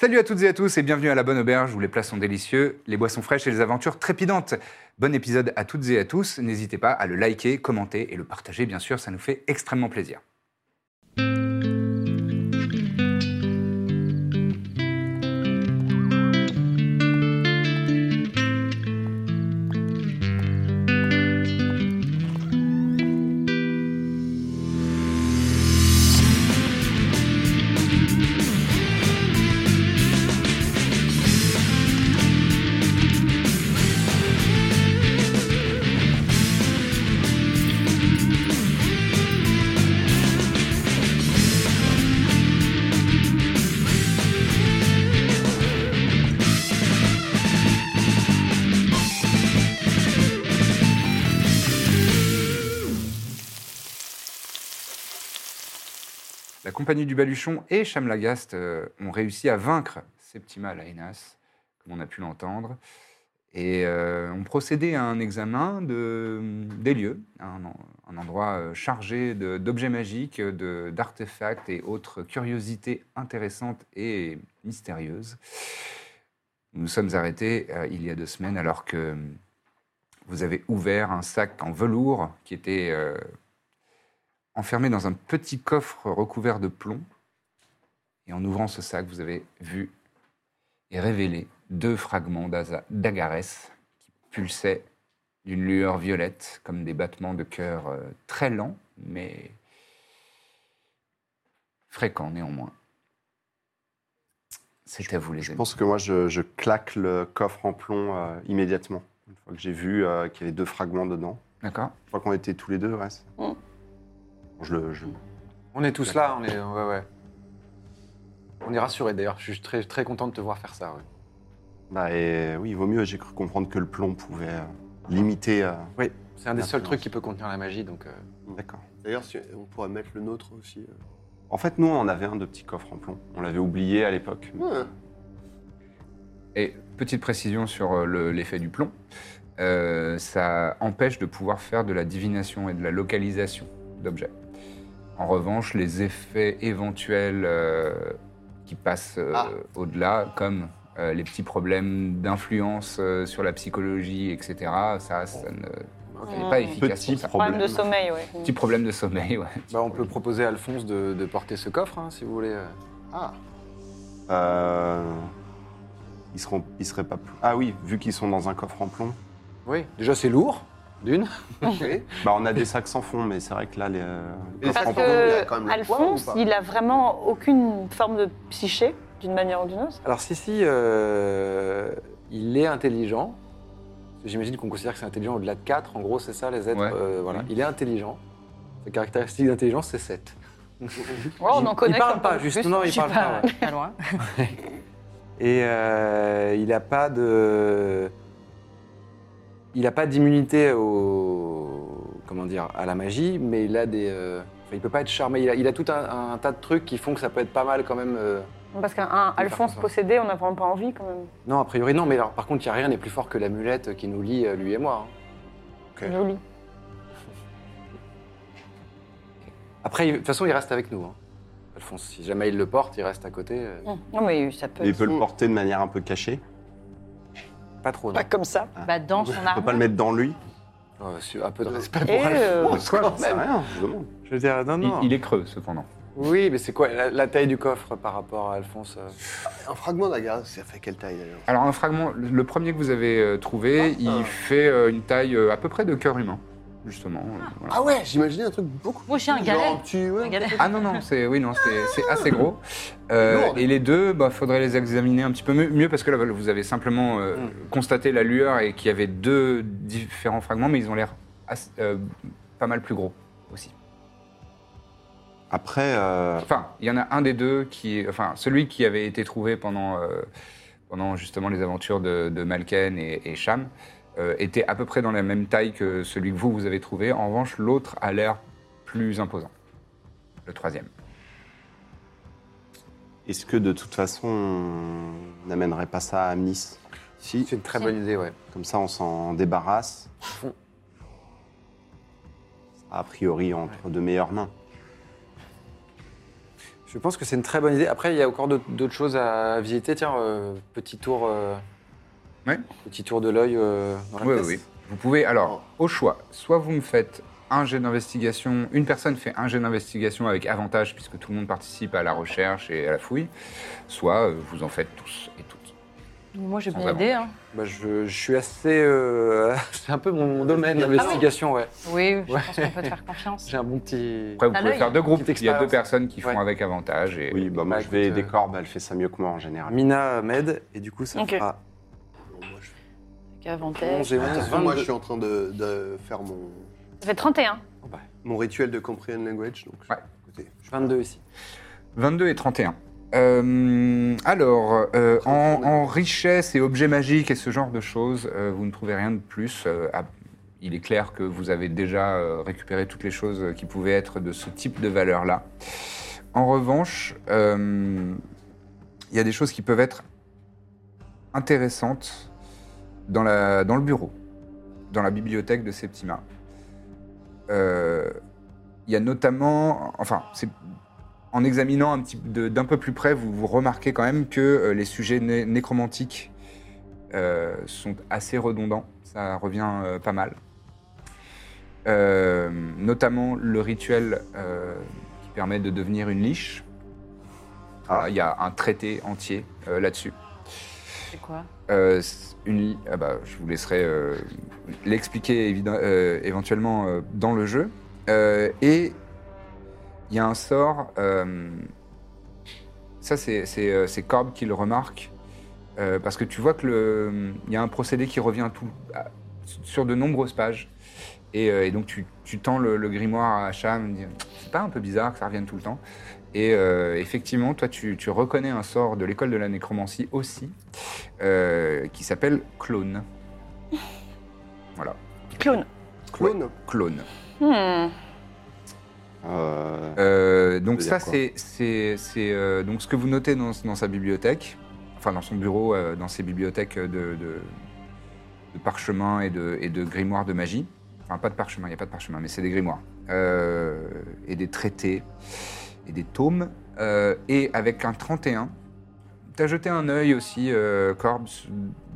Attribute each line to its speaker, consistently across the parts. Speaker 1: Salut à toutes et à tous et bienvenue à la Bonne Auberge où les plats sont délicieux, les boissons fraîches et les aventures trépidantes. Bon épisode à toutes et à tous. N'hésitez pas à le liker, commenter et le partager, bien sûr, ça nous fait extrêmement plaisir. La compagnie du Baluchon et Chamlagast euh, ont réussi à vaincre Septima Laenas, comme on a pu l'entendre, et euh, ont procédé à un examen de, des lieux, un, en- un endroit euh, chargé de- d'objets magiques, de- d'artefacts et autres curiosités intéressantes et mystérieuses. Nous nous sommes arrêtés euh, il y a deux semaines alors que euh, vous avez ouvert un sac en velours qui était euh, enfermé dans un petit coffre recouvert de plomb. Et en ouvrant ce sac, vous avez vu et révélé deux fragments d'Aza- d'agarès qui pulsaient d'une lueur violette, comme des battements de cœur euh, très lents, mais fréquents néanmoins. C'est à vous, les
Speaker 2: Je
Speaker 1: amis.
Speaker 2: pense que moi, je, je claque le coffre en plomb euh, immédiatement. Une fois que j'ai vu euh, qu'il y avait deux fragments dedans.
Speaker 1: D'accord
Speaker 2: Je crois qu'on était tous les deux, ouais. c'est-
Speaker 3: Mm.
Speaker 2: Je le. je-
Speaker 4: On est tous là, on est. Ouais, ouais. On est rassurés d'ailleurs, je suis très, très content de te voir faire ça. ouais.
Speaker 2: Bah, et oui, il vaut mieux. J'ai cru comprendre que le plomb pouvait euh, limiter. euh,
Speaker 4: C'est un des
Speaker 2: L'influence.
Speaker 4: seuls trucs qui peut contenir la magie, donc. euh,
Speaker 2: D'accord.
Speaker 5: D'ailleurs, si- on pourrait mettre le nôtre aussi. euh.
Speaker 2: En fait, nous, on avait un de petits coffres en plomb. On l'avait oublié à l'époque.
Speaker 3: Mm.
Speaker 5: Ouais.
Speaker 1: Et petite précision sur euh, le- l'effet du plomb, Euh, ça empêche de pouvoir faire de la divination et de la localisation d'objets. En revanche, les effets éventuels euh, qui passent euh,
Speaker 5: Ah.
Speaker 1: au-delà, comme euh, les petits problèmes d'influence euh, sur la psychologie, etc., ça,
Speaker 5: Oh.
Speaker 1: ça ne- ça n'est pas
Speaker 3: Mmh.
Speaker 1: efficace.
Speaker 2: Petit
Speaker 1: pour ça.
Speaker 2: problème.
Speaker 3: Problème de sommeil, oui.
Speaker 1: Petit problème de sommeil, ouais.
Speaker 4: Bah, on peut proposer à Alphonse de, de porter ce coffre, hein, si vous voulez. euh.
Speaker 2: Ah Euh, Ils, seront... ils seraient pas. plus- Ah oui, vu qu'ils sont dans un coffre en plomb.
Speaker 4: Oui, déjà c'est lourd, d'une.
Speaker 2: Bah, on a des sacs sans fond, mais c'est vrai que là, les. euh,
Speaker 5: Mais
Speaker 2: coffres
Speaker 5: ça
Speaker 2: en
Speaker 5: prend
Speaker 3: Parce
Speaker 5: pas, il y a
Speaker 3: que
Speaker 5: quand même le
Speaker 3: Alphonse,
Speaker 5: poids ou pas
Speaker 3: il a vraiment aucune forme de psyché, d'une manière ou d'une autre.
Speaker 4: Alors, si, si, euh, il est intelligent. J'imagine qu'on considère que c'est intelligent au-delà de 4. En gros, c'est ça, les êtres.
Speaker 1: Ouais.
Speaker 4: euh, voilà.
Speaker 1: Mhm.
Speaker 4: Il est intelligent. Sa caractéristique d'intelligence, c'est 7.
Speaker 3: Ouais, Oh, on
Speaker 4: Il-
Speaker 3: en connaît.
Speaker 4: il parle
Speaker 3: qui en
Speaker 4: pas,
Speaker 3: parlent
Speaker 4: juste,
Speaker 3: plus. hein.
Speaker 4: non, il
Speaker 3: Je sais
Speaker 4: parle pas, ouais.
Speaker 6: Pas loin.
Speaker 4: Et euh, il n'a pas de. Il n'a pas d'immunité au. Comment dire À la magie, mais il a des. euh, enfin, il peut pas être charmé. Il a, il a tout un, un tas de trucs qui font que ça peut être pas mal quand même. euh.
Speaker 3: Parce qu'un Alphonse
Speaker 4: ça.
Speaker 3: possédé, on n'a vraiment pas envie quand même.
Speaker 4: Non, a priori, non, mais alors, par contre, il n'y a rien n'est plus fort que l'amulette qui nous lie, euh, lui et moi. hein.
Speaker 2: Ouais.
Speaker 3: Joli.
Speaker 4: Après, il- de toute façon, il reste avec nous. hein. Alphonse, si jamais il le porte, il reste à côté. euh,
Speaker 3: Mmh. Non, mais ça peut.
Speaker 2: Mais il peut
Speaker 4: Mm.
Speaker 2: le
Speaker 5: Fond.
Speaker 2: porter de manière un peu cachée.
Speaker 4: Pas trop, non.
Speaker 3: Pas comme ça.
Speaker 6: Bah, dans son
Speaker 2: On peut pas le
Speaker 6: arme.
Speaker 2: mettre dans lui.
Speaker 4: Euh, c'est un peu de
Speaker 5: Et,
Speaker 4: respect pour
Speaker 3: Et
Speaker 4: Alphonse.
Speaker 3: euh,
Speaker 2: Quoi C'est rien, je demande.
Speaker 4: Je veux dire, non,
Speaker 1: Il,
Speaker 4: non.
Speaker 1: il est creux, cependant.
Speaker 4: Oui, mais c'est quoi la, la taille du coffre par rapport à Alphonse euh
Speaker 5: Un fragment d'agarre, ça fait quelle taille d'ailleurs
Speaker 1: Alors, un fragment, le- le premier que vous avez euh,
Speaker 5: Ah.
Speaker 1: trouvé, il fait euh, une taille euh, à peu près de cœur humain, justement. euh, voilà.
Speaker 5: Ah ouais, j'imaginais un truc beaucoup.
Speaker 6: Moi, je suis un
Speaker 5: Genre
Speaker 6: galet.
Speaker 5: un petit- ouais.
Speaker 6: Un galet.
Speaker 1: Ah non, non, c'est oui, non, c'est- c'est assez gros. Euh,
Speaker 5: Lourde.
Speaker 1: et les deux, bah, faudrait les examiner un petit peu mieux, mieux parce que là, vous avez simplement euh,
Speaker 4: Mm.
Speaker 1: constaté la lueur et qu'il y avait deux différents fragments, mais ils ont l'air assez- euh, pas mal plus gros aussi.
Speaker 2: Après, euh,
Speaker 1: Enfin, il y en a un des deux qui, enfin, celui qui avait été trouvé pendant, euh, pendant justement les aventures de, de Malken et, et Cham, euh, était à peu près dans la même taille que celui que vous vous avez trouvé. En revanche, l'autre a l'air plus imposant. Le troisième.
Speaker 2: est-ce que de toute façon, on n'amènerait pas ça à Nice
Speaker 5: Si. C'est une très bonne idée, ouais.
Speaker 2: Comme ça, on s'en débarrasse. A priori, entre de meilleures mains.
Speaker 4: Je pense que c'est une très bonne idée. Après, il y a encore d'autres d'autres choses à visiter. Tiens, euh, petit tour. euh,
Speaker 1: Ouais.
Speaker 4: Petit tour de l'œil euh, dans la
Speaker 1: Oui, oui,
Speaker 4: pièce.
Speaker 1: oui. Vous pouvez, alors, au choix, soit vous me faites un jet d'investigation, une personne fait un jet d'investigation avec avantage puisque tout le monde participe à la recherche et à la fouille, soit euh, vous en faites tous et toutes.
Speaker 3: Moi, j'ai
Speaker 1: Sans
Speaker 3: bien aidé. Hein.
Speaker 4: Bah, je, je suis assez. euh, c'est un peu mon, mon domaine d'investigation, Ah ouais.
Speaker 3: Oui, je
Speaker 4: Ouais.
Speaker 3: pense qu'on peut te faire confiance.
Speaker 4: J'ai un bon petit.
Speaker 1: Après, vous
Speaker 3: À
Speaker 1: pouvez
Speaker 3: l'œil,
Speaker 1: faire deux groupes.
Speaker 4: Petite
Speaker 1: Il y a deux
Speaker 4: expérience.
Speaker 1: personnes qui font
Speaker 4: Ouais.
Speaker 1: avec avantage. Et...
Speaker 2: Oui, bah, moi,
Speaker 4: Bah,
Speaker 2: je vais
Speaker 4: écoute,
Speaker 2: aider
Speaker 4: euh,
Speaker 2: Corbe, elle fait ça mieux que moi en général.
Speaker 4: Mina m'aide, et du coup, ça
Speaker 3: Ok.
Speaker 4: fera
Speaker 3: Avantage.
Speaker 4: 11 et 11.
Speaker 5: Moi, je
Speaker 4: 22.
Speaker 5: suis en train de, de faire mon,
Speaker 3: Ça fait 31.
Speaker 5: mon rituel de comprehend language. Donc,
Speaker 1: Ouais.
Speaker 5: écoutez, je-
Speaker 4: 22 ici.
Speaker 1: 22 et 31. Euh, alors, euh, en, en richesse et objets magiques et ce genre de choses, euh, vous ne trouvez rien de plus. Euh, à- il est clair que vous avez déjà euh, récupéré toutes les choses qui pouvaient être de ce type de valeur-là. En revanche, euh, il y a des choses qui peuvent être intéressantes dans, la- dans le bureau, dans la bibliothèque de Septima. Euh, Il y a notamment, enfin, c'est en examinant un petit de- d'un peu plus près, vous, vous remarquez quand même que euh, les sujets né- nécromantiques euh, sont assez redondants. Ça revient euh, pas mal. Euh, notamment le rituel euh, qui permet de devenir une liche. Voilà, Il y a un traité entier euh, là-dessus.
Speaker 3: C'est quoi
Speaker 1: Euh, c'est une, ah bah, je vous laisserai euh, l'expliquer évidem- euh, éventuellement euh, dans le jeu. Euh, et il y a un sort, euh, ça c'est- c'est euh, c'est Corbe qui le remarque, euh, parce que tu vois que le- il y a un procédé qui revient tout, à- sur de nombreuses pages. Et, euh, et donc tu, tu tends le, le grimoire à Cham, dis, c'est pas un peu bizarre que ça revienne tout le temps. Et euh, effectivement, toi tu, tu reconnais un sort de l'école de la nécromancie aussi, euh, qui s'appelle Clone. Voilà,
Speaker 3: Clone.
Speaker 5: clone.
Speaker 1: Clone.
Speaker 3: Hmm.
Speaker 2: Euh,
Speaker 1: Euh, donc
Speaker 2: Ça
Speaker 1: ça,
Speaker 2: veut dire quoi
Speaker 1: c'est c'est- c'est, euh, donc ce que vous notez dans, dans sa bibliothèque, enfin dans son bureau, euh, dans ses bibliothèques de, de, de parchemins et de, et de grimoires de magie. Enfin, pas de parchemin, il n'y a pas de parchemin, mais c'est des grimoires. Euh, et des traités, et des tomes. Euh, et avec un 31, tu as jeté un œil aussi, euh, Corbe,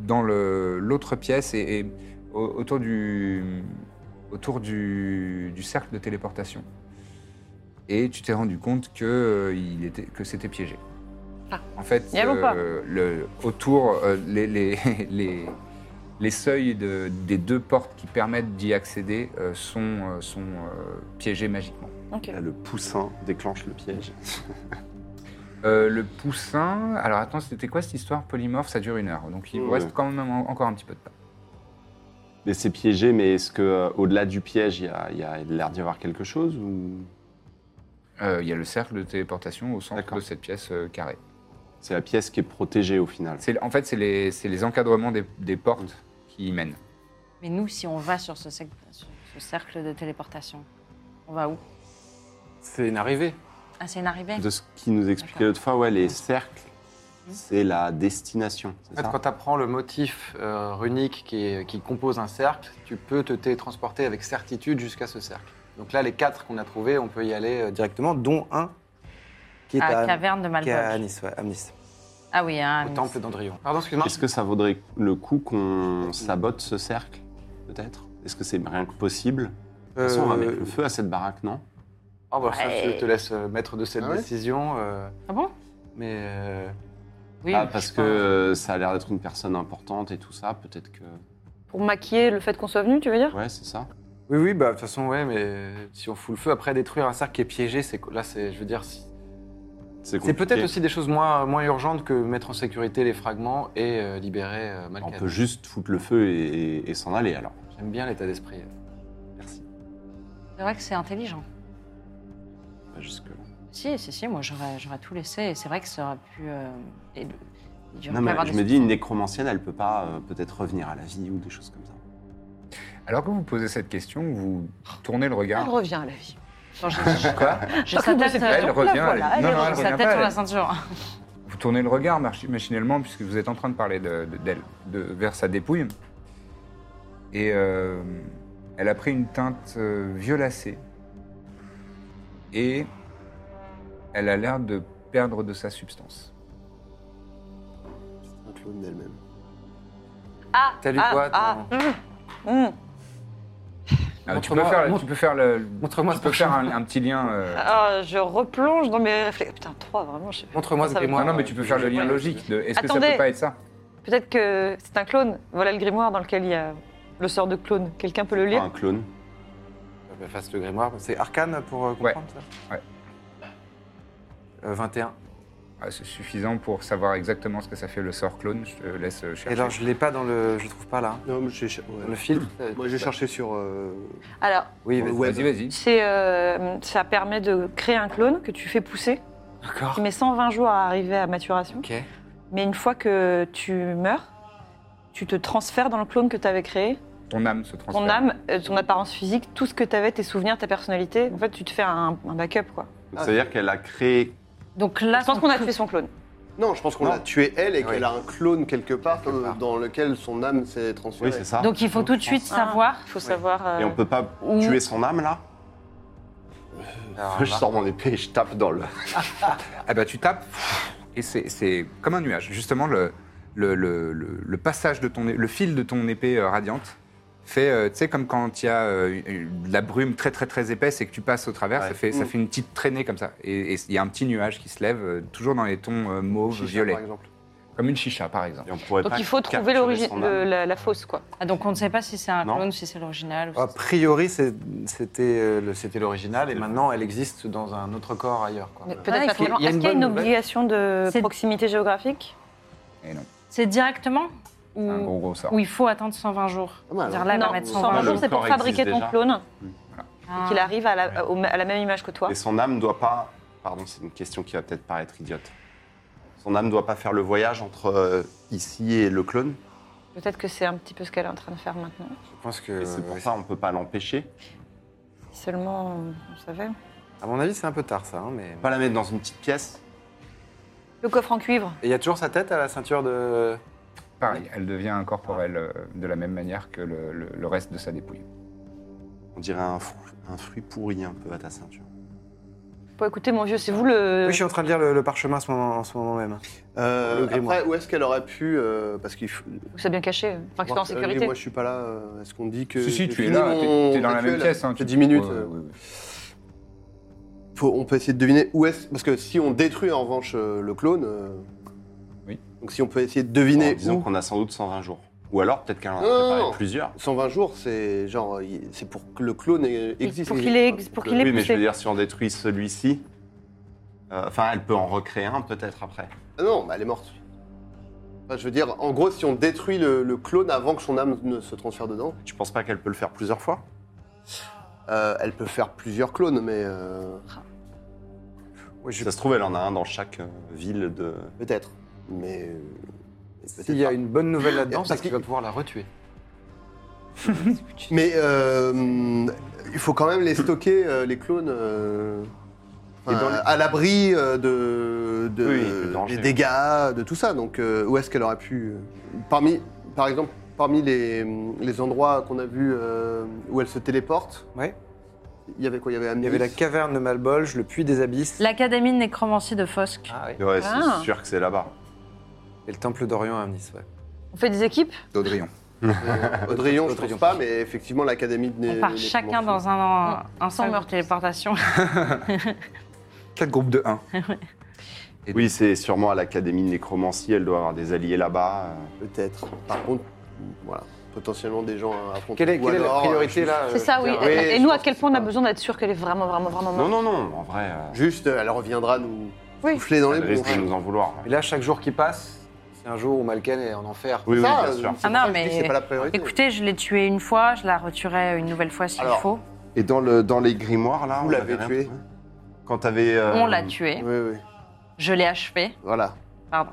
Speaker 1: dans le- l'autre pièce et, et au- autour, du, autour du- du cercle de téléportation et tu t'es rendu compte que euh, il était que c'était piégé.
Speaker 3: Ah.
Speaker 1: En fait, euh,
Speaker 3: Il y avait ou pas
Speaker 1: le, autour euh, les, les, les, les seuils de- des deux portes qui permettent d'y accéder euh, sont euh, sont euh, piégés magiquement.
Speaker 3: Ok.
Speaker 2: là, le poussin déclenche le piège.
Speaker 1: Euh, le poussin, alors attends, c'était quoi cette histoire polymorphe Ça dure une heure, donc il vous
Speaker 2: Ouais.
Speaker 1: reste quand même en- encore un petit peu de temps.
Speaker 2: Mais c'est piégé, mais est-ce que euh, au-delà du piège, il y a, il y a l'air d'y avoir quelque chose ou
Speaker 1: Euh, Il y a le cercle de téléportation au centre
Speaker 2: D'accord.
Speaker 1: de cette pièce euh, carrée.
Speaker 2: c'est la pièce qui est protégée au final
Speaker 1: C'est- En fait, c'est les, c'est les encadrements des, des portes
Speaker 2: Mm.
Speaker 1: qui y mènent.
Speaker 6: Mais nous, si on va sur ce, sec- sur ce cercle de téléportation, on va où
Speaker 4: C'est une arrivée.
Speaker 6: Ah, c'est une arrivée
Speaker 2: De ce qui nous expliquait
Speaker 6: D'accord. Mmh.
Speaker 2: l'autre fois, ouais, les cercles, c'est la destination.
Speaker 4: En
Speaker 2: c'est
Speaker 4: fait,
Speaker 2: ça
Speaker 4: quand tu apprends le motif euh, runique qui, est- qui compose un cercle, tu peux te télétransporter avec certitude jusqu'à ce cercle. Donc là, les quatre qu'on a trouvés, on peut y aller euh, directement, dont un qui est
Speaker 6: À
Speaker 4: à,
Speaker 6: la caverne de
Speaker 4: qui est à
Speaker 6: Malbolge.
Speaker 4: Nice, ouais, à Nice,
Speaker 6: Ah oui, à
Speaker 4: au
Speaker 6: Nice.
Speaker 4: temple d'Andrion. Pardon, excuse-moi.
Speaker 2: Est-ce que ça vaudrait le coup
Speaker 6: Mmh.
Speaker 2: qu'on sabote ce cercle, peut-être Est-ce que c'est rien que possible De toute façon, on va
Speaker 4: Euh,
Speaker 2: mettre le feu à cette baraque, non
Speaker 4: oh, bah, ça,
Speaker 6: Ouais.
Speaker 4: je te laisse euh, maître de cette
Speaker 5: Ah ouais
Speaker 4: décision. euh,
Speaker 6: Ah bon
Speaker 4: mais euh,
Speaker 6: Oui,
Speaker 2: Ah,
Speaker 6: je
Speaker 2: parce
Speaker 6: pense.
Speaker 2: que euh, ça a l'air d'être une personne importante et tout ça, peut-être que...
Speaker 3: Pour maquiller le fait qu'on soit venu, tu veux dire
Speaker 2: Ouais, c'est ça.
Speaker 4: Oui, oui, bah, de toute façon, ouais, mais euh, si on fout le feu, après détruire un cercle qui est piégé, c'est là, c'est, je veux dire, si- c'est
Speaker 2: compliqué.
Speaker 4: peut-être aussi des choses moins, moins urgentes que mettre en sécurité les fragments et euh, libérer euh,
Speaker 2: On
Speaker 4: Mal'Kad.
Speaker 2: peut juste foutre le feu et, et- et s'en aller, alors.
Speaker 4: J'aime bien l'état d'esprit.
Speaker 2: Merci.
Speaker 6: C'est vrai que c'est intelligent.
Speaker 2: pas jusque-là.
Speaker 6: Si, si, si, moi j'aurais j'aurais tout laissé. Et c'est vrai que ça aurait pu. euh, et- il y aurait
Speaker 2: Non,
Speaker 6: pu
Speaker 2: mais
Speaker 6: avoir
Speaker 2: je
Speaker 6: des
Speaker 2: me dis, une nécromancienne, elle peut pas euh, peut-être revenir à la vie ou des choses comme ça.
Speaker 1: Alors que vous posez cette question, vous tournez le
Speaker 3: Elle
Speaker 1: regard.
Speaker 3: revient à la vie.
Speaker 6: Non, je- je-
Speaker 1: Quoi
Speaker 6: J'ai sa
Speaker 3: Moi,
Speaker 6: tête,
Speaker 3: c'est
Speaker 6: euh,
Speaker 3: pas
Speaker 1: Elle
Speaker 3: la
Speaker 1: revient.
Speaker 3: voilà,
Speaker 1: elle-
Speaker 3: elle
Speaker 1: Non,
Speaker 3: est
Speaker 1: non, elle
Speaker 3: dans
Speaker 6: j'ai sa
Speaker 1: revient
Speaker 6: tête
Speaker 1: pas.
Speaker 6: sur la
Speaker 1: elle-
Speaker 6: ceinture.
Speaker 1: Vous tournez le regard machi- machinalement puisque vous êtes en train de parler de- de- d'elle, de, vers sa dépouille. Et euh, elle a pris une teinte euh, violacée. Et elle a l'air de perdre de sa substance.
Speaker 5: C'est un clone d'elle-même.
Speaker 3: Ah,
Speaker 4: T'as lu
Speaker 3: ah,
Speaker 4: quoi,
Speaker 3: ah, mm, mm.
Speaker 1: Ah, tu, peux
Speaker 4: Montre-moi-
Speaker 1: faire, le-
Speaker 4: montre-
Speaker 1: tu peux faire, le,
Speaker 4: Montre-moi
Speaker 1: tu
Speaker 4: ce
Speaker 1: peux faire
Speaker 4: parchemin.
Speaker 1: un, un petit lien. euh,
Speaker 3: Ah, je replonge dans mes réflexes. Putain, trois, vraiment. Je...
Speaker 4: Montre-moi,
Speaker 3: Ça va-
Speaker 4: décris-moi.
Speaker 1: non, non, mais tu peux faire le lien logique. de Est-ce que ça
Speaker 3: Attendez.
Speaker 1: peut pas être ça
Speaker 3: Peut-être que c'est un clone. Voilà le grimoire dans lequel il y a le sort de clone. Quelqu'un peut le
Speaker 2: Pas
Speaker 3: lire
Speaker 2: un clone.
Speaker 4: Euh, bah, Fasse le grimoire. C'est arcane pour euh,
Speaker 1: Ouais.
Speaker 4: comprendre ça
Speaker 1: Ouais.
Speaker 4: Euh, 21.
Speaker 1: Ah, C'est suffisant pour savoir exactement ce que ça fait le sort clone. Je te laisse euh,
Speaker 4: Et
Speaker 1: chercher.
Speaker 4: alors, je l'ai pas dans le. Je le trouve pas là.
Speaker 5: Non, mais j'ai cher-
Speaker 4: Dans
Speaker 5: ouais.
Speaker 4: le filtre. euh,
Speaker 5: Moi, j'ai cherché sur. euh,
Speaker 3: Alors,
Speaker 4: Oui,
Speaker 5: Dans le
Speaker 4: vas-y.
Speaker 5: web.
Speaker 1: Vas-y, vas-y.
Speaker 3: c'est, euh, ça permet de créer un clone que tu fais pousser,
Speaker 4: D'accord.
Speaker 3: qui met 120 jours à arriver à maturation.
Speaker 4: Ok.
Speaker 3: Mais une fois que tu meurs, tu te transfères dans le clone que tu avais créé.
Speaker 1: Ton âme se transforme.
Speaker 3: Ton âme, euh, ton apparence physique, tout ce que tu avais, tes souvenirs, ta personnalité. En fait, tu te fais un, un backup, quoi.
Speaker 2: Donc,
Speaker 6: Ah.
Speaker 2: C'est-à-dire qu'elle a créé.
Speaker 6: Donc là,
Speaker 3: Je pense qu'on a tué son clone.
Speaker 5: Non, je pense qu'on
Speaker 4: Non.
Speaker 5: l'a tuée elle et
Speaker 4: Ouais.
Speaker 5: qu'elle a un clone quelque part,
Speaker 4: Quelque
Speaker 5: euh,
Speaker 4: part.
Speaker 5: dans lequel son âme s'est
Speaker 2: Oui,
Speaker 5: transférée.
Speaker 2: c'est ça.
Speaker 6: Donc il faut tout de suite
Speaker 3: Ah.
Speaker 6: savoir.
Speaker 3: Il faut savoir. euh,
Speaker 2: Et on peut pas
Speaker 6: Ou-
Speaker 2: tuer son âme là
Speaker 4: Alors,
Speaker 5: je sors mon épée et je tape dans le.
Speaker 1: Ah bah tu tapes et c'est- c'est comme un nuage. Justement, le, le, le- le- le passage de ton, é- le fil de ton épée euh, radiante fait, euh, tu sais, comme quand il y a euh, une- de la brume très très très épaisse et que tu passes au travers,
Speaker 2: Ouais.
Speaker 1: ça, fait, ça fait une petite traînée comme ça. Et et il y a un petit nuage qui se lève, euh, toujours dans les tons euh, mauve,
Speaker 5: Chicha,
Speaker 1: violet.
Speaker 5: par exemple.
Speaker 1: Comme une chicha, par exemple.
Speaker 2: Et on pourrait
Speaker 3: Donc
Speaker 2: pas
Speaker 3: il faut
Speaker 2: capturer
Speaker 3: trouver l'origine,
Speaker 2: son âme.
Speaker 3: le- la, la fausse, quoi.
Speaker 6: Ah, donc on ne sait pas si c'est un
Speaker 2: Non.
Speaker 6: clone, si c'est l'original. ou
Speaker 4: A
Speaker 6: si
Speaker 4: priori, c'est- c'était euh, le- c'était l'original et
Speaker 2: C'était-
Speaker 4: maintenant elle existe dans un autre corps ailleurs. Quoi.
Speaker 6: Mais-
Speaker 3: Peut-être
Speaker 6: il
Speaker 3: la
Speaker 6: faut-
Speaker 3: finalement-
Speaker 4: il y a
Speaker 3: Est-ce
Speaker 4: une
Speaker 3: qu'il y a
Speaker 4: bonne
Speaker 3: une
Speaker 4: nouvelle.
Speaker 3: obligation de
Speaker 6: C'est-
Speaker 3: proximité géographique
Speaker 1: Et non,
Speaker 6: c'est- C'est directement
Speaker 1: un gros
Speaker 6: ou,
Speaker 1: gros sort.
Speaker 6: ou il faut attendre 120 jours
Speaker 5: Pas mal,
Speaker 6: Dire
Speaker 5: hein.
Speaker 6: là, elle va
Speaker 3: Non,
Speaker 6: mettre
Speaker 3: 120
Speaker 2: Le
Speaker 3: jours, c'est pour
Speaker 2: corps
Speaker 3: fabriquer
Speaker 2: existe
Speaker 3: ton
Speaker 2: déjà.
Speaker 3: clone,
Speaker 6: Ah.
Speaker 3: qu'il arrive à la, au- à la même image que toi.
Speaker 2: Et son âme doit pas. Pardon, c'est une question qui va peut-être paraître idiote. Son âme doit pas faire le voyage entre euh, ici et le clone.
Speaker 3: Peut-être que c'est un petit peu ce qu'elle est en train de faire maintenant.
Speaker 4: Je pense que.
Speaker 5: Euh,
Speaker 2: Et c'est pour
Speaker 4: ouais,
Speaker 2: ça on peut pas l'empêcher.
Speaker 3: Si seulement euh, on savait.
Speaker 4: c'est- À mon avis, c'est un peu tard ça. hein, mais...
Speaker 2: On peut Pas la mettre dans une petite pièce.
Speaker 3: Le coffre en cuivre.
Speaker 4: Et il y a toujours sa tête à la ceinture de.
Speaker 1: Pareil, elle devient incorporelle euh, de la même manière que le, le- le reste de sa dépouille.
Speaker 2: On dirait un, fru- un fruit pourri un peu à ta ceinture.
Speaker 3: Bon, écoutez, mon vieux, c'est vous le.
Speaker 4: Oui, je suis en train de lire le, le parchemin en ce moment, en ce moment même.
Speaker 5: Euh,
Speaker 4: Le grimoire.
Speaker 5: après, où est-ce qu'elle aurait pu. euh, parce qu'il faut.
Speaker 3: Vous savez bien caché. Enfin, que c'est en
Speaker 5: Euh,
Speaker 3: sécurité.
Speaker 5: moi, je suis pas là. euh, Est-ce qu'on dit que.
Speaker 1: si, si,
Speaker 5: j'ai
Speaker 1: tu es
Speaker 5: fini
Speaker 1: là,
Speaker 5: mon
Speaker 1: tu es dans la même
Speaker 5: rituel
Speaker 1: pièce. hein,
Speaker 5: Ça
Speaker 1: tu-
Speaker 5: fait 10 minutes.
Speaker 1: Ouais,
Speaker 5: euh,
Speaker 1: ouais, ouais.
Speaker 5: faut- on peut essayer de deviner où est-ce. Parce que si on détruit en revanche euh, le clone. euh,
Speaker 1: Oui.
Speaker 5: Donc si on peut essayer de
Speaker 2: Bon,
Speaker 5: deviner
Speaker 2: disons
Speaker 5: où.
Speaker 2: qu'on a sans doute 120 jours. Ou alors peut-être qu'elle en a
Speaker 5: Non, non,
Speaker 2: préparé
Speaker 5: non.
Speaker 2: plusieurs.
Speaker 5: 120 jours, c'est genre. il- C'est pour que le clone ait- existe.
Speaker 3: Pour qu'il ait, pour qu'il ait
Speaker 2: oui, mais je
Speaker 3: poussé.
Speaker 2: veux dire, si on détruit celui-ci, euh, enfin, elle peut en recréer un peut-être après.
Speaker 5: Ah non, bah, elle est morte. Enfin, je veux dire, en gros, si on détruit le, le clone avant que son âme ne se transfère dedans,
Speaker 2: Tu penses pas qu'elle peut le faire plusieurs fois
Speaker 5: euh, elle peut faire plusieurs clones, mais euh,
Speaker 4: Oui, je-
Speaker 2: Ça se trouve, elle en a un dans chaque euh, ville de.
Speaker 5: peut-être. Mais euh, peut-être
Speaker 4: S'il y a
Speaker 5: pas.
Speaker 4: une bonne nouvelle là-dedans,
Speaker 5: Parce
Speaker 4: c'est qu'il
Speaker 5: qu'il-
Speaker 4: va pouvoir la retuer.
Speaker 5: Mais euh, il faut quand même les stocker, euh, les clones, euh,
Speaker 2: Et dans les-
Speaker 5: à l'abri euh, de, de-
Speaker 2: Oui, du danger.
Speaker 5: des dégâts, de tout ça. Donc euh, où est-ce qu'elle aurait pu... euh, Parmi, par exemple, parmi les, les endroits qu'on a vus euh, où elle se téléporte,
Speaker 4: Ouais.
Speaker 5: il y avait quoi Il y avait
Speaker 4: Il y
Speaker 5: Amnis.
Speaker 4: avait la caverne de Malbolge, le puits des abysses.
Speaker 6: Ah. L'Académie de nécromancie de Fosque.
Speaker 4: Ah, oui.
Speaker 2: Ouais,
Speaker 3: Ah.
Speaker 2: c'est sûr que c'est là-bas.
Speaker 4: Et le temple d'Orient à Nice, ouais.
Speaker 3: On fait des équipes
Speaker 1: D'Audryon.
Speaker 5: Audrillon, je
Speaker 4: Audrillon.
Speaker 5: trouve pas, mais effectivement, l'académie de...
Speaker 6: On
Speaker 5: Né-
Speaker 6: part
Speaker 5: Né-
Speaker 6: chacun dans un, un
Speaker 3: Sans meurtre.
Speaker 6: seul meurtre téléportation.
Speaker 1: Quatre groupes de 1. Et-
Speaker 2: Oui, c'est sûrement à l'académie de nécromancie, elle doit avoir des alliés là-bas. euh.
Speaker 5: Peut-être. Par contre, voilà, potentiellement des gens à affronter.
Speaker 4: Quelle est,
Speaker 5: Ou
Speaker 4: quelle est
Speaker 5: alors,
Speaker 4: la priorité
Speaker 5: euh,
Speaker 4: là
Speaker 3: C'est ça, oui.
Speaker 5: bien. Oui,
Speaker 3: Et
Speaker 5: je
Speaker 3: nous,
Speaker 5: pense
Speaker 3: à quel
Speaker 5: que
Speaker 3: point on
Speaker 5: c'est
Speaker 3: a
Speaker 5: pas-
Speaker 3: besoin d'être sûr qu'elle est vraiment, vraiment, vraiment
Speaker 2: Non,
Speaker 3: morte
Speaker 2: non, non, en vrai, euh,
Speaker 5: Juste, euh, elle reviendra nous
Speaker 3: Oui.
Speaker 5: souffler dans les
Speaker 2: elle risque de
Speaker 5: bronches.
Speaker 2: nous en vouloir. ouais.
Speaker 4: Et là, chaque jour qui passe, c'est un jour où Malken est en enfer.
Speaker 2: Oui, oui,
Speaker 5: Ça,
Speaker 2: bien
Speaker 5: euh,
Speaker 2: sûr.
Speaker 5: c'est
Speaker 6: Ah non,
Speaker 5: pour ça que je
Speaker 6: mais-
Speaker 5: dis que C'est pas la priorité.
Speaker 6: Écoutez, je l'ai tuée une fois, je la retuerai une nouvelle fois s'il
Speaker 5: Alors,
Speaker 6: faut.
Speaker 2: Et dans, le, dans les grimoires, là,
Speaker 5: Vous
Speaker 2: on
Speaker 5: l'avez
Speaker 2: avait rien
Speaker 5: tué
Speaker 2: trouvé Quand t'avais. euh,
Speaker 6: On l'a tué.
Speaker 5: Oui, oui.
Speaker 6: Je l'ai achevé.
Speaker 5: Voilà.
Speaker 6: Pardon.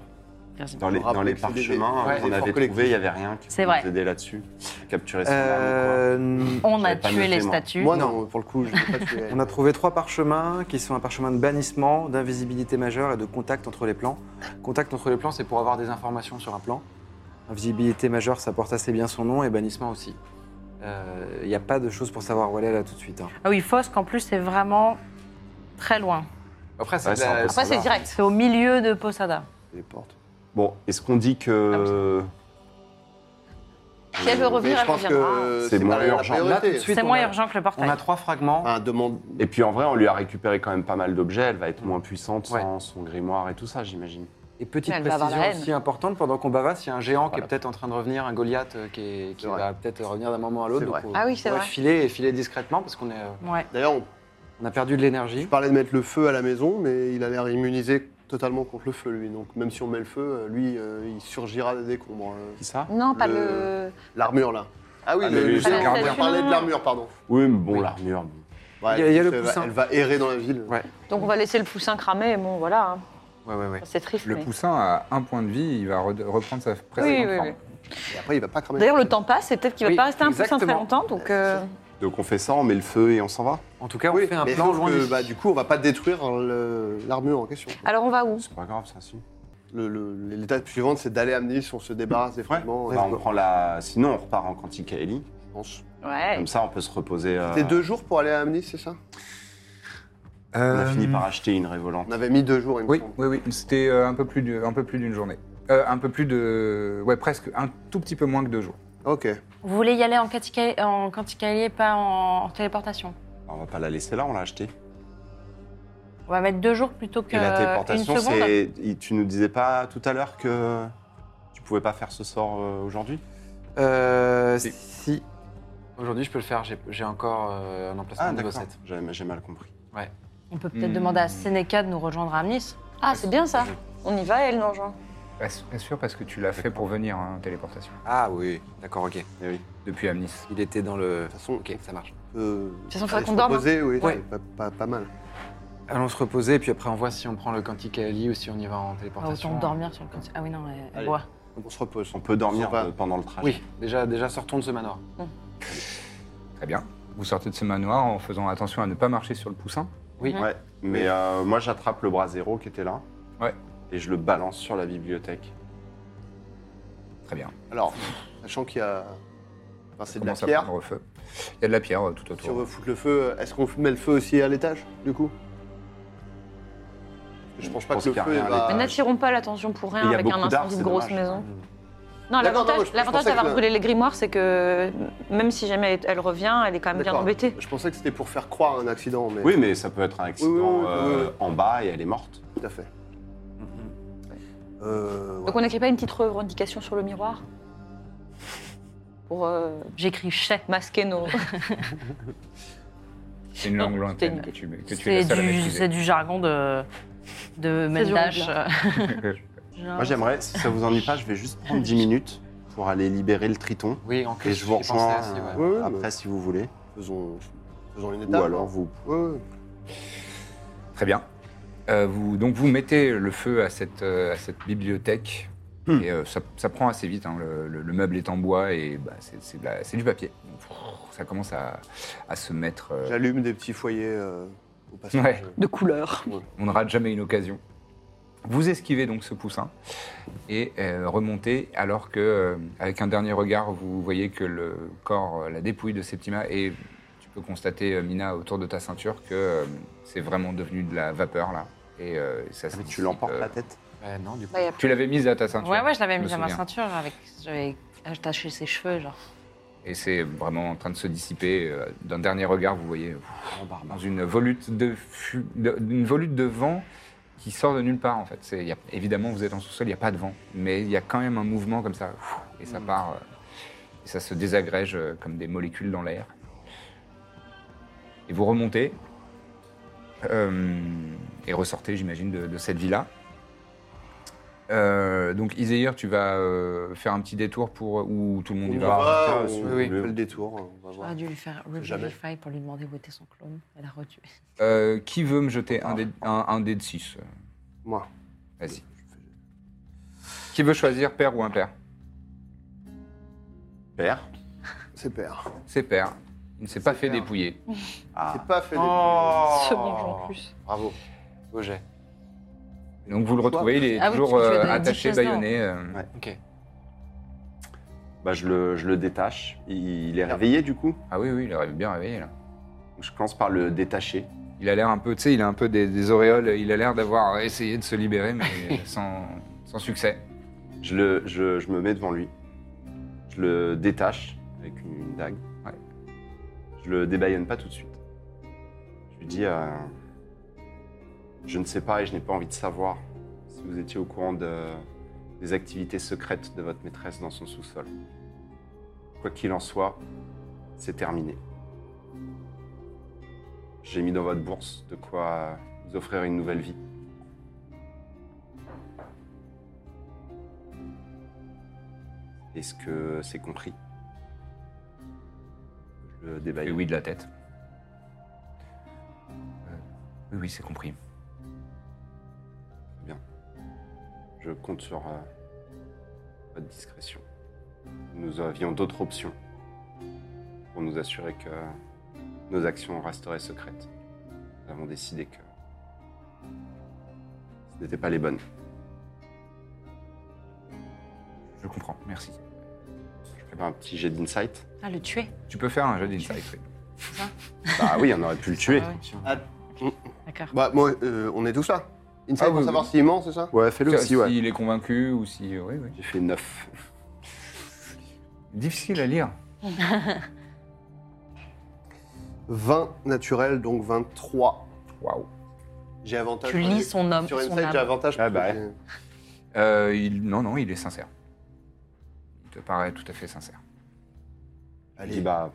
Speaker 6: Vas-y.
Speaker 2: Dans les,
Speaker 5: On rappelle
Speaker 2: dans les
Speaker 5: que c'est des-
Speaker 2: parchemins
Speaker 5: ouais,
Speaker 2: euh, qu'on
Speaker 5: des efforts
Speaker 2: avait
Speaker 5: collectifs.
Speaker 2: trouvé, il n'y avait rien qui
Speaker 6: C'est
Speaker 2: pouvait
Speaker 6: vrai.
Speaker 2: nous aider là-dessus. Capturer son arme ou
Speaker 4: Euh,
Speaker 6: On a
Speaker 2: J'avais pas
Speaker 6: tué
Speaker 2: noté,
Speaker 6: les
Speaker 2: moi.
Speaker 6: statues.
Speaker 5: Moi, non, pour le coup, je n'ai pas tué.
Speaker 4: On a trouvé trois parchemins qui sont un parchemin de bannissement, d'invisibilité majeure et de contact entre les plans. Contact entre les plans, c'est pour avoir des informations sur un plan. Invisibilité majeure, ça porte assez bien son nom et bannissement aussi. Euh, Il n'y a pas de choses pour savoir où aller là tout de suite. hein.
Speaker 6: Ah oui, Fosque, en plus, c'est vraiment très loin.
Speaker 4: Après, c'est
Speaker 2: Ouais,
Speaker 4: de
Speaker 2: c'est un
Speaker 4: la-
Speaker 2: peu
Speaker 6: Après, c'est
Speaker 2: va.
Speaker 6: direct. C'est au milieu de Posada.
Speaker 5: les portes.
Speaker 2: quoi. Bon, est-ce qu'on dit
Speaker 6: Ah,
Speaker 2: que.
Speaker 6: Si elle veut
Speaker 5: Mais
Speaker 6: revenir,
Speaker 5: je
Speaker 6: elle
Speaker 5: pense
Speaker 6: reviendra.
Speaker 5: que
Speaker 2: Ah. C'est moins
Speaker 5: pas la
Speaker 2: urgent.
Speaker 4: Là, tout de
Speaker 5: priorité.
Speaker 4: suite,
Speaker 6: C'est
Speaker 4: on
Speaker 6: moins
Speaker 4: a-
Speaker 6: urgent que le
Speaker 4: On
Speaker 6: portail.
Speaker 4: a trois fragments.
Speaker 5: Ah, demande.
Speaker 2: Et puis en vrai, on lui a récupéré quand même pas mal d'objets. Elle va être moins puissante
Speaker 4: Ouais.
Speaker 2: sans son grimoire et tout ça, j'imagine.
Speaker 4: Et petite
Speaker 6: Elle va avoir
Speaker 4: précision
Speaker 6: la haine.
Speaker 4: aussi importante, pendant qu'on bavasse, il y a un géant qui
Speaker 2: Voilà.
Speaker 4: est peut-être en train de revenir, un Goliath euh, qui, est- qui
Speaker 5: C'est vrai.
Speaker 4: va peut-être revenir d'un moment à
Speaker 5: C'est
Speaker 4: l'autre. donc
Speaker 5: vrai.
Speaker 4: on-
Speaker 6: Ah oui, c'est
Speaker 4: on va
Speaker 6: vrai.
Speaker 4: filer et filer discrètement parce qu'on est, euh,
Speaker 6: Ouais.
Speaker 5: D'ailleurs, on
Speaker 4: on a perdu de l'énergie.
Speaker 5: parlait de mettre le feu à la maison, mais il a l'air immunisé totalement contre le feu, lui. Donc, même si on met le feu, euh, lui, euh, il surgira des décombres. euh,
Speaker 2: Qui ça
Speaker 3: Non, pas
Speaker 5: Le-
Speaker 3: le.
Speaker 5: L'armure, là. Ah oui,
Speaker 2: Ah, mais
Speaker 5: le,
Speaker 2: lui,
Speaker 5: le
Speaker 2: c'est
Speaker 5: géant.
Speaker 2: un
Speaker 5: On
Speaker 2: gardien.
Speaker 5: parlait de l'armure, pardon.
Speaker 2: Oui, mais bon, l'armure. bon.
Speaker 5: Ouais,
Speaker 4: Il y a- il y a le
Speaker 5: elle va-
Speaker 4: poussin.
Speaker 5: Elle va errer dans la ville.
Speaker 4: Ouais.
Speaker 3: Donc on va laisser le poussin cramer, bon voilà, hein.
Speaker 4: Ouais, ouais, ouais.
Speaker 3: c'est triste.
Speaker 1: Le
Speaker 3: mais-
Speaker 1: poussin a un point de vie, il va re- reprendre sa
Speaker 3: Oui,
Speaker 1: précédente
Speaker 3: oui,
Speaker 1: forme.
Speaker 3: oui.
Speaker 5: Et après, il va pas cramer.
Speaker 3: D'ailleurs, le temps passe et peut-être qu'il va
Speaker 4: Oui,
Speaker 3: pas rester un poussin très
Speaker 4: exactement.
Speaker 3: longtemps, donc. euh,
Speaker 2: Donc on fait ça, on met le feu et on s'en va.
Speaker 4: En tout cas, on
Speaker 5: Oui,
Speaker 4: fait un
Speaker 5: mais
Speaker 4: plan
Speaker 5: sauf
Speaker 4: loin
Speaker 5: que,
Speaker 4: d'ici.
Speaker 5: bah, du coup, on va pas détruire le- l'armure en question.
Speaker 3: Alors on va où
Speaker 2: C'est pas grave, ça, si.
Speaker 5: Le- le- L'étape suivante, c'est d'aller à Nice, on se débarrasse des fragments.
Speaker 2: Bah, on prend la... Sinon, on repart en Quanticaeli.
Speaker 5: je pense.
Speaker 3: Ouais.
Speaker 2: Comme ça, on peut se reposer. euh,
Speaker 5: C'était deux jours pour aller à Amnis, c'est ça
Speaker 2: On a
Speaker 1: Euh,
Speaker 2: fini par acheter une révolante.
Speaker 5: On avait mis deux jours, il me
Speaker 1: Oui,
Speaker 5: semble.
Speaker 1: oui, oui. C'était euh, un peu plus de- un peu plus d'une journée. Euh, un peu plus de. Ouais, presque un tout petit peu moins que deux jours.
Speaker 5: Ok.
Speaker 6: Vous voulez y aller en quantica- en quanticalier, pas en, en téléportation
Speaker 2: On va pas la laisser là, on l'a achetée.
Speaker 6: On va mettre deux jours plutôt que
Speaker 2: Et la
Speaker 6: une
Speaker 2: téléportation,
Speaker 6: seconde.
Speaker 2: c'est. il- Tu nous disais pas tout à l'heure que tu pouvais pas faire ce sort euh, aujourd'hui
Speaker 4: Euh, si. Aujourd'hui, je peux le faire. j'ai- J'ai encore euh, un emplacement niveau 7.
Speaker 2: J'avais- Ah, J'ai mal compris.
Speaker 6: On peut peut-être
Speaker 1: Hmm.
Speaker 6: demander à Seneca de nous rejoindre à Amnis. Ah, c'est bien ça.
Speaker 3: On y va et elle nous rejoint.
Speaker 1: Pas, pas sûr parce que tu l'as fait pour venir en téléportation
Speaker 4: Ah oui, d'accord, ok.
Speaker 2: Eh oui.
Speaker 1: depuis Amnis.
Speaker 4: Il était dans le.
Speaker 5: De toute façon,
Speaker 4: Ok, ça marche.
Speaker 5: euh,
Speaker 6: toute façon, faudrait
Speaker 5: aller
Speaker 6: qu'on
Speaker 5: se
Speaker 6: dorme,
Speaker 5: reposer, oui,
Speaker 4: Ouais.
Speaker 5: c'est pas, pas- pas mal.
Speaker 4: Allons se reposer, puis après, on voit si on prend le Quantique Ali ou si on y va en
Speaker 6: Ah,
Speaker 4: téléportation.
Speaker 6: autant dormir sur le quanti- Ah oui, non, elle- elle
Speaker 5: Allez.
Speaker 6: boit.
Speaker 5: On se repose.
Speaker 2: On peut dormir
Speaker 5: On va.
Speaker 2: euh, pendant le trajet.
Speaker 4: Oui, déjà, déjà, sortons de ce manoir.
Speaker 1: Très bien. Vous sortez de ce manoir en faisant attention à ne pas marcher sur le poussin.
Speaker 4: Oui.
Speaker 2: Ouais. Mais euh, moi, j'attrape le bras zéro qui était là.
Speaker 1: Ouais.
Speaker 2: Et je le balance sur la bibliothèque.
Speaker 1: Très bien.
Speaker 5: Alors, sachant qu'il y a. Enfin, c'est de la
Speaker 1: Commence à
Speaker 5: pierre.
Speaker 1: prendre feu. Il y a de la pierre euh, tout
Speaker 5: Si on
Speaker 1: autour.
Speaker 5: veut foutre le feu, est-ce qu'on met le feu aussi à l'étage, du coup Je pense pas
Speaker 2: pense
Speaker 5: que le
Speaker 2: qu'il y a
Speaker 5: feu
Speaker 2: rien à
Speaker 5: va.
Speaker 3: Mais
Speaker 2: l'étage.
Speaker 3: n'attirons pas l'attention pour
Speaker 2: Ah, Et
Speaker 3: rien
Speaker 2: il y a
Speaker 3: avec un
Speaker 2: beaucoup d'arbres,
Speaker 3: incendie de
Speaker 2: c'est
Speaker 3: grosse
Speaker 2: dommage.
Speaker 3: maison. Non,
Speaker 5: D'accord, non,
Speaker 3: l'avantage
Speaker 5: mais je- je
Speaker 3: l'avantage
Speaker 5: pensais
Speaker 3: d'avoir
Speaker 5: que-
Speaker 3: brûlé les grimoires, c'est que même si jamais elle revient, elle est quand même bien
Speaker 5: D'accord.
Speaker 3: embêtée.
Speaker 5: Je pensais que c'était pour faire croire à un accident, mais.
Speaker 2: Oui, mais ça peut être un accident
Speaker 5: Oui, oui, oui,
Speaker 2: euh,
Speaker 5: oui, oui.
Speaker 2: en bas et elle est morte.
Speaker 5: Tout à fait.
Speaker 2: Mhm.
Speaker 5: Euh,
Speaker 3: Donc
Speaker 5: voilà.
Speaker 3: on n'écrit pas une petite revendication sur le miroir Pour euh,
Speaker 6: J'écris chais.
Speaker 3: masquer nos.
Speaker 1: C'est une langue lointaine que tu, que tu es
Speaker 6: C'est
Speaker 1: la seule à
Speaker 6: du, c'est
Speaker 1: maîtriser.
Speaker 6: du jargon de, de euh. Mendash.
Speaker 3: jargon
Speaker 2: Moi, j'aimerais, si ça vous ennuie pas, je vais juste prendre 10 minutes pour aller libérer le triton.
Speaker 4: Oui, en
Speaker 2: Et
Speaker 4: plus,
Speaker 2: je vous
Speaker 4: j'y pensais
Speaker 2: rejoins
Speaker 4: aussi, ouais.
Speaker 2: euh,
Speaker 5: Ouais, ouais,
Speaker 2: après
Speaker 5: mais-
Speaker 2: si vous voulez.
Speaker 5: Faisons, faisons une
Speaker 2: Ou
Speaker 5: étape. hein.
Speaker 2: alors vous.
Speaker 5: Ouais, ouais.
Speaker 1: Très bien. Euh, vous, donc vous mettez le feu à cette, euh, à cette bibliothèque.
Speaker 2: Hmm.
Speaker 1: Et euh, ça, ça prend assez vite. hein. Le, le- le meuble est en bois et bah, c'est- c'est de la- c'est du papier. Donc, pff, ça commence à, à se mettre. euh,
Speaker 5: J'allume des petits foyers euh, au passage.
Speaker 1: Ouais.
Speaker 3: de couleur.
Speaker 1: On ne rate jamais une occasion. Vous esquivez donc ce poussin et euh, remontez alors que, euh, avec un dernier regard, vous voyez que le corps, euh, la dépouille de Septima et tu peux constater, euh, Mina, autour de ta ceinture, que euh, c'est vraiment devenu de la vapeur là. Et euh, ça se
Speaker 2: Ah, Mais tu
Speaker 1: dissipe,
Speaker 2: l'emportes
Speaker 1: euh,
Speaker 2: la tête.
Speaker 4: Ouais, non, du coup.
Speaker 6: Bah, y a-
Speaker 1: Tu l'avais mise à ta ceinture.
Speaker 6: Ouais, ouais, je l'avais
Speaker 1: me
Speaker 6: mis à ma
Speaker 1: souviens.
Speaker 6: ceinture. avec J'avais attaché ses cheveux, genre.
Speaker 1: Et c'est vraiment en train de se dissiper. euh, D'un dernier regard, vous voyez euh,
Speaker 2: Oh, barbare.
Speaker 1: dans une volute de, fu- de- une volute de vent qui sort de nulle part en fait. C'est- il y a- évidemment, vous êtes en sous-sol, il n'y a pas de vent, mais il y a quand même un mouvement comme ça, ouf, et ça part, euh, et ça se désagrège euh, comme des molécules dans l'air. Et vous remontez euh, et ressortez, j'imagine, de, de cette villa. Euh, donc, Iséir, tu vas euh, faire un petit détour pour euh, où tout le monde y
Speaker 5: On
Speaker 1: va.
Speaker 5: va,
Speaker 2: Ah,
Speaker 5: on-
Speaker 2: oui,
Speaker 5: on
Speaker 4: oui.
Speaker 5: fait le détour. hein, on va voir.
Speaker 6: J'aurais dû lui faire
Speaker 5: Jamais.
Speaker 6: re-verify pour lui demander où était son clone. Elle a retué.
Speaker 1: Euh, qui veut me jeter un dé, un, un dé de euh 6
Speaker 5: Moi.
Speaker 1: Vas-y. Qui veut choisir père ou impair
Speaker 2: Père.
Speaker 5: C'est père.
Speaker 1: C'est père. Il ne s'est pas fait
Speaker 5: père.
Speaker 1: dépouiller.
Speaker 2: Ah.
Speaker 5: C'est pas fait. des-
Speaker 2: Oh
Speaker 3: Second jeu en plus.
Speaker 2: Bravo.
Speaker 4: Beau jet.
Speaker 1: Donc vous le retrouvez, il est
Speaker 6: Ah oui,
Speaker 1: toujours
Speaker 6: tu- tu lui as
Speaker 1: euh,
Speaker 6: donné
Speaker 1: attaché,
Speaker 6: 10 pièces d'or.
Speaker 1: bâillonné. euh.
Speaker 2: Ouais.
Speaker 4: Ok.
Speaker 2: Bah, je, le, je le détache. Il, il est réveillé du coup.
Speaker 1: Ah oui, oui, il arrive bien réveillé là.
Speaker 2: Donc, je commence par le détacher.
Speaker 1: Il a l'air un peu, tu sais, il a un peu des, des auréoles. Il a l'air d'avoir essayé de se libérer, mais sans, sans succès.
Speaker 2: Je, le, je, je me mets devant lui. Je le détache avec une, une dague.
Speaker 1: Ouais.
Speaker 2: Je le débaillonne pas tout de suite. Je lui dis euh, Je ne sais pas et je n'ai pas envie de savoir si vous étiez au courant de- des activités secrètes de votre maîtresse dans son sous-sol. Quoi qu'il en soit, c'est terminé. J'ai mis dans votre bourse de quoi euh, vous offrir une nouvelle vie. Est-ce que c'est compris Je le
Speaker 1: Et
Speaker 2: débaille.
Speaker 1: oui, de la tête. Euh, Oui, oui, c'est compris.
Speaker 2: Je compte sur euh, votre discrétion. Nous avions d'autres options pour nous assurer que nos actions resteraient secrètes. Nous avons décidé que ce n'étaient pas les bonnes.
Speaker 1: Je comprends, merci.
Speaker 2: Je fais pas un petit jet d'insight.
Speaker 6: Ah, le tuer
Speaker 1: Tu peux faire un jeu d'insight. oui.
Speaker 2: Bah oui, on aurait pu le tuer.
Speaker 6: Ah ouais.
Speaker 5: Ah.
Speaker 6: D'accord.
Speaker 5: Bah, moi, euh, on est tous là. Inside
Speaker 1: Ah,
Speaker 5: pour
Speaker 1: oui,
Speaker 5: savoir
Speaker 1: oui.
Speaker 5: s'il ment, c'est ça
Speaker 2: Ouais, fais-le
Speaker 1: S'il est convaincu ou si. Oui, oui.
Speaker 2: J'ai fait 9.
Speaker 1: Difficile à lire.
Speaker 5: 20 naturel, donc 23.
Speaker 1: Waouh.
Speaker 5: J'ai avantage.
Speaker 6: Tu lis son homme,
Speaker 5: Sur
Speaker 6: son
Speaker 5: Inside, j'ai
Speaker 6: âme.
Speaker 5: avantage.
Speaker 2: Ah, bah,
Speaker 5: parce que
Speaker 1: Euh, il- Non, non, il est sincère. Il te paraît tout à fait sincère.
Speaker 2: Allez, bah,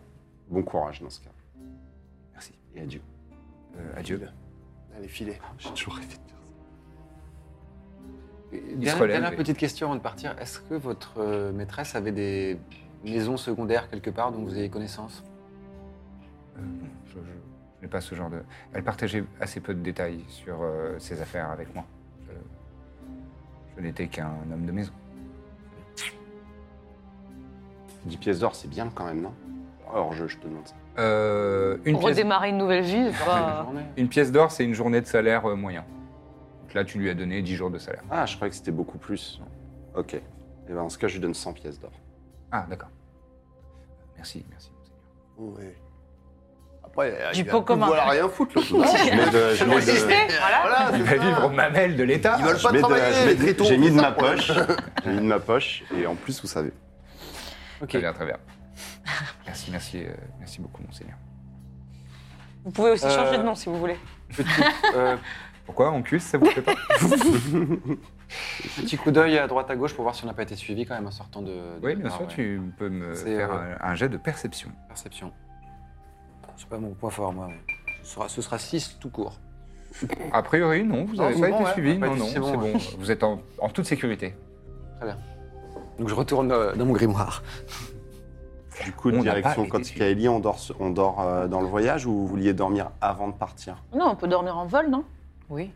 Speaker 2: bon courage dans ce cas. Merci et adieu.
Speaker 1: Euh, adieu.
Speaker 5: j'ai- Allez, filez.
Speaker 2: J'ai toujours rêvé de faire ça.
Speaker 4: Dernière,
Speaker 1: relève,
Speaker 4: dernière
Speaker 1: et-
Speaker 4: petite question avant de partir. Est-ce que votre euh, maîtresse avait des maisons secondaires quelque part dont vous avez connaissance
Speaker 1: Euh, non, je, je- je n'ai pas ce genre de. Elle partageait assez peu de détails sur euh, ses affaires avec moi. Je, je n'étais qu'un homme de maison.
Speaker 2: 10 pièces d'or, c'est bien quand même, non Or, je, je te demande ça.
Speaker 1: Euh, une,
Speaker 3: Pour
Speaker 1: pièce,
Speaker 3: redémarrer une nouvelle vie, c'est
Speaker 1: Ah.
Speaker 4: Une
Speaker 3: pas...
Speaker 4: journée
Speaker 1: une pièce d'or, c'est une journée de salaire euh, moyen. Donc là, tu lui as donné 10 jours de salaire.
Speaker 2: Ah, je croyais que c'était beaucoup plus. Ok. Et ben, en ce cas, je lui donne 100 pièces d'or.
Speaker 1: Ah, d'accord. Merci, merci, monseigneur.
Speaker 5: Ouais. Après,
Speaker 6: Du
Speaker 5: il va-
Speaker 6: pot commun.
Speaker 5: il va rien foutre, l'autre.
Speaker 2: Je mets de- je mets de-
Speaker 5: Voilà,
Speaker 1: Il
Speaker 5: c'est
Speaker 1: va
Speaker 5: ça.
Speaker 1: vivre au mamelle de l'État.
Speaker 5: Ils veulent
Speaker 2: je
Speaker 5: pas
Speaker 2: mets de-
Speaker 5: travailler,
Speaker 2: je mets
Speaker 5: les
Speaker 2: de-
Speaker 5: tritons,
Speaker 2: J'ai mis de
Speaker 5: c'est
Speaker 2: ma
Speaker 5: ça, pour les-
Speaker 2: poche. J'ai mis de ma poche. Et en plus, vous savez.
Speaker 4: Ok.
Speaker 1: Très bien, très bien. Merci, merci, euh, merci beaucoup, monseigneur.
Speaker 3: Vous pouvez aussi
Speaker 4: Euh,
Speaker 3: changer de nom si vous voulez.
Speaker 4: Euh,
Speaker 1: Pourquoi on cuisse, ça vous plaît pas
Speaker 4: petit coup d'œil à droite à gauche pour voir si on n'a pas été suivi quand même en sortant de. de
Speaker 1: Oui, bien
Speaker 4: départ,
Speaker 1: sûr,
Speaker 4: Ah ouais.
Speaker 1: tu peux me
Speaker 4: C'est,
Speaker 1: faire
Speaker 4: euh,
Speaker 1: un, un jet de perception.
Speaker 4: Perception. C'est pas mon point fort, moi. mais Ce sera, ce sera 6 tout court.
Speaker 1: A priori, non, vous
Speaker 4: Non,
Speaker 1: n'avez
Speaker 4: c'est
Speaker 1: pas
Speaker 4: bon,
Speaker 1: été
Speaker 4: ouais,
Speaker 1: suivi.
Speaker 4: on a pas
Speaker 1: Non,
Speaker 4: été-
Speaker 1: non, c'est
Speaker 4: c'est
Speaker 1: bon.
Speaker 4: bon,
Speaker 1: Vous êtes en, en toute sécurité.
Speaker 4: Donc je retourne euh, dans mon grimoire.
Speaker 2: Du coup,
Speaker 1: On n'a pas
Speaker 2: direction
Speaker 1: été
Speaker 2: quand
Speaker 1: dessus.
Speaker 2: Kaeli, on dort, on dort euh, dans le voyage ou vous vouliez dormir avant de partir
Speaker 3: Non, on peut dormir en vol, non
Speaker 6: Oui.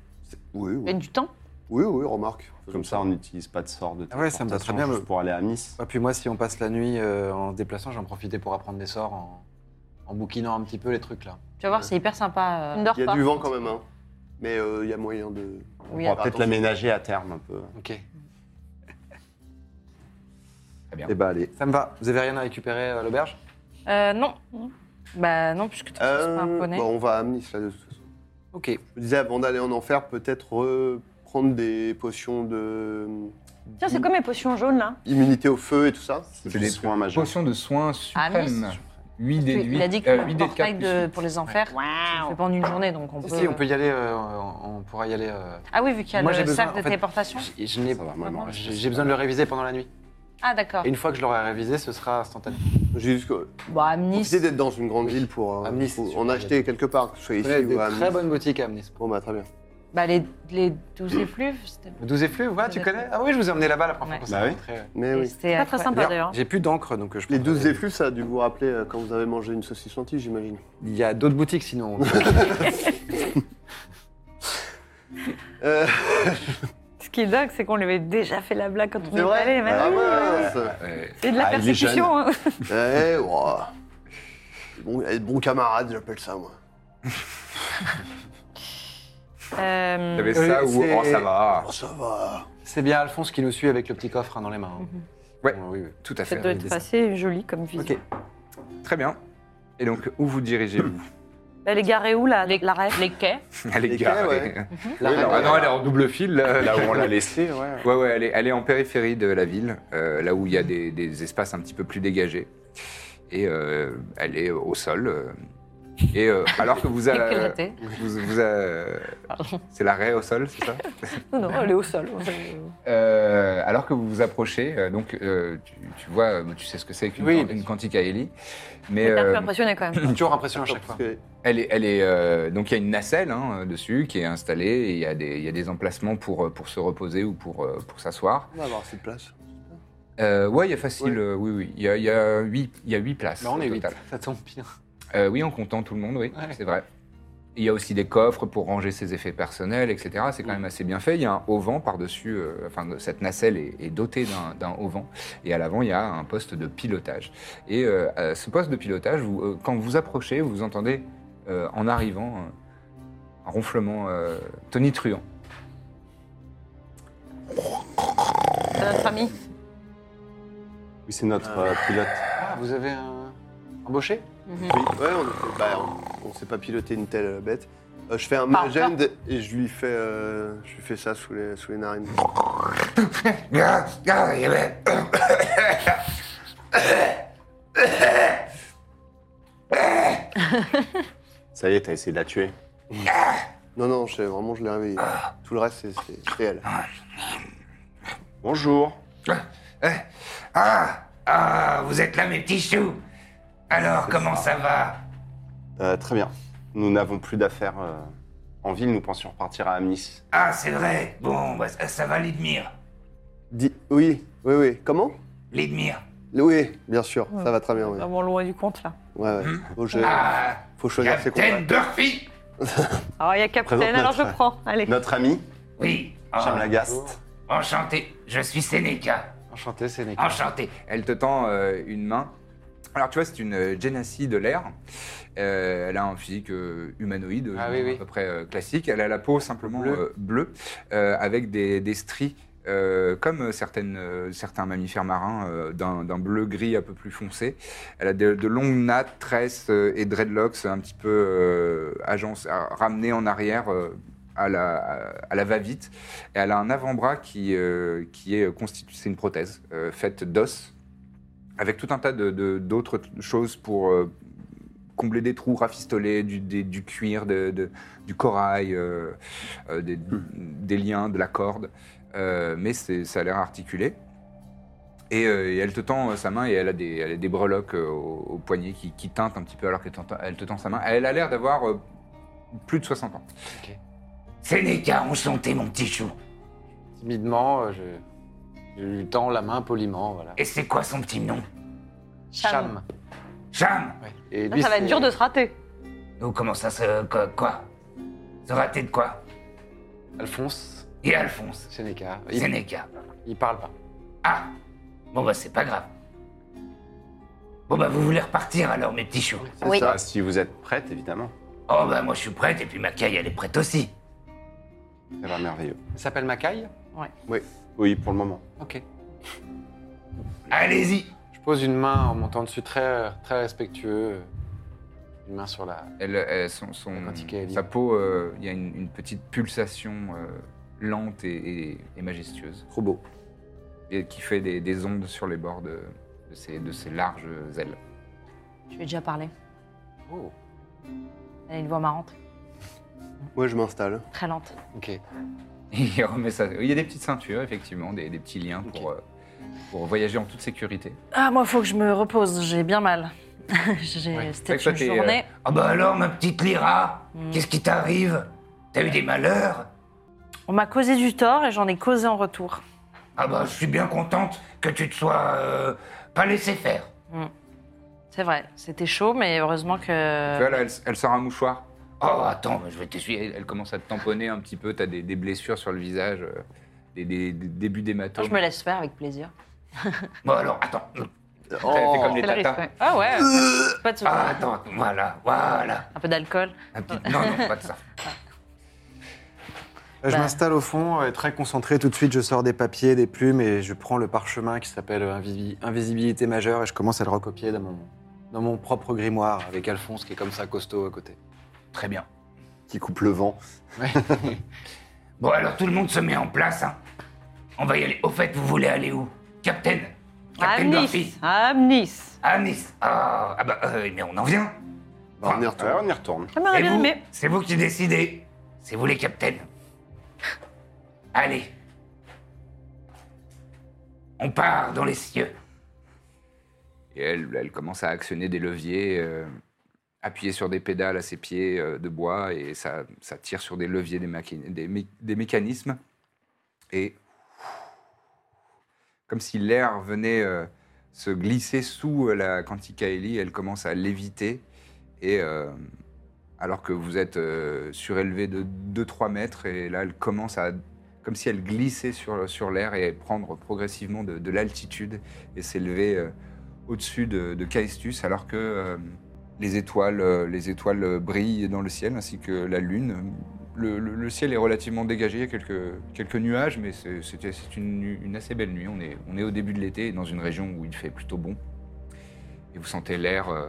Speaker 5: Oui,
Speaker 3: Il y a
Speaker 5: oui.
Speaker 3: du temps.
Speaker 5: Oui, oui, remarque.
Speaker 2: Comme ça, on n'utilise pas de sort de
Speaker 4: Ah ouais, ça me va très
Speaker 2: téléportation
Speaker 4: bien,
Speaker 2: juste
Speaker 4: mais-
Speaker 2: pour aller à Nice.
Speaker 4: Ah, puis moi, si on passe la nuit euh, en se déplaçant, j'en profiter pour apprendre des sorts en, en bouquinant un petit peu les trucs là.
Speaker 6: Tu vas voir, c'est hyper sympa.
Speaker 3: On ne
Speaker 6: euh,
Speaker 3: dort
Speaker 5: Il y
Speaker 3: pas.
Speaker 5: a du vent quand même, hein. Mais euh, il y a moyen de.
Speaker 6: Oui,
Speaker 2: on
Speaker 6: alors,
Speaker 2: va peut-être
Speaker 5: attention.
Speaker 2: l'aménager à terme un peu.
Speaker 4: Ok.
Speaker 1: Bien.
Speaker 2: Et bah, allez.
Speaker 4: Ça me va. Vous avez rien à récupérer à l'auberge
Speaker 6: Euh, non. Bah non, puisque tu
Speaker 5: Euh,
Speaker 6: euh, pas un poney.
Speaker 5: bon, on va à Nice, là, de toute façon.
Speaker 4: Ok.
Speaker 5: Je me disais, avant d'aller en enfer, peut-être reprendre des potions de.
Speaker 3: Tiens, c'est comme mes potions jaunes, là.
Speaker 5: Immunité au feu et tout ça.
Speaker 2: C'est des soins majeurs.
Speaker 1: Potions de soins
Speaker 6: Ah, mais
Speaker 1: suprêmes. 8 des 8.
Speaker 6: Il a dit
Speaker 4: Euh,
Speaker 6: que le portail de, pour les enfers, tu le fais pas en une journée, donc on peut...
Speaker 4: Si, on peut y aller. euh, on, on pourra y aller. euh,
Speaker 6: Ah oui, vu qu'il y a
Speaker 4: Moi, j'ai
Speaker 6: le
Speaker 4: besoin,
Speaker 6: sac
Speaker 4: en
Speaker 6: de
Speaker 4: fait-
Speaker 6: téléportation.
Speaker 4: je- je n'ai-
Speaker 2: Ça va, maman, reste-
Speaker 4: J'ai j'ai besoin de le réviser pendant la nuit.
Speaker 6: Ah d'accord.
Speaker 4: Et une fois que je l'aurai révisé, ce sera instantané.
Speaker 5: J'ai juste que-
Speaker 6: Bon, Amnis,
Speaker 5: profiter d'être dans une grande ville pour, euh,
Speaker 4: À Ah, Nice,
Speaker 5: pour
Speaker 4: c'est sûr.
Speaker 5: en acheter quelque part, que ce soit
Speaker 4: Il y a
Speaker 5: ici
Speaker 4: des
Speaker 5: ou à
Speaker 4: très
Speaker 5: Nice.
Speaker 4: bonnes boutiques à Amnis.
Speaker 5: Bon, bah, très bien.
Speaker 6: Bah, les, les 12 effluves, c'était
Speaker 4: 12 effluves, ouais, tu connais Ah eh oui, je vous ai emmené là-bas la première fois
Speaker 6: Ouais.
Speaker 4: qu'on
Speaker 2: Bah
Speaker 4: s'est
Speaker 2: oui.
Speaker 4: rencontrés, ouais.
Speaker 5: Mais
Speaker 6: et
Speaker 5: oui.
Speaker 6: c'était
Speaker 3: Pas très
Speaker 6: incroyable.
Speaker 3: sympa d'ailleurs.
Speaker 4: J'ai plus d'encre, donc euh, je
Speaker 5: Les
Speaker 4: prends
Speaker 5: 12
Speaker 4: des-
Speaker 5: effluves, ça a dû vous rappeler euh, quand vous avez mangé une saucisse lentille, j'imagine.
Speaker 4: Il y a d'autres boutiques sinon.
Speaker 5: Euh,
Speaker 3: Ce qui est dingue, c'est qu'on lui avait déjà fait la blague quand on
Speaker 5: c'est
Speaker 3: est
Speaker 5: vrai
Speaker 3: allé. mais-
Speaker 5: Ah, mince.
Speaker 1: Ouais.
Speaker 3: C'est de la
Speaker 2: Ah, il est jeune.
Speaker 3: persécution. hein.
Speaker 5: Eh, ouah. Bon, être bon camarade, j'appelle ça, moi.
Speaker 3: Euh,
Speaker 1: T'avais ça
Speaker 4: Euh,
Speaker 1: ou
Speaker 4: c'est-
Speaker 1: oh ça va
Speaker 5: Oh, ça va.
Speaker 4: C'est bien Alphonse qui nous suit avec le petit coffre hein, dans les mains. hein.
Speaker 3: Mhm.
Speaker 1: Ouais.
Speaker 4: oui, oui.
Speaker 1: Tout à
Speaker 3: Ça
Speaker 1: fait.
Speaker 3: doit être assez joli comme vision.
Speaker 4: Ok.
Speaker 1: Très bien. Et donc où vous dirigez-vous
Speaker 3: Elle est garée où la, la ref
Speaker 6: Les quais
Speaker 1: Elle est
Speaker 5: Les quais,
Speaker 1: garée.
Speaker 5: ouais. Bah,
Speaker 4: La
Speaker 5: Oui,
Speaker 4: reine-
Speaker 1: Ah non, elle est en double fil là,
Speaker 2: Bah Là où on l'a laissé, ouais.
Speaker 1: Ouais, ouais, elle est, elle est en périphérie de la ville, euh, là où il y a des, des espaces un petit peu plus dégagés. Et euh, elle est au sol. euh, et euh, alors que vous a,
Speaker 6: Éclatée.
Speaker 1: vous, vous a- c'est l'arrêt au sol, c'est ça
Speaker 3: Non, non, elle est au sol.
Speaker 1: Euh, Alors que vous vous approchez, euh, donc euh, tu, tu vois, euh, tu sais ce que c'est qu'une
Speaker 4: Oui,
Speaker 1: can-
Speaker 4: bien
Speaker 1: une
Speaker 4: sûr.
Speaker 1: cantique à Ellie, mais
Speaker 3: Mais t'as
Speaker 1: euh,
Speaker 3: plus impressionné quand même.
Speaker 4: Toujours impressionnant à chaque fois.
Speaker 5: Parce que-
Speaker 1: Elle est, elle est, euh, donc il y a une nacelle hein, dessus qui est installée et il y, a des- il y a des emplacements pour, euh, pour se reposer ou pour, euh, pour s'asseoir.
Speaker 5: On va avoir assez de place.
Speaker 1: Euh, ouais, il y a facile,
Speaker 5: Ouais.
Speaker 1: euh, oui, oui. Il y a, il y, a huit- il y a huit places.
Speaker 4: Bah, on
Speaker 1: au
Speaker 4: est 8,
Speaker 1: total.
Speaker 4: ça tombe bien.
Speaker 1: Euh, oui, en comptant tout le monde, oui,
Speaker 4: Ouais.
Speaker 1: c'est vrai. Il y a aussi des coffres pour ranger ses effets personnels, etc. C'est quand même assez bien fait. Il y a un auvent par-dessus, euh, enfin, cette nacelle est, est dotée d'un- d'un auvent. Et à l'avant, il y a un poste de pilotage. Et euh, à ce poste de pilotage, vous, euh, quand vous approchez, vous entendez, euh, en arrivant, un- un ronflement euh, tonitruant.
Speaker 3: C'est notre famille.
Speaker 2: Oui, c'est notre euh, pilote.
Speaker 4: Ah, vous avez un... embauché
Speaker 6: Mhm.
Speaker 5: Oui, ouais, on ne sait pas piloter une telle bête. Euh, je fais un
Speaker 6: Par
Speaker 5: magend et je lui fais, euh, je lui fais ça sous les, sous les narines.
Speaker 2: Ça y est, t'as essayé de la tuer.
Speaker 5: Non, non, je, vraiment, je l'ai réveillé. Tout le reste, c'est- c'est c'est elle.
Speaker 2: Bonjour.
Speaker 7: Ah, ah, vous êtes là, mes petits choux. Alors, comment ça va
Speaker 2: Euh, très bien. Nous n'avons plus d'affaires euh, en ville, nous pensions repartir à Amnis.
Speaker 7: Ah, c'est vrai. Bon, bah, ça, ça va, Lidmir.
Speaker 5: Dis, oui, oui, oui. Comment
Speaker 7: Lidmir.
Speaker 5: Oui, bien sûr, ça va très bien. Oui.
Speaker 3: Vraiment loin du compte là.
Speaker 5: Ouais, ouais. Faut, je-
Speaker 7: Ah,
Speaker 5: faut choisir ses
Speaker 7: Captain
Speaker 5: combats.
Speaker 7: Murphy.
Speaker 3: Alors Ah il y a Captain,
Speaker 2: Présente
Speaker 3: alors je
Speaker 2: notre-
Speaker 3: prends. Allez.
Speaker 2: Notre ami,
Speaker 7: Oui. Ah,
Speaker 2: Chamlagast.
Speaker 7: enchanté. Je suis Sénéca.
Speaker 4: Enchanté, c'est Nick.
Speaker 7: Enchanté.
Speaker 1: Elle te tend euh, une main. Alors, tu vois, c'est une euh, Genasi de l'air. Euh, elle a un physique euh, humanoïde,
Speaker 4: Ah
Speaker 1: genre,
Speaker 4: oui, oui.
Speaker 1: à peu près euh, classique. Elle a la peau simplement
Speaker 4: Bleu.
Speaker 1: euh, bleue, euh, avec des, des stries, euh, comme certaines, euh, certains mammifères marins, euh, d'un d'un bleu-gris un peu plus foncé. Elle a de, de longues nattes, tresses euh, et dreadlocks un petit peu euh, agence, à- ramenées en arrière euh, à la, à la va-vite. Et elle a un avant-bras qui, euh, qui est constitué, c'est une prothèse euh, faite d'os, avec tout un tas de- de- d'autres t- choses pour euh, combler des trous, rafistoler du, des- du cuir, de- de- du corail, euh, euh, des, des liens, de la corde. Euh, mais c'est- ça a l'air articulé. Et, euh, et elle te tend euh, sa main et elle a des, elle a des breloques euh, au, au poignet qui, qui teintent un petit peu alors qu'elle t'en- elle te tend sa main. Elle a l'air d'avoir euh, plus de 60 ans.
Speaker 7: Sénéca, enchanté, mon petit chou.
Speaker 3: Ah.
Speaker 4: Timidement, euh, je... je lui tends la main poliment, voilà.
Speaker 7: Et c'est quoi son petit nom
Speaker 4: Cham.
Speaker 7: Cham.
Speaker 4: Ouais. Et
Speaker 3: Là,
Speaker 4: lui,
Speaker 3: ça va
Speaker 4: c'est-
Speaker 3: être dur de se rater.
Speaker 7: Nous, comment ça se. Quoi, quoi Se rater de quoi
Speaker 4: Alphonse,
Speaker 7: Et Alphonse.
Speaker 4: Sénéca. Il...
Speaker 7: Sénéca.
Speaker 4: il parle pas.
Speaker 7: Ah Bon, bah, c'est pas grave. Bon, bah, vous voulez repartir alors, mes petits choux
Speaker 5: C'est
Speaker 6: Oui.
Speaker 5: ça.
Speaker 2: Ah, si vous êtes prête, évidemment.
Speaker 7: Oh, bah, moi, je suis prête et puis ma caille, elle est prête aussi.
Speaker 2: Ça va merveilleux.
Speaker 4: Il s'appelle Macaille
Speaker 2: Oui, pour le moment.
Speaker 4: Ok.
Speaker 7: Allez-y
Speaker 4: Je pose une main en montant dessus, très, très respectueux. Une main sur la...
Speaker 1: Elle, euh, elle- son, son-
Speaker 4: La quantique est libre.
Speaker 1: sa peau, euh, il y a une, une petite pulsation euh, lente et, et- et majestueuse,
Speaker 4: Trop beau.
Speaker 1: et qui fait des, des ondes sur les bords de, de ses, de ses larges ailes.
Speaker 6: Je lui ai déjà parlé.
Speaker 4: Oh,
Speaker 6: Elle a une voix marrante,
Speaker 5: Moi, je m'installe.
Speaker 6: très lente.
Speaker 4: ok.
Speaker 1: Il remet ça. Il y a des petites ceintures, effectivement, des, des petits liens pour, euh, pour voyager en toute sécurité.
Speaker 6: Ah, moi, faut que je me repose, j'ai bien mal. J'ai-
Speaker 4: Ouais.
Speaker 1: Fait
Speaker 6: C'était
Speaker 1: que toi,
Speaker 6: une
Speaker 1: t'es,
Speaker 7: euh,
Speaker 6: journée. Hmm.
Speaker 7: Ah bah alors, ma petite Lyra, qu'est-ce qui t'arrive T'as eu des malheurs
Speaker 6: On m'a causé du tort et j'en ai causé en retour.
Speaker 7: Ah bah, je suis bien contente que tu te sois euh, pas laissé faire.
Speaker 6: C'est vrai, c'était chaud, mais heureusement
Speaker 1: Tu
Speaker 6: que.
Speaker 1: vois, là, elle, elle sort un mouchoir.
Speaker 7: Oh, attends, mais je vais t'essuyer.
Speaker 1: Puis elle, elle commence à te tamponner un petit peu. T'as des, des blessures sur le visage, euh, des, des- des débuts
Speaker 6: Moi,
Speaker 1: d'hématomes.
Speaker 6: je me laisse faire avec plaisir.
Speaker 7: Bon, alors, attends.
Speaker 1: T'as fait comme les
Speaker 6: C'est le risque,
Speaker 1: tatas.
Speaker 6: ouais. Ah ouais, pas de soucis.
Speaker 7: Ah, attends, voilà, voilà.
Speaker 6: Un peu d'alcool.
Speaker 7: Un petit- Non, non, pas de ça.
Speaker 4: Là, je
Speaker 6: Bah.
Speaker 4: m'installe au fond, euh, très concentré. Tout de suite, je sors des papiers, des plumes et je prends le parchemin qui s'appelle Invi- Invisibilité majeure et je commence à le recopier dans mon, dans mon propre grimoire avec Alphonse qui est comme ça costaud à côté.
Speaker 7: Très bien.
Speaker 2: Qui coupe le vent.
Speaker 7: Bon, alors, tout le monde se met en place. hein. On va y aller. Au fait, vous voulez aller où Captain Captain Murphy
Speaker 3: Amnis Amnis
Speaker 7: À Nice. Ah, ah bah, euh, mais on en vient.
Speaker 2: Bah, on y
Speaker 7: Enfin,
Speaker 2: retourne. Ouais, on y retourne.
Speaker 3: J'aimerais
Speaker 7: Et
Speaker 3: bien
Speaker 7: vous,
Speaker 3: aimé.
Speaker 7: c'est vous qui décidez. C'est vous les capitaines. Allez. On part dans les cieux.
Speaker 1: Et elle, elle commence à actionner des leviers, euh, appuyer sur des pédales à ses pieds euh, de bois, et ça, ça tire sur des leviers, des, maquin- des mé- des mécanismes. Et comme si l'air venait euh, se glisser sous euh, la Canticaeli, elle commence à léviter. Et euh, alors que vous êtes euh, surélevé de 2-3 mètres, et là, elle commence à. comme si elle glissait sur, sur l'air et prendre progressivement de, de l'altitude et s'élever. euh, au-dessus de, de Callistus, alors que euh, les, étoiles, euh, les étoiles brillent dans le ciel, ainsi que la lune. Le, le- le ciel est relativement dégagé, il y a quelques, quelques nuages, mais c'est c'était- c'est une, nu- une assez belle nuit. On est, on est au début de l'été, dans une région où il fait plutôt bon. Et vous sentez l'air euh,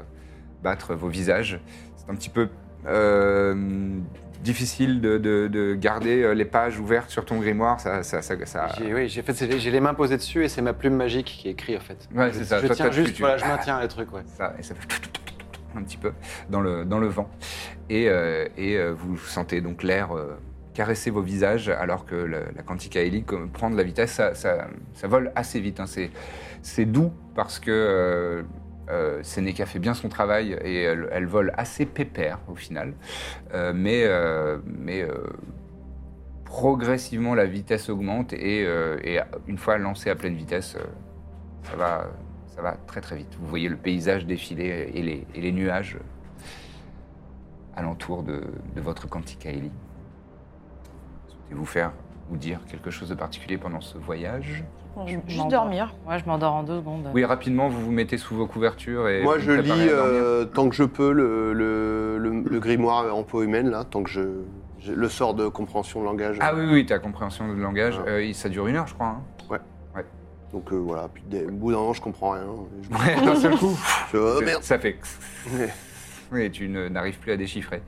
Speaker 1: battre vos visages. C'est un petit peu euh, difficile de, de- de garder euh, les pages ouvertes sur ton grimoire. Ça, ça, ça- ça-
Speaker 4: J'ai- Oui, j'ai fait- c'est- j'ai les mains posées dessus et c'est ma plume magique qui écrit en fait.
Speaker 1: Ouais,
Speaker 4: Je-
Speaker 1: c'est ça.
Speaker 4: Je
Speaker 1: Toi,
Speaker 4: tiens
Speaker 1: toi, tu-
Speaker 4: juste,
Speaker 1: tu-
Speaker 4: voilà, je maintiens les trucs, ouais.
Speaker 1: ça, et ça fait un petit peu dans le, dans le vent. Et, euh, et, euh, vous sentez donc l'air euh, caresser vos visages alors que la, la Canticaeli comme, prend de la vitesse, ça, ça- ça vole assez vite. hein. C'est, c'est doux parce que euh, euh, Seneca fait bien son travail et elle, elle vole assez pépère au final. Euh, mais euh, mais euh, progressivement la vitesse augmente et, euh, et une fois lancée à pleine vitesse, euh, ça va, ça va très très vite. Vous voyez le paysage défiler et les, et les nuages alentour de, de votre Canticaeli. Souhaitez-vous faire ou dire quelque chose de particulier pendant ce voyage
Speaker 6: Je- je
Speaker 3: Juste
Speaker 6: m'endors.
Speaker 3: dormir.
Speaker 6: Moi, je m'endors en deux secondes.
Speaker 1: Oui, rapidement, vous vous mettez sous vos couvertures et...
Speaker 5: Moi,
Speaker 1: vous
Speaker 5: je
Speaker 1: vous préparez
Speaker 5: lis
Speaker 1: à dormir.
Speaker 5: euh, tant que je peux le, le- le- le grimoire en peau humaine, là, tant que je, j'ai le sort de compréhension de langage.
Speaker 1: Ah oui, oui, ta compréhension de langage,
Speaker 5: Ah.
Speaker 1: euh, ça dure une heure, je crois. hein.
Speaker 5: Donc euh, voilà, puis dès- au bout d'un moment, je comprends rien. Et Je,
Speaker 1: Ouais, d'un seul coup,
Speaker 5: je- oh, merde.
Speaker 1: ça fait... Et tu ne- n'arrives plus à déchiffrer.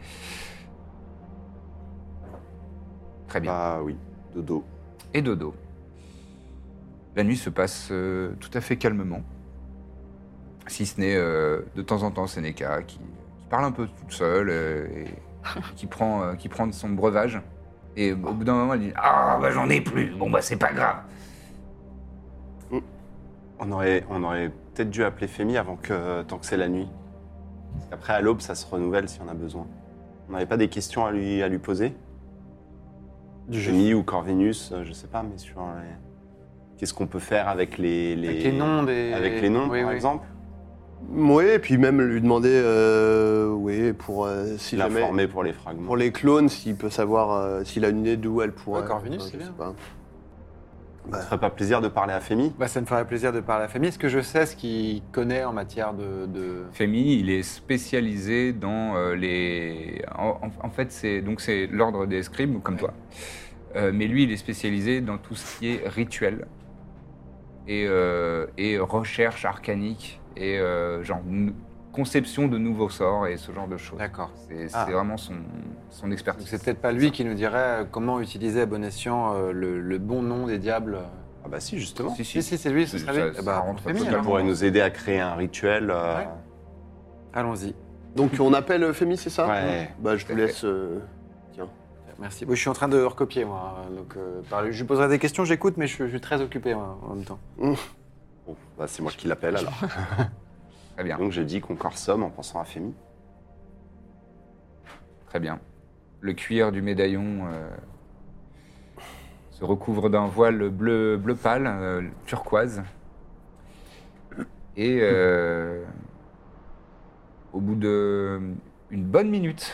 Speaker 1: Très bien.
Speaker 2: Bah oui, dodo.
Speaker 1: et dodo. La nuit se passe euh, tout à fait calmement, si ce n'est euh, de temps en temps Seneca qui, qui parle un peu toute seule euh, et qui prend, euh, qui prend de son breuvage. Et au bout d'un moment, elle dit
Speaker 7: Ah, bah, j'en ai plus. Bon, bah, c'est pas grave.
Speaker 2: On aurait, on aurait peut-être dû appeler Femi avant que, euh, tant que c'est la nuit. Parce qu'après, à l'aube, ça se renouvelle si on a besoin. On n'avait pas des questions à lui, à lui poser Femi ou Corvinus, euh, je sais pas, mais sur les- Qu'est-ce qu'on peut faire avec les, les...
Speaker 4: Avec les noms des.
Speaker 2: Avec les noms,
Speaker 4: Oui,
Speaker 2: par
Speaker 4: oui.
Speaker 2: exemple
Speaker 5: Oui, et puis même lui demander, euh, oui, pour euh, si jamais.
Speaker 2: L'informer pour les fragments.
Speaker 5: Pour les clones, s'il peut savoir, euh, s'il a une idée d'où elle pourrait.
Speaker 4: Ouais, Corvinus,
Speaker 5: Enfin,
Speaker 4: c'est
Speaker 5: je
Speaker 4: bien.
Speaker 5: sais pas.
Speaker 2: Ça ferait pas plaisir de parler à Femi
Speaker 4: Bah, ça me ferait plaisir de parler à la famille. Est-ce que je sais ce qu'il connaît en matière de. de-
Speaker 1: Femi, il est spécialisé dans euh, les. En, en- en fait, c'est donc c'est l'ordre des scribes, comme
Speaker 4: Ouais.
Speaker 1: toi. Euh, mais lui, il est spécialisé dans tout ce qui est rituel et, euh, et recherche arcanique et euh, genre n- conception de nouveaux sorts et ce genre de choses.
Speaker 4: D'accord.
Speaker 1: C'est c'est
Speaker 4: Ah.
Speaker 1: vraiment son, son
Speaker 4: Donc
Speaker 1: expertise.
Speaker 4: c'est peut-être pas lui qui nous dirait euh, comment utiliser à bon escient euh, le, le bon nom des diables.
Speaker 2: Ah bah si, justement.
Speaker 1: Si, si.
Speaker 4: Si, si, c'est lui, ce
Speaker 1: Ça-
Speaker 4: serait lui. Bah,
Speaker 1: ça- ça rentre
Speaker 4: Femi,
Speaker 2: Il
Speaker 1: totalement.
Speaker 4: alors.
Speaker 2: pourrait nous aider à créer un rituel. euh,
Speaker 4: Ouais. Allons-y.
Speaker 5: Donc on appelle euh, Femi, c'est ça
Speaker 2: Ouais.
Speaker 5: Bah, je vous laisse. euh,
Speaker 4: Merci. Oui, je suis en train de recopier, moi. hein, Donc, euh, par- je lui poserai des questions, j'écoute, mais je, suis- je suis très occupé moi, en même temps.
Speaker 2: Bon, bah, c'est moi qui l'appelle alors.
Speaker 1: Très bien,
Speaker 2: Donc j'ai dit qu'on corsomme en pensant à Femi.
Speaker 1: très bien. Le cuir du médaillon euh,
Speaker 8: se recouvre d'un voile bleu, bleu pâle, euh, turquoise. Et euh, au bout de euh, une bonne minute,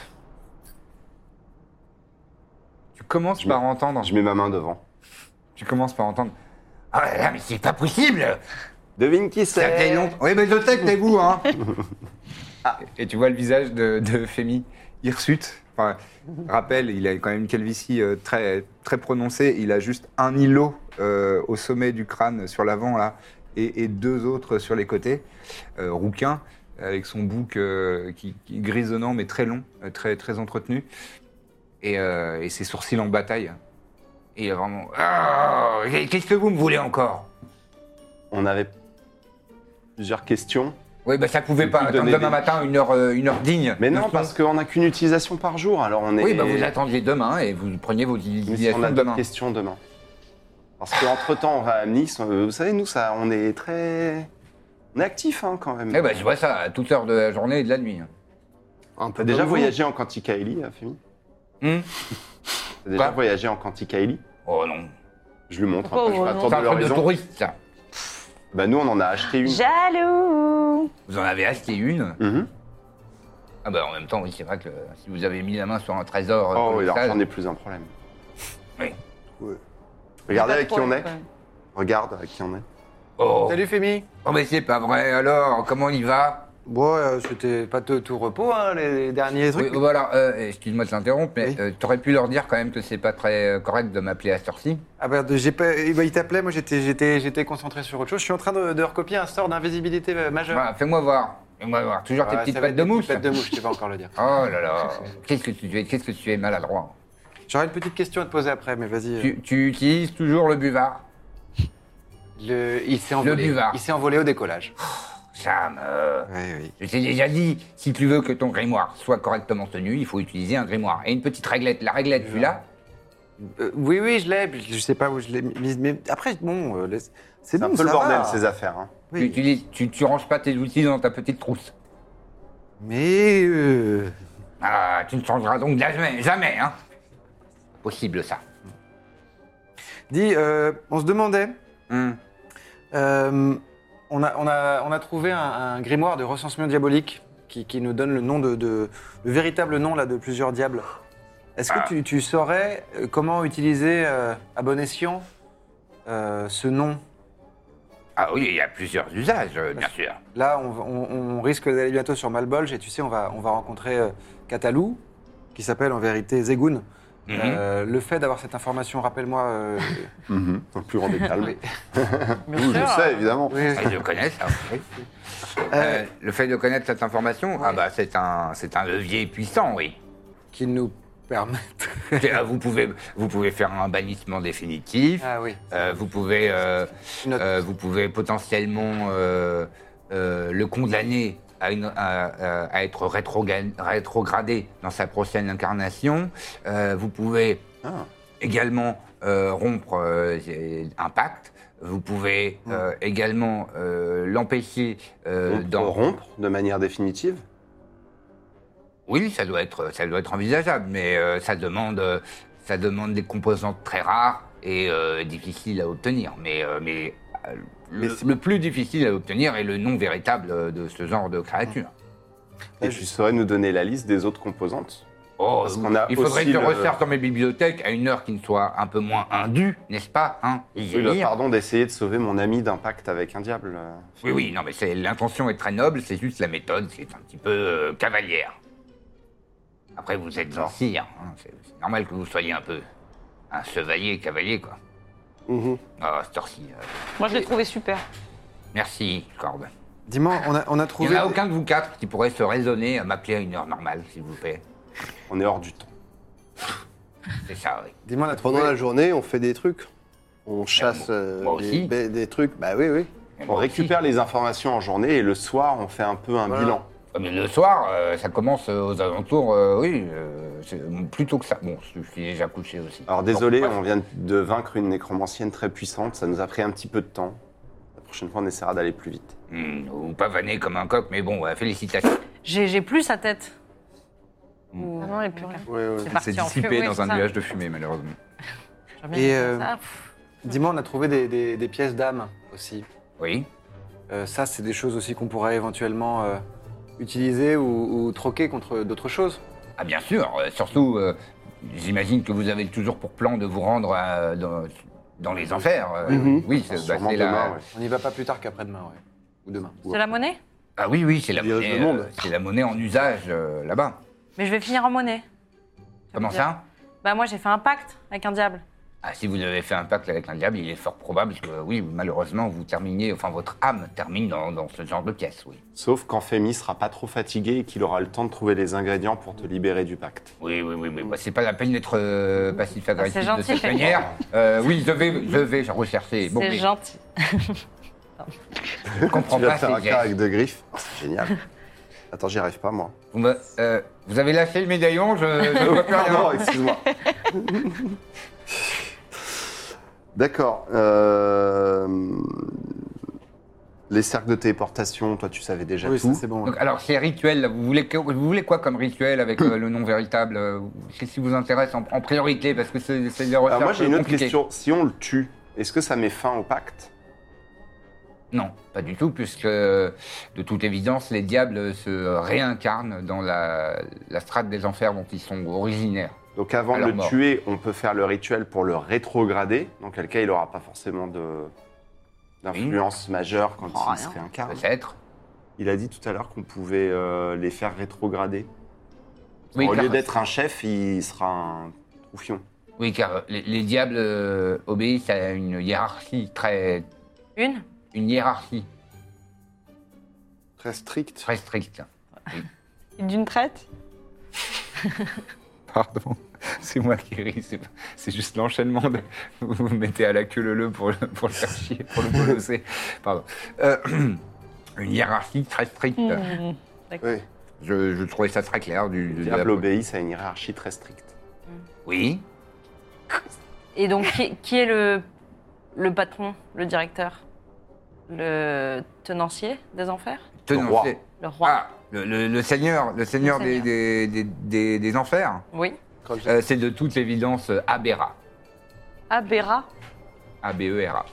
Speaker 8: tu commences
Speaker 2: Je
Speaker 8: par
Speaker 2: mets-
Speaker 8: entendre.
Speaker 2: Je mets ma main devant.
Speaker 8: Tu commences par entendre.
Speaker 1: Ah là là, mais c'est pas possible
Speaker 2: Devine qui
Speaker 1: Ça fait
Speaker 2: c'est
Speaker 1: longtemps. Oui, mais je sais que t'es vous, hein
Speaker 8: Ah. Et tu vois le visage de, de Femi hirsute. Enfin, rappel, il a quand même une calvitie euh, très, très prononcée. Il a juste un îlot euh, au sommet du crâne sur l'avant, là, et, et deux autres sur les côtés. Euh, rouquin, avec son bouc euh, qui, qui est grisonnant, mais très long, euh, très, très entretenu. Et, euh, et ses sourcils en bataille.
Speaker 1: Et il a vraiment. Ah, Qu'est-ce que vous me voulez encore
Speaker 2: On avait plusieurs questions.
Speaker 8: Oui, bah ça pouvait
Speaker 2: Vous
Speaker 8: pas.
Speaker 2: pouvez
Speaker 8: Attends,
Speaker 2: donner
Speaker 8: demain
Speaker 2: des-
Speaker 8: matin, une heure, euh, une heure digne.
Speaker 2: Mais non,
Speaker 8: Nous
Speaker 2: parce qu'on n'a qu'une utilisation par jour, alors on est.
Speaker 1: Oui, bah vous attendiez demain et vous preniez vos
Speaker 2: Mais si
Speaker 1: utilisations
Speaker 2: on a d'autres
Speaker 1: demain.
Speaker 2: questions demain. Parce qu'entre temps, on va à Nice. euh, Vous savez, nous, ça, on est très. On est actif hein, quand même.
Speaker 1: Eh ben, je vois ça à toute heure de la journée et de la nuit.
Speaker 5: Un peu
Speaker 2: T'as déjà
Speaker 5: comme vous.
Speaker 2: voyagé en Quanticaeli, euh, Femi
Speaker 8: Hmm
Speaker 2: T'as déjà
Speaker 8: Quoi
Speaker 2: voyagé en Quanticaeli
Speaker 1: Oh non.
Speaker 2: Je lui montre un
Speaker 3: Oh,
Speaker 2: peu, je
Speaker 3: non.
Speaker 2: fais un tour
Speaker 1: C'est
Speaker 2: de
Speaker 1: un truc de
Speaker 2: l'horizon.
Speaker 1: touriste, ça.
Speaker 2: Bah, nous, on en a acheté une.
Speaker 3: Jaloux
Speaker 1: Vous en avez acheté une
Speaker 2: Mhm.
Speaker 1: Ah bah en même temps, oui, c'est vrai que euh, si vous avez mis la main sur un trésor... euh,
Speaker 2: Oh, oui,
Speaker 1: colossal-
Speaker 2: alors ça n'est plus un problème.
Speaker 1: Oui.
Speaker 5: Ouais.
Speaker 2: Regardez
Speaker 3: Pas de
Speaker 2: avec qui on
Speaker 3: problème,
Speaker 2: est.
Speaker 3: quand même.
Speaker 2: Regarde avec qui on est.
Speaker 1: Oh.
Speaker 4: Salut Femi
Speaker 1: Oh, mais c'est pas vrai, alors, comment il va
Speaker 4: Bon, euh, c'était pas tout, tout repos, hein, les derniers
Speaker 1: Oui,
Speaker 4: trucs.
Speaker 1: voilà, euh, excuse-moi de t'interrompre, mais
Speaker 4: Oui.
Speaker 1: euh, t'aurais pu leur dire quand même que c'est pas très euh, correct de m'appeler à cette heure-ci.
Speaker 4: Ah bah, de- j'ai pas, eh ben, il t'appelait, moi j'étais, j'étais, j'étais concentré sur autre chose. Je suis en train de, de recopier un sort d'invisibilité euh, majeur.
Speaker 1: Voilà, fais-moi voir, fais-moi voir, toujours tes
Speaker 4: Ah,
Speaker 1: petites
Speaker 4: ça va
Speaker 1: pattes
Speaker 4: être
Speaker 1: de
Speaker 4: des
Speaker 1: mouche.
Speaker 4: petites pattes de mouche, je sais pas encore le dire.
Speaker 1: Oh là là, qu'est-ce que tu es, qu'est-ce que tu es maladroit.
Speaker 4: J'aurais une petite question à te poser après, mais vas-y. euh,
Speaker 1: Tu, tu utilises toujours le buvard
Speaker 4: euh, le- il s'est envolé.
Speaker 1: buvard.
Speaker 4: il s'est envolé au décollage.
Speaker 1: Sam, euh,
Speaker 4: Oui, oui.
Speaker 1: je t'ai déjà dit, si tu veux que ton grimoire soit correctement tenu, il faut utiliser un grimoire. Et une petite réglette, la réglette, tu l'as
Speaker 4: Euh, oui, oui, je l'ai. puis Je sais pas où je l'ai mise, mais après, bon, euh, laisse- c'est
Speaker 2: C'est un
Speaker 4: bon,
Speaker 2: peu le
Speaker 4: ça
Speaker 2: bordel,
Speaker 4: va.
Speaker 2: ces affaires. hein.
Speaker 1: Tu,
Speaker 4: Oui.
Speaker 1: utilises- tu, tu ranges pas tes outils dans ta petite trousse.
Speaker 4: Mais euh,
Speaker 1: Ah, tu ne changeras donc jamais, jamais, hein Possible ça.
Speaker 4: dis, euh, on se demandait.
Speaker 8: Hmm.
Speaker 4: Hum. euh, on a, on a, on a trouvé un, un grimoire de recensement diabolique qui, qui nous donne le nom de, de- le véritable nom là de plusieurs diables. Est-ce
Speaker 1: Ah.
Speaker 4: que tu, tu saurais euh, comment utiliser euh, à bon escient euh, ce nom
Speaker 1: Ah oui, il y a plusieurs usages, euh, bien sûr.
Speaker 4: Là, on, va- on- on risque d'aller bientôt sur Malbolge et tu sais, on va, on va rencontrer euh, Catalou, qui s'appelle en vérité Zegoun.
Speaker 1: Mhm.
Speaker 4: Euh, le fait d'avoir cette information, rappelle-moi. euh,
Speaker 2: Dans le plus grand des Euh, calmes.
Speaker 4: Oui.
Speaker 2: Oui, je le sais, évidemment.
Speaker 4: oui,
Speaker 1: Ah, je connais ça. oui.
Speaker 4: euh,
Speaker 1: Euh, le fait de connaître cette information, ah bah c'est un, c'est un levier puissant, oui.
Speaker 4: qui nous permette.
Speaker 1: C'est- ah, vous pouvez, vous pouvez faire un bannissement définitif.
Speaker 4: Ah oui.
Speaker 1: euh, vous pouvez, euh,
Speaker 4: Notre-
Speaker 1: euh, vous pouvez potentiellement euh, euh, le condamner à, une- à- à- à être rétroga- rétrogradé dans sa prochaine incarnation. Euh, vous pouvez
Speaker 2: Ah.
Speaker 1: également euh, rompre euh, un pacte. Vous pouvez euh, également euh, l'empêcher euh,
Speaker 2: On peut
Speaker 1: d'en
Speaker 2: Ah. rompre de manière définitive.
Speaker 1: Oui, ça doit être, euh, ça doit être envisageable, mais euh, ça, demande, euh, ça demande des composantes très rares et euh, difficiles à obtenir. Mais, euh, mais, euh, le,
Speaker 2: Mais c'est-
Speaker 1: le plus difficile à obtenir est le nom véritable euh, de ce genre de créature.
Speaker 2: Mmh. Et tu saurais nous donner la liste des autres composantes
Speaker 1: Oh,
Speaker 2: Parce qu'on a
Speaker 1: il faudrait que
Speaker 2: aussi
Speaker 1: je
Speaker 2: le-
Speaker 1: recherche dans mes bibliothèques à une heure qui ne soit un peu moins indue, n'est-ce pas hein,
Speaker 2: Oui, le
Speaker 1: Zémir
Speaker 2: pardon d'essayer de sauver mon ami d'un pacte avec un diable. euh.
Speaker 1: oui, oui, non, mais c'est- l'intention est très noble, c'est juste la méthode qui est un petit peu euh, cavalière. Après, vous êtes un sire, hein, c'est c'est normal que vous soyez un peu un chevalier, cavalier, quoi.
Speaker 2: Mm-hmm.
Speaker 5: Mhm.
Speaker 1: Ah, cette heure-ci, euh,
Speaker 3: Moi, je l'ai trouvé super.
Speaker 1: merci, Corbe.
Speaker 4: Dis-moi, on a, on a
Speaker 1: Il
Speaker 4: trouvé.
Speaker 1: n'y en a aucun de vous quatre qui pourrait se raisonner à m'appeler à une heure normale, s'il vous plaît.
Speaker 2: On est hors du temps.
Speaker 1: C'est ça, oui.
Speaker 4: Dis-moi, on a trouvé.
Speaker 5: Pendant la journée, on fait des trucs. On chasse euh,
Speaker 1: moi
Speaker 5: des,
Speaker 1: aussi.
Speaker 5: ba- des trucs. Bah oui, oui.
Speaker 1: Mais
Speaker 2: On
Speaker 1: moi aussi.
Speaker 2: récupère les informations en journée et le soir, on fait un peu un
Speaker 5: Voilà.
Speaker 2: bilan.
Speaker 1: Mais le soir, euh, ça commence euh, aux alentours, euh, oui, euh, c'est- plutôt que ça. Bon, je suis déjà couché aussi.
Speaker 2: Alors désolé,
Speaker 1: Donc,
Speaker 2: on vient de vaincre une nécromancienne très puissante, ça nous a pris un petit peu de temps. La prochaine fois, on essaiera d'aller plus vite.
Speaker 1: Hmm, ou pas vanné comme un coq, mais bon, euh, félicitations.
Speaker 6: J'ai j'ai plus sa tête.
Speaker 1: Mm.
Speaker 6: Ah non, elle est plus là.
Speaker 5: oui, oui.
Speaker 6: C'est
Speaker 8: C'est
Speaker 6: parti en feu,
Speaker 8: dissipé
Speaker 6: ouais,
Speaker 8: dans
Speaker 6: c'est
Speaker 8: un
Speaker 6: ça.
Speaker 8: nuage de fumée, malheureusement.
Speaker 6: J'aime bien
Speaker 4: Et,
Speaker 6: dire
Speaker 4: euh,
Speaker 6: ça. pff.
Speaker 4: Dis-moi, on a trouvé des, des- des pièces d'âme aussi.
Speaker 1: Oui.
Speaker 4: Euh, ça, c'est des choses aussi qu'on pourrait éventuellement euh, utiliser ou, ou troquer contre d'autres choses.
Speaker 1: Ah bien sûr, euh, surtout, euh, j'imagine que vous avez toujours pour plan de vous rendre à- dans, dans les enfers. euh,
Speaker 5: Mhm.
Speaker 1: Oui, c'est bah,
Speaker 2: Sûrement
Speaker 1: c'est la-
Speaker 2: demain, ouais.
Speaker 4: On n'y va pas plus tard qu'après-demain, ouais. Ou demain.
Speaker 6: C'est la monnaie
Speaker 1: Ah oui, oui, c'est la,
Speaker 5: Virage
Speaker 1: monnaie,
Speaker 5: le monde.
Speaker 1: euh, c'est la monnaie en usage euh, là-bas.
Speaker 6: Mais je vais finir en monnaie.
Speaker 1: Comment
Speaker 6: veut
Speaker 1: ça
Speaker 6: Bah moi j'ai fait un pacte avec un diable.
Speaker 1: ah, si vous avez fait un pacte avec un diable, il est fort probable que, oui, malheureusement, vous terminiez, enfin, votre âme termine dans, dans ce genre de pièce, oui.
Speaker 2: Sauf quand Fémi sera pas trop fatigué et qu'il aura le temps de trouver les ingrédients pour te libérer du pacte.
Speaker 1: Oui, oui, oui, oui. Bah, c'est pas la peine d'être euh, passif-agressif
Speaker 6: Bah, C'est
Speaker 1: de
Speaker 6: gentil,
Speaker 1: cette
Speaker 6: Félix.
Speaker 1: manière. Euh, oui, je vais, je vais rechercher. Bon,
Speaker 6: c'est
Speaker 1: mais
Speaker 6: gentil.
Speaker 1: je comprends
Speaker 2: tu viens
Speaker 1: pas
Speaker 2: de faire un
Speaker 1: ces
Speaker 2: carac
Speaker 1: gestes.
Speaker 2: de griffes Oh, C'est génial. Attends, j'y arrive pas, moi.
Speaker 1: Vous, me- euh, vous avez lâché le médaillon, je ne vois plus
Speaker 2: Pardon,
Speaker 1: rien.
Speaker 2: excuse-moi. D'accord. euh, Les cercles de téléportation, toi, tu savais déjà
Speaker 4: Oui, ça
Speaker 2: tout.
Speaker 4: c'est bon. ouais.
Speaker 1: Donc, alors, ces rituels, là, vous voulez, que- vous voulez quoi comme rituel avec euh, le nom véritable euh, Qu'est-ce qui vous intéresse en, en priorité Parce que c'est c'est des
Speaker 2: Alors,
Speaker 1: recherches
Speaker 2: moi, j'ai une autre
Speaker 1: compliquées.
Speaker 2: question. Si on le tue, est-ce que ça met fin au pacte
Speaker 1: Non, pas du tout, puisque euh, de toute évidence, les diables se réincarnent dans la, la strate des enfers dont ils sont originaires.
Speaker 2: Donc, avant
Speaker 1: Alors,
Speaker 2: de le
Speaker 1: mort.
Speaker 2: tuer, on peut faire le rituel pour le rétrograder, dans quel cas il n'aura pas forcément de d'influence majeure quand
Speaker 6: Oh,
Speaker 2: il se
Speaker 6: rien.
Speaker 2: réincarne.
Speaker 1: Peut-être.
Speaker 2: Il a dit tout à l'heure qu'on pouvait euh, les faire rétrograder.
Speaker 1: Oui,
Speaker 2: Au
Speaker 1: car-
Speaker 2: lieu d'être un chef, il sera un troufion.
Speaker 1: Oui, car euh, les, les diables euh, obéissent à une hiérarchie très.
Speaker 6: Une
Speaker 1: une hiérarchie
Speaker 5: Très strict.
Speaker 1: très stricte.
Speaker 3: D'une traite
Speaker 9: Pardon, c'est moi qui ris, c'est, pas- c'est juste l'enchaînement. De... Vous me mettez à la queue le le pour, le- pour le faire chier, pour le bolosser. Pardon.
Speaker 1: Euh, une hiérarchie très stricte.
Speaker 3: Mm. Hmm.
Speaker 5: Oui.
Speaker 1: Je, je trouvais ça très clair. Du,
Speaker 2: Les
Speaker 1: de
Speaker 2: diables
Speaker 1: la-
Speaker 2: obéissent à une hiérarchie très stricte.
Speaker 1: Oui.
Speaker 6: Et donc qui, qui est le, le patron, le directeur Le tenancier des enfers
Speaker 1: Tenons,
Speaker 2: roi.
Speaker 1: c'est-
Speaker 6: Le roi
Speaker 1: Ah, le, le- le seigneur, le seigneur, des-
Speaker 6: seigneur.
Speaker 1: Des, des, des- des enfers.
Speaker 6: Oui.
Speaker 1: Euh, c'est de toute évidence euh, Abera.
Speaker 6: Abera.
Speaker 1: A-B-E-R-A.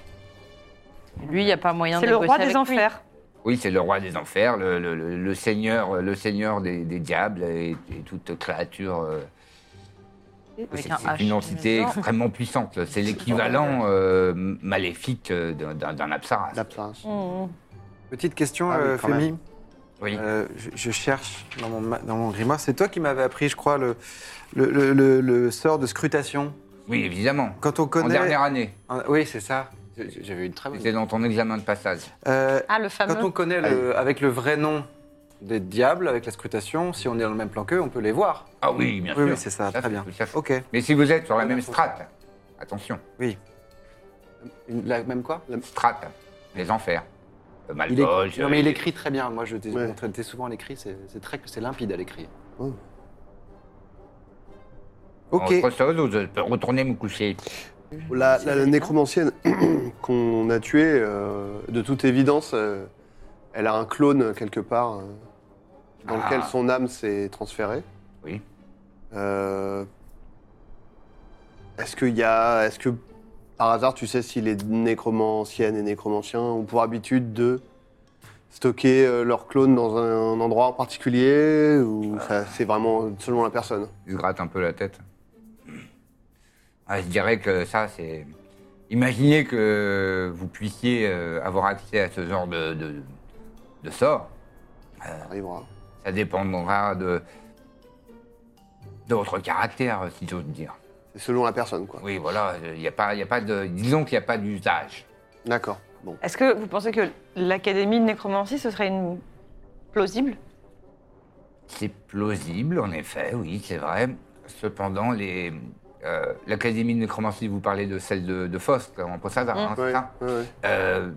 Speaker 6: Lui, il n'y a pas moyen de
Speaker 3: C'est le
Speaker 6: négocier
Speaker 3: roi des
Speaker 6: avec lui.
Speaker 3: enfers.
Speaker 1: Oui, c'est le roi des enfers, le, le- le- le seigneur, le seigneur des, des diables et, et toute créature. euh,
Speaker 6: Avec
Speaker 1: C'est
Speaker 6: un
Speaker 1: c'est
Speaker 6: H.
Speaker 1: une entité
Speaker 6: Non.
Speaker 1: extrêmement puissante. C'est l'équivalent euh, maléfique euh, d'un- d'un d'un Apsaras.
Speaker 4: Euh,
Speaker 5: L'absence.
Speaker 4: Petite question,
Speaker 2: Ah oui,
Speaker 4: euh,
Speaker 2: quand
Speaker 4: Femi.
Speaker 2: même.
Speaker 1: Oui.
Speaker 4: Euh, je, je cherche dans mon, ma- dans mon grimoire. C'est toi qui m'avais appris, je crois, le, le, le- le- le sort de scrutation.
Speaker 1: oui, évidemment.
Speaker 4: Quand on
Speaker 1: En
Speaker 4: connaît.
Speaker 1: dernière année,
Speaker 4: en- oui, c'est ça. Je- J'avais une très bonne.
Speaker 1: c'était dans ton examen de passage.
Speaker 4: Euh,
Speaker 6: Ah, le fameux.
Speaker 4: quand on connaît le- avec le vrai nom des diables, avec la scrutation, si on est dans le même plan qu'eux, on peut les voir.
Speaker 1: Ah oui, bien
Speaker 4: Oui,
Speaker 1: sûr.
Speaker 4: oui, c'est ça,
Speaker 1: Tout à
Speaker 4: très
Speaker 1: fait,
Speaker 4: bien.
Speaker 1: tout à fait.
Speaker 4: Ok.
Speaker 1: Mais si vous êtes sur la
Speaker 4: Oui,
Speaker 1: même
Speaker 4: d'accord.
Speaker 1: strate, attention,
Speaker 4: Une- la même quoi
Speaker 1: strate, les enfers. Euh,
Speaker 4: il est-
Speaker 1: Malvol,
Speaker 4: Non, mais il écrit très bien. Moi, je t'ai
Speaker 5: Ouais.
Speaker 4: montré t'es souvent à l'écrit. C'est c'est très, c'est limpide à l'écrit.
Speaker 5: Ouais.
Speaker 2: Oh.
Speaker 4: Ok.
Speaker 1: Autre chose, ou je peux retourner me coucher.
Speaker 5: La, la- la nécromancienne qu'on a tuée, euh, de toute évidence, euh, elle a un clone quelque part euh, dans
Speaker 1: Ah.
Speaker 5: lequel son âme s'est transférée.
Speaker 1: Oui.
Speaker 5: Euh, est-ce qu'il y a, est-ce que par hasard, tu sais si les nécromanciennes et nécromanciens ont pour habitude de stocker euh, leurs clones dans un, endroit en particulier ou ça, c'est vraiment selon la personne
Speaker 1: Il se gratte un peu la tête. Ah, je dirais que ça, c'est. Imaginez que vous puissiez euh, avoir accès à ce genre de, de, de sort.
Speaker 5: Ça arrivera.
Speaker 1: Ça dépendra de. de votre caractère, si j'ose dire.
Speaker 5: C'est selon la personne, quoi.
Speaker 1: Oui, voilà, il n'y a, pas- il y a pas de. Disons qu'il n'y a pas d'usage.
Speaker 5: D'accord. Bon.
Speaker 3: Est-ce que vous pensez que l'académie de nécromancie, ce serait une plausible
Speaker 1: C'est plausible, en effet, oui, c'est vrai. Cependant, les. euh, L'Académie de Nécromancie, vous parlez de celle de, de Faust, en Possavard, hein, c'est
Speaker 5: Mm. Ouais,
Speaker 1: ça
Speaker 5: ouais, ouais.
Speaker 1: Euh,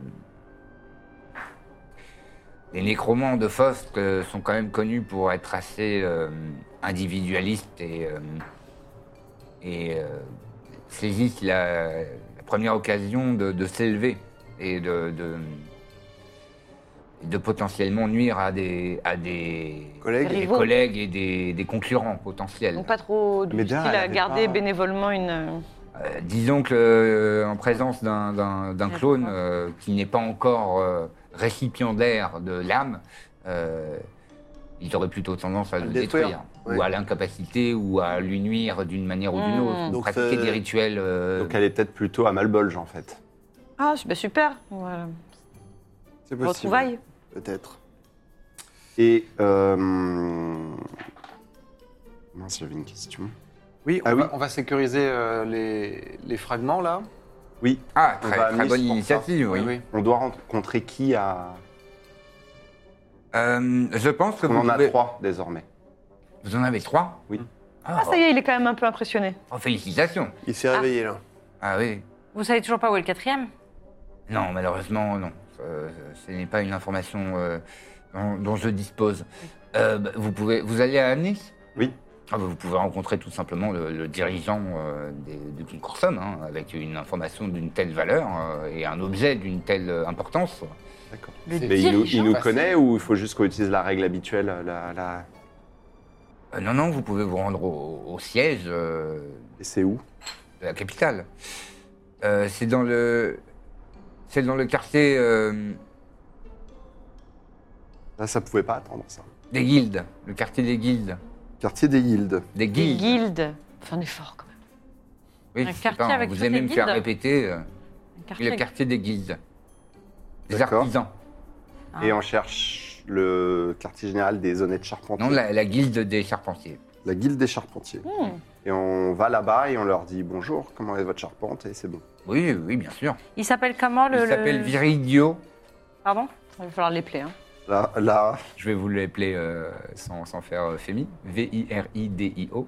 Speaker 1: les nécromans de Faust euh, sont quand même connus pour être assez euh, individualistes et, euh, et, euh, saisissent la, la première occasion de, de s'élever et de, de, de potentiellement nuire à des, à des,
Speaker 5: Collègues.
Speaker 1: des
Speaker 3: Rivaux.
Speaker 1: collègues et des, des concurrents potentiels.
Speaker 3: Donc pas trop
Speaker 2: Mais
Speaker 3: difficile
Speaker 2: Dara, elle
Speaker 3: à
Speaker 2: avait
Speaker 3: garder
Speaker 2: pas-
Speaker 3: bénévolement une...
Speaker 1: Euh, disons que euh, en présence d'un- d'un d'un
Speaker 6: Ouais,
Speaker 1: clone
Speaker 6: pourquoi
Speaker 1: euh, qui n'est pas encore euh, récipiendaire de l'âme, euh, ils auraient plutôt tendance à le
Speaker 5: détruire,
Speaker 1: détruire,
Speaker 5: ouais.
Speaker 1: ou à l'incapaciter, ou à lui nuire d'une manière ou d'une
Speaker 6: Hmm.
Speaker 1: autre, ou
Speaker 5: Donc,
Speaker 1: pratiquer
Speaker 5: c'est-
Speaker 1: des rituels. euh,
Speaker 2: Donc elle est peut-être plutôt à Malbolge en fait.
Speaker 3: Ah, bah super. Voilà.
Speaker 4: C'est possible.
Speaker 3: Retrouvailles.
Speaker 5: peut-être.
Speaker 2: Et. Euh... Mince, j'avais une question.
Speaker 4: Oui, on,
Speaker 2: Ah oui.
Speaker 4: Va, on va sécuriser euh, les, les fragments là. Ah
Speaker 2: Oui,
Speaker 1: Ah,
Speaker 2: On
Speaker 1: très,
Speaker 2: va Ah à
Speaker 1: très
Speaker 2: Nice
Speaker 1: bonne
Speaker 2: pour ça.
Speaker 1: initiative, oui.
Speaker 2: on doit rencontrer qui à.
Speaker 1: Euh, je pense que
Speaker 2: On
Speaker 1: vous,
Speaker 2: en a
Speaker 1: pouvez-
Speaker 2: trois désormais.
Speaker 1: vous en avez trois
Speaker 2: Oui.
Speaker 1: Ah,
Speaker 3: Ah, ça y est, il est quand même un peu impressionné.
Speaker 1: oh, félicitations.
Speaker 5: Il s'est réveillé là.
Speaker 1: Ah oui.
Speaker 6: Vous savez toujours pas où est le quatrième
Speaker 1: Non, malheureusement, non. Euh, ce n'est pas une information euh, dont, dont je dispose. Euh, bah, vous, pouvez, vous allez à Nice
Speaker 2: Oui.
Speaker 1: Ah, bah, vous pouvez rencontrer tout simplement le, le dirigeant euh, des- du consortium, hein, avec une information d'une telle valeur euh, et un objet d'une telle euh, importance.
Speaker 2: D'accord.
Speaker 6: Le
Speaker 2: Mais il nous, il nous
Speaker 6: dirigeant
Speaker 2: connaît ou il faut juste qu'on utilise la règle habituelle la, la...
Speaker 1: Euh, non, non, vous pouvez vous rendre au, au siège euh,
Speaker 2: Et c'est où
Speaker 1: de la capitale. Euh, c'est dans le, c'est dans le quartier euh,
Speaker 2: Là, ça pouvait pas attendre ça.
Speaker 1: des guildes, le quartier des guildes,
Speaker 2: Quartier des Guildes.
Speaker 1: des
Speaker 3: Des
Speaker 1: guildes.
Speaker 3: guildes. Enfin, on est fort quand même.
Speaker 1: Oui,
Speaker 6: Un
Speaker 1: je sais
Speaker 6: quartier
Speaker 1: pas,
Speaker 6: avec
Speaker 1: vous
Speaker 6: toutes
Speaker 1: aimez me
Speaker 6: les
Speaker 1: faire
Speaker 6: guildes.
Speaker 1: répéter. euh,
Speaker 6: Le
Speaker 1: Le
Speaker 6: quartier.
Speaker 1: quartier des guildes. Des
Speaker 2: D'accord.
Speaker 1: artisans.
Speaker 6: Ah.
Speaker 2: Et on cherche le quartier général des honnêtes charpentiers.
Speaker 1: Non, la, la guilde des charpentiers.
Speaker 2: La Guilde des charpentiers.
Speaker 3: Hmm.
Speaker 2: Et on va là-bas et on leur dit bonjour, comment est votre charpente Et c'est bon.
Speaker 1: Oui, oui, bien sûr.
Speaker 6: Il s'appelle comment le.
Speaker 1: Il
Speaker 6: le-
Speaker 1: s'appelle Viridio.
Speaker 6: Pardon
Speaker 3: Il va falloir les plaies. Hein.
Speaker 2: Là, là,
Speaker 1: Je vais vous l'appeler euh, sans, sans faire euh, fémi. V-I-R-I-D-I-O.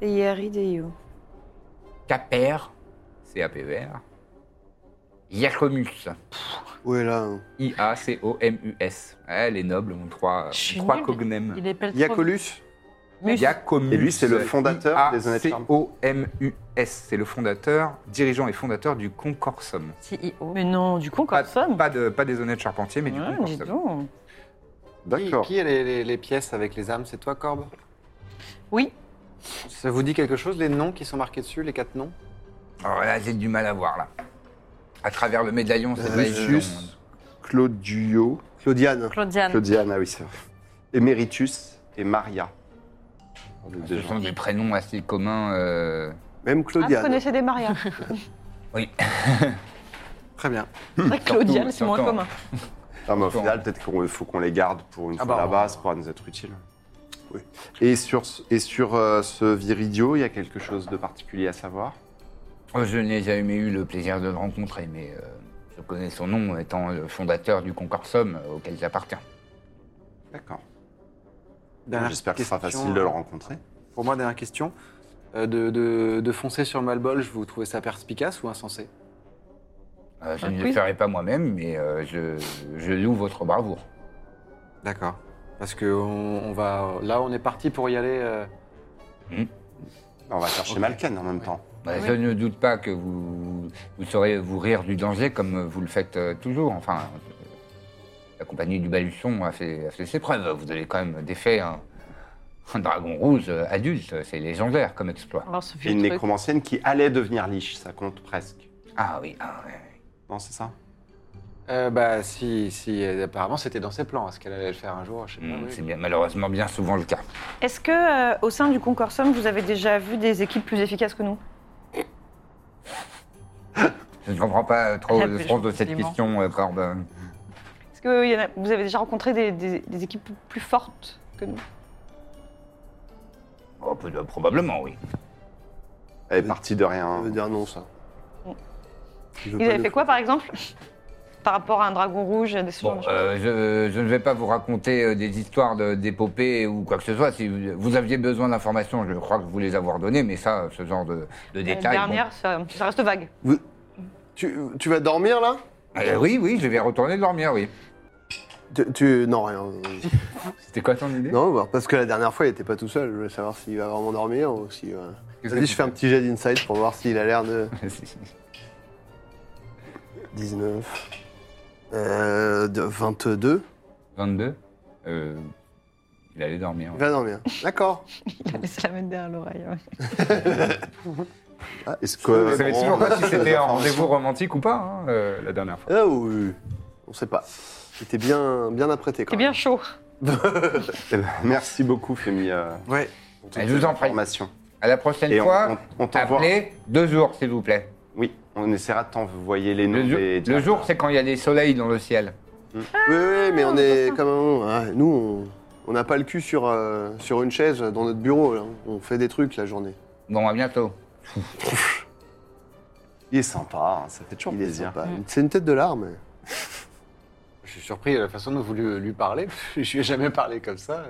Speaker 3: P-I-R-I-D-I-O.
Speaker 1: Caper. C-A-P-E-R. Iacomus.
Speaker 5: Où est là hein
Speaker 1: I-A-C-O-M-U-S. Ouais, les nobles ont trois, euh,
Speaker 6: Je suis
Speaker 1: trois
Speaker 6: nulle.
Speaker 1: cognomes.
Speaker 6: Il est
Speaker 5: Il y a Colus
Speaker 3: Mus.
Speaker 1: Iacomus.
Speaker 2: Et lui, c'est le fondateur des honnêtes charpentiers.
Speaker 1: I-A-C-O-M-U-S. C'est le fondateur, dirigeant et fondateur du Concorsum.
Speaker 6: CEO.
Speaker 3: Mais non, du con,
Speaker 1: Pas,
Speaker 3: comme somme.
Speaker 1: pas de, pas des honnêtes charpentiers, mais Ah, du
Speaker 3: Ouais, dis
Speaker 1: Concorsum.
Speaker 3: donc.
Speaker 4: Qui,
Speaker 2: d'accord.
Speaker 4: qui a les, les- les pièces avec les âmes C'est toi, Corbe
Speaker 3: Oui.
Speaker 4: Ça vous dit quelque chose, les noms qui sont marqués dessus, les quatre noms
Speaker 1: Alors Oh, là, j'ai du mal à voir, là. À travers le médaillon, c'est pas évident.
Speaker 2: Lucius, Euh, Claudio,
Speaker 5: Claudiane.
Speaker 6: Claudiane.
Speaker 2: Claudiane, ah oui, c'est vrai. Emeritus et Maria. On est
Speaker 1: Ce
Speaker 2: déjà-
Speaker 1: sont des prénoms assez communs. euh.
Speaker 5: Même
Speaker 3: Ah, vous
Speaker 5: Claudiane.
Speaker 3: connaissez des Maria.
Speaker 4: Très bien.
Speaker 3: C'est vrai que Claudiane,
Speaker 1: Surtout,
Speaker 3: c'est moins
Speaker 1: surtout.
Speaker 3: commun.
Speaker 2: Non, mais au final, peut-être qu'il faut qu'on les garde pour une
Speaker 4: Ah
Speaker 2: fois
Speaker 4: bah,
Speaker 2: là-bas,
Speaker 4: on-
Speaker 2: ça pourra nous être utile. Oui. Et sur, ce- et sur euh, ce Viridio, il y a quelque chose de particulier à savoir
Speaker 1: Oh, Je n'ai jamais eu le plaisir de le rencontrer, mais euh, je connais son nom étant le fondateur du Concorsum euh, auquel j'appartiens.
Speaker 2: D'accord.
Speaker 4: Dernière
Speaker 2: J'espère que ce sera
Speaker 4: question,
Speaker 2: facile de le
Speaker 4: euh,
Speaker 2: rencontrer.
Speaker 4: Pour moi, dernière question. Euh, de, de- de foncer sur le Malbolge, vous trouvez ça perspicace ou insensé
Speaker 1: Euh, je
Speaker 3: Ah,
Speaker 1: ne
Speaker 3: oui.
Speaker 1: le ferai pas moi-même, mais euh, je, je loue votre bravoure.
Speaker 4: D'accord. Parce que on, on va là, on est parti pour y aller. euh,
Speaker 2: Bah, On va chercher
Speaker 4: Ok.
Speaker 2: Malken en même
Speaker 4: Ouais.
Speaker 2: temps.
Speaker 1: Bah,
Speaker 6: Oui.
Speaker 1: Je ne doute pas que vous, vous saurez vous rire du danger comme vous le faites euh, toujours. Enfin, euh, la compagnie du Baluchon a fait, a fait ses preuves. Vous avez quand même défait un, un dragon rouge euh, adulte. C'est légendaire comme exploit.
Speaker 3: Alors, ce
Speaker 2: Et
Speaker 3: vieux
Speaker 2: une
Speaker 3: truc.
Speaker 2: nécromancienne qui allait devenir liche, ça compte presque.
Speaker 1: Ah oui, ah, ouais.
Speaker 2: Non, c'est ça
Speaker 4: euh, bah si, si. euh, apparemment, c'était dans ses plans. Est-ce qu'elle allait le faire un jour Je sais pas.
Speaker 2: Hmm,
Speaker 1: Mm,
Speaker 4: oui.
Speaker 1: c'est bien- malheureusement bien souvent le cas.
Speaker 3: Est-ce que euh, au sein du Concorsum, vous avez déjà vu des équipes plus efficaces que nous
Speaker 1: Je ne comprends pas trop
Speaker 6: Ah,
Speaker 1: le
Speaker 6: mais je
Speaker 1: sens de cette
Speaker 6: compliment.
Speaker 1: question, euh, Corbe.
Speaker 3: Est-ce que euh, il y en a- vous avez déjà rencontré des, des- des équipes plus fortes que nous
Speaker 1: Euh, Oh, peut- euh, probablement, oui.
Speaker 2: Elle est partie de rien.
Speaker 5: Ça veut dire non, ça.
Speaker 3: Bon.
Speaker 5: Il veut
Speaker 3: Ils
Speaker 5: pas
Speaker 3: avaient
Speaker 5: nous-
Speaker 3: fait quoi, par exemple Par rapport à un dragon rouge, des ce genre
Speaker 1: Bon,
Speaker 3: de choses.
Speaker 1: euh, je, je ne vais pas vous raconter euh, des histoires de- d'épopées ou quoi que ce soit. Si vous, vous aviez besoin d'informations, je crois que vous les avoir données, mais ça, ce genre de, de
Speaker 3: La
Speaker 1: détails. bon.
Speaker 3: dernière, ça, ça reste vague.
Speaker 5: Vous- Tu, tu vas dormir là
Speaker 1: Euh, oui, oui, je vais retourner dormir, oui.
Speaker 5: tu, tu- Non, rien.
Speaker 1: C'était quoi ton idée
Speaker 5: non, bah, parce que la dernière fois, il était pas tout seul. Je voulais savoir s'il va vraiment dormir ou si. euh,
Speaker 1: Qu'est-ce que
Speaker 5: Vas-y,
Speaker 1: tu
Speaker 5: je fais un petit jet d'insight pour voir s'il a l'air de.
Speaker 1: fais
Speaker 5: 19. Euh, de 22.
Speaker 1: 22 Euh, Il allait dormir.
Speaker 5: Il
Speaker 1: ouais.
Speaker 5: va dormir. D'accord.
Speaker 3: Il a laissé la mettre derrière l'oreille. ouais.
Speaker 5: Est-ce
Speaker 1: Vous
Speaker 5: que.
Speaker 1: savez Euh, toujours pas si c'était un rendez-vous romantique ou pas, hein, euh, la dernière fois.
Speaker 5: Ah oui, oui. on sait pas. C'était bien, bien apprêté
Speaker 3: C'est
Speaker 5: quand
Speaker 3: bien
Speaker 5: même.
Speaker 3: chaud.
Speaker 2: Eh ben, merci beaucoup, Femi, euh,
Speaker 4: Ouais.
Speaker 2: pour
Speaker 7: Eh,
Speaker 2: toutes
Speaker 7: je vous
Speaker 2: ces
Speaker 7: en prie.
Speaker 2: informations.
Speaker 7: À la prochaine
Speaker 2: Et on, on,
Speaker 7: fois,
Speaker 2: on t'envoie.
Speaker 7: appelez deux jours, s'il vous plaît.
Speaker 2: Oui, on essaiera de t'envoyer les noms
Speaker 7: Le, jour-
Speaker 2: des.
Speaker 7: le jour, c'est quand il y a des soleils dans le ciel.
Speaker 5: Oui, oui, mais on est quand même. ah, nous, on- on n'a pas le cul sur, euh, sur une chaise dans notre bureau. là. On fait des trucs la journée.
Speaker 7: Bon, à bientôt.
Speaker 2: Il est sympa, hein, ça fait toujours
Speaker 5: Il est
Speaker 2: plaisir.
Speaker 5: sympa. C'est une tête de larme.
Speaker 10: Je suis surpris de la façon dont vous lui, lui parlez. Je lui ai jamais parlé comme ça.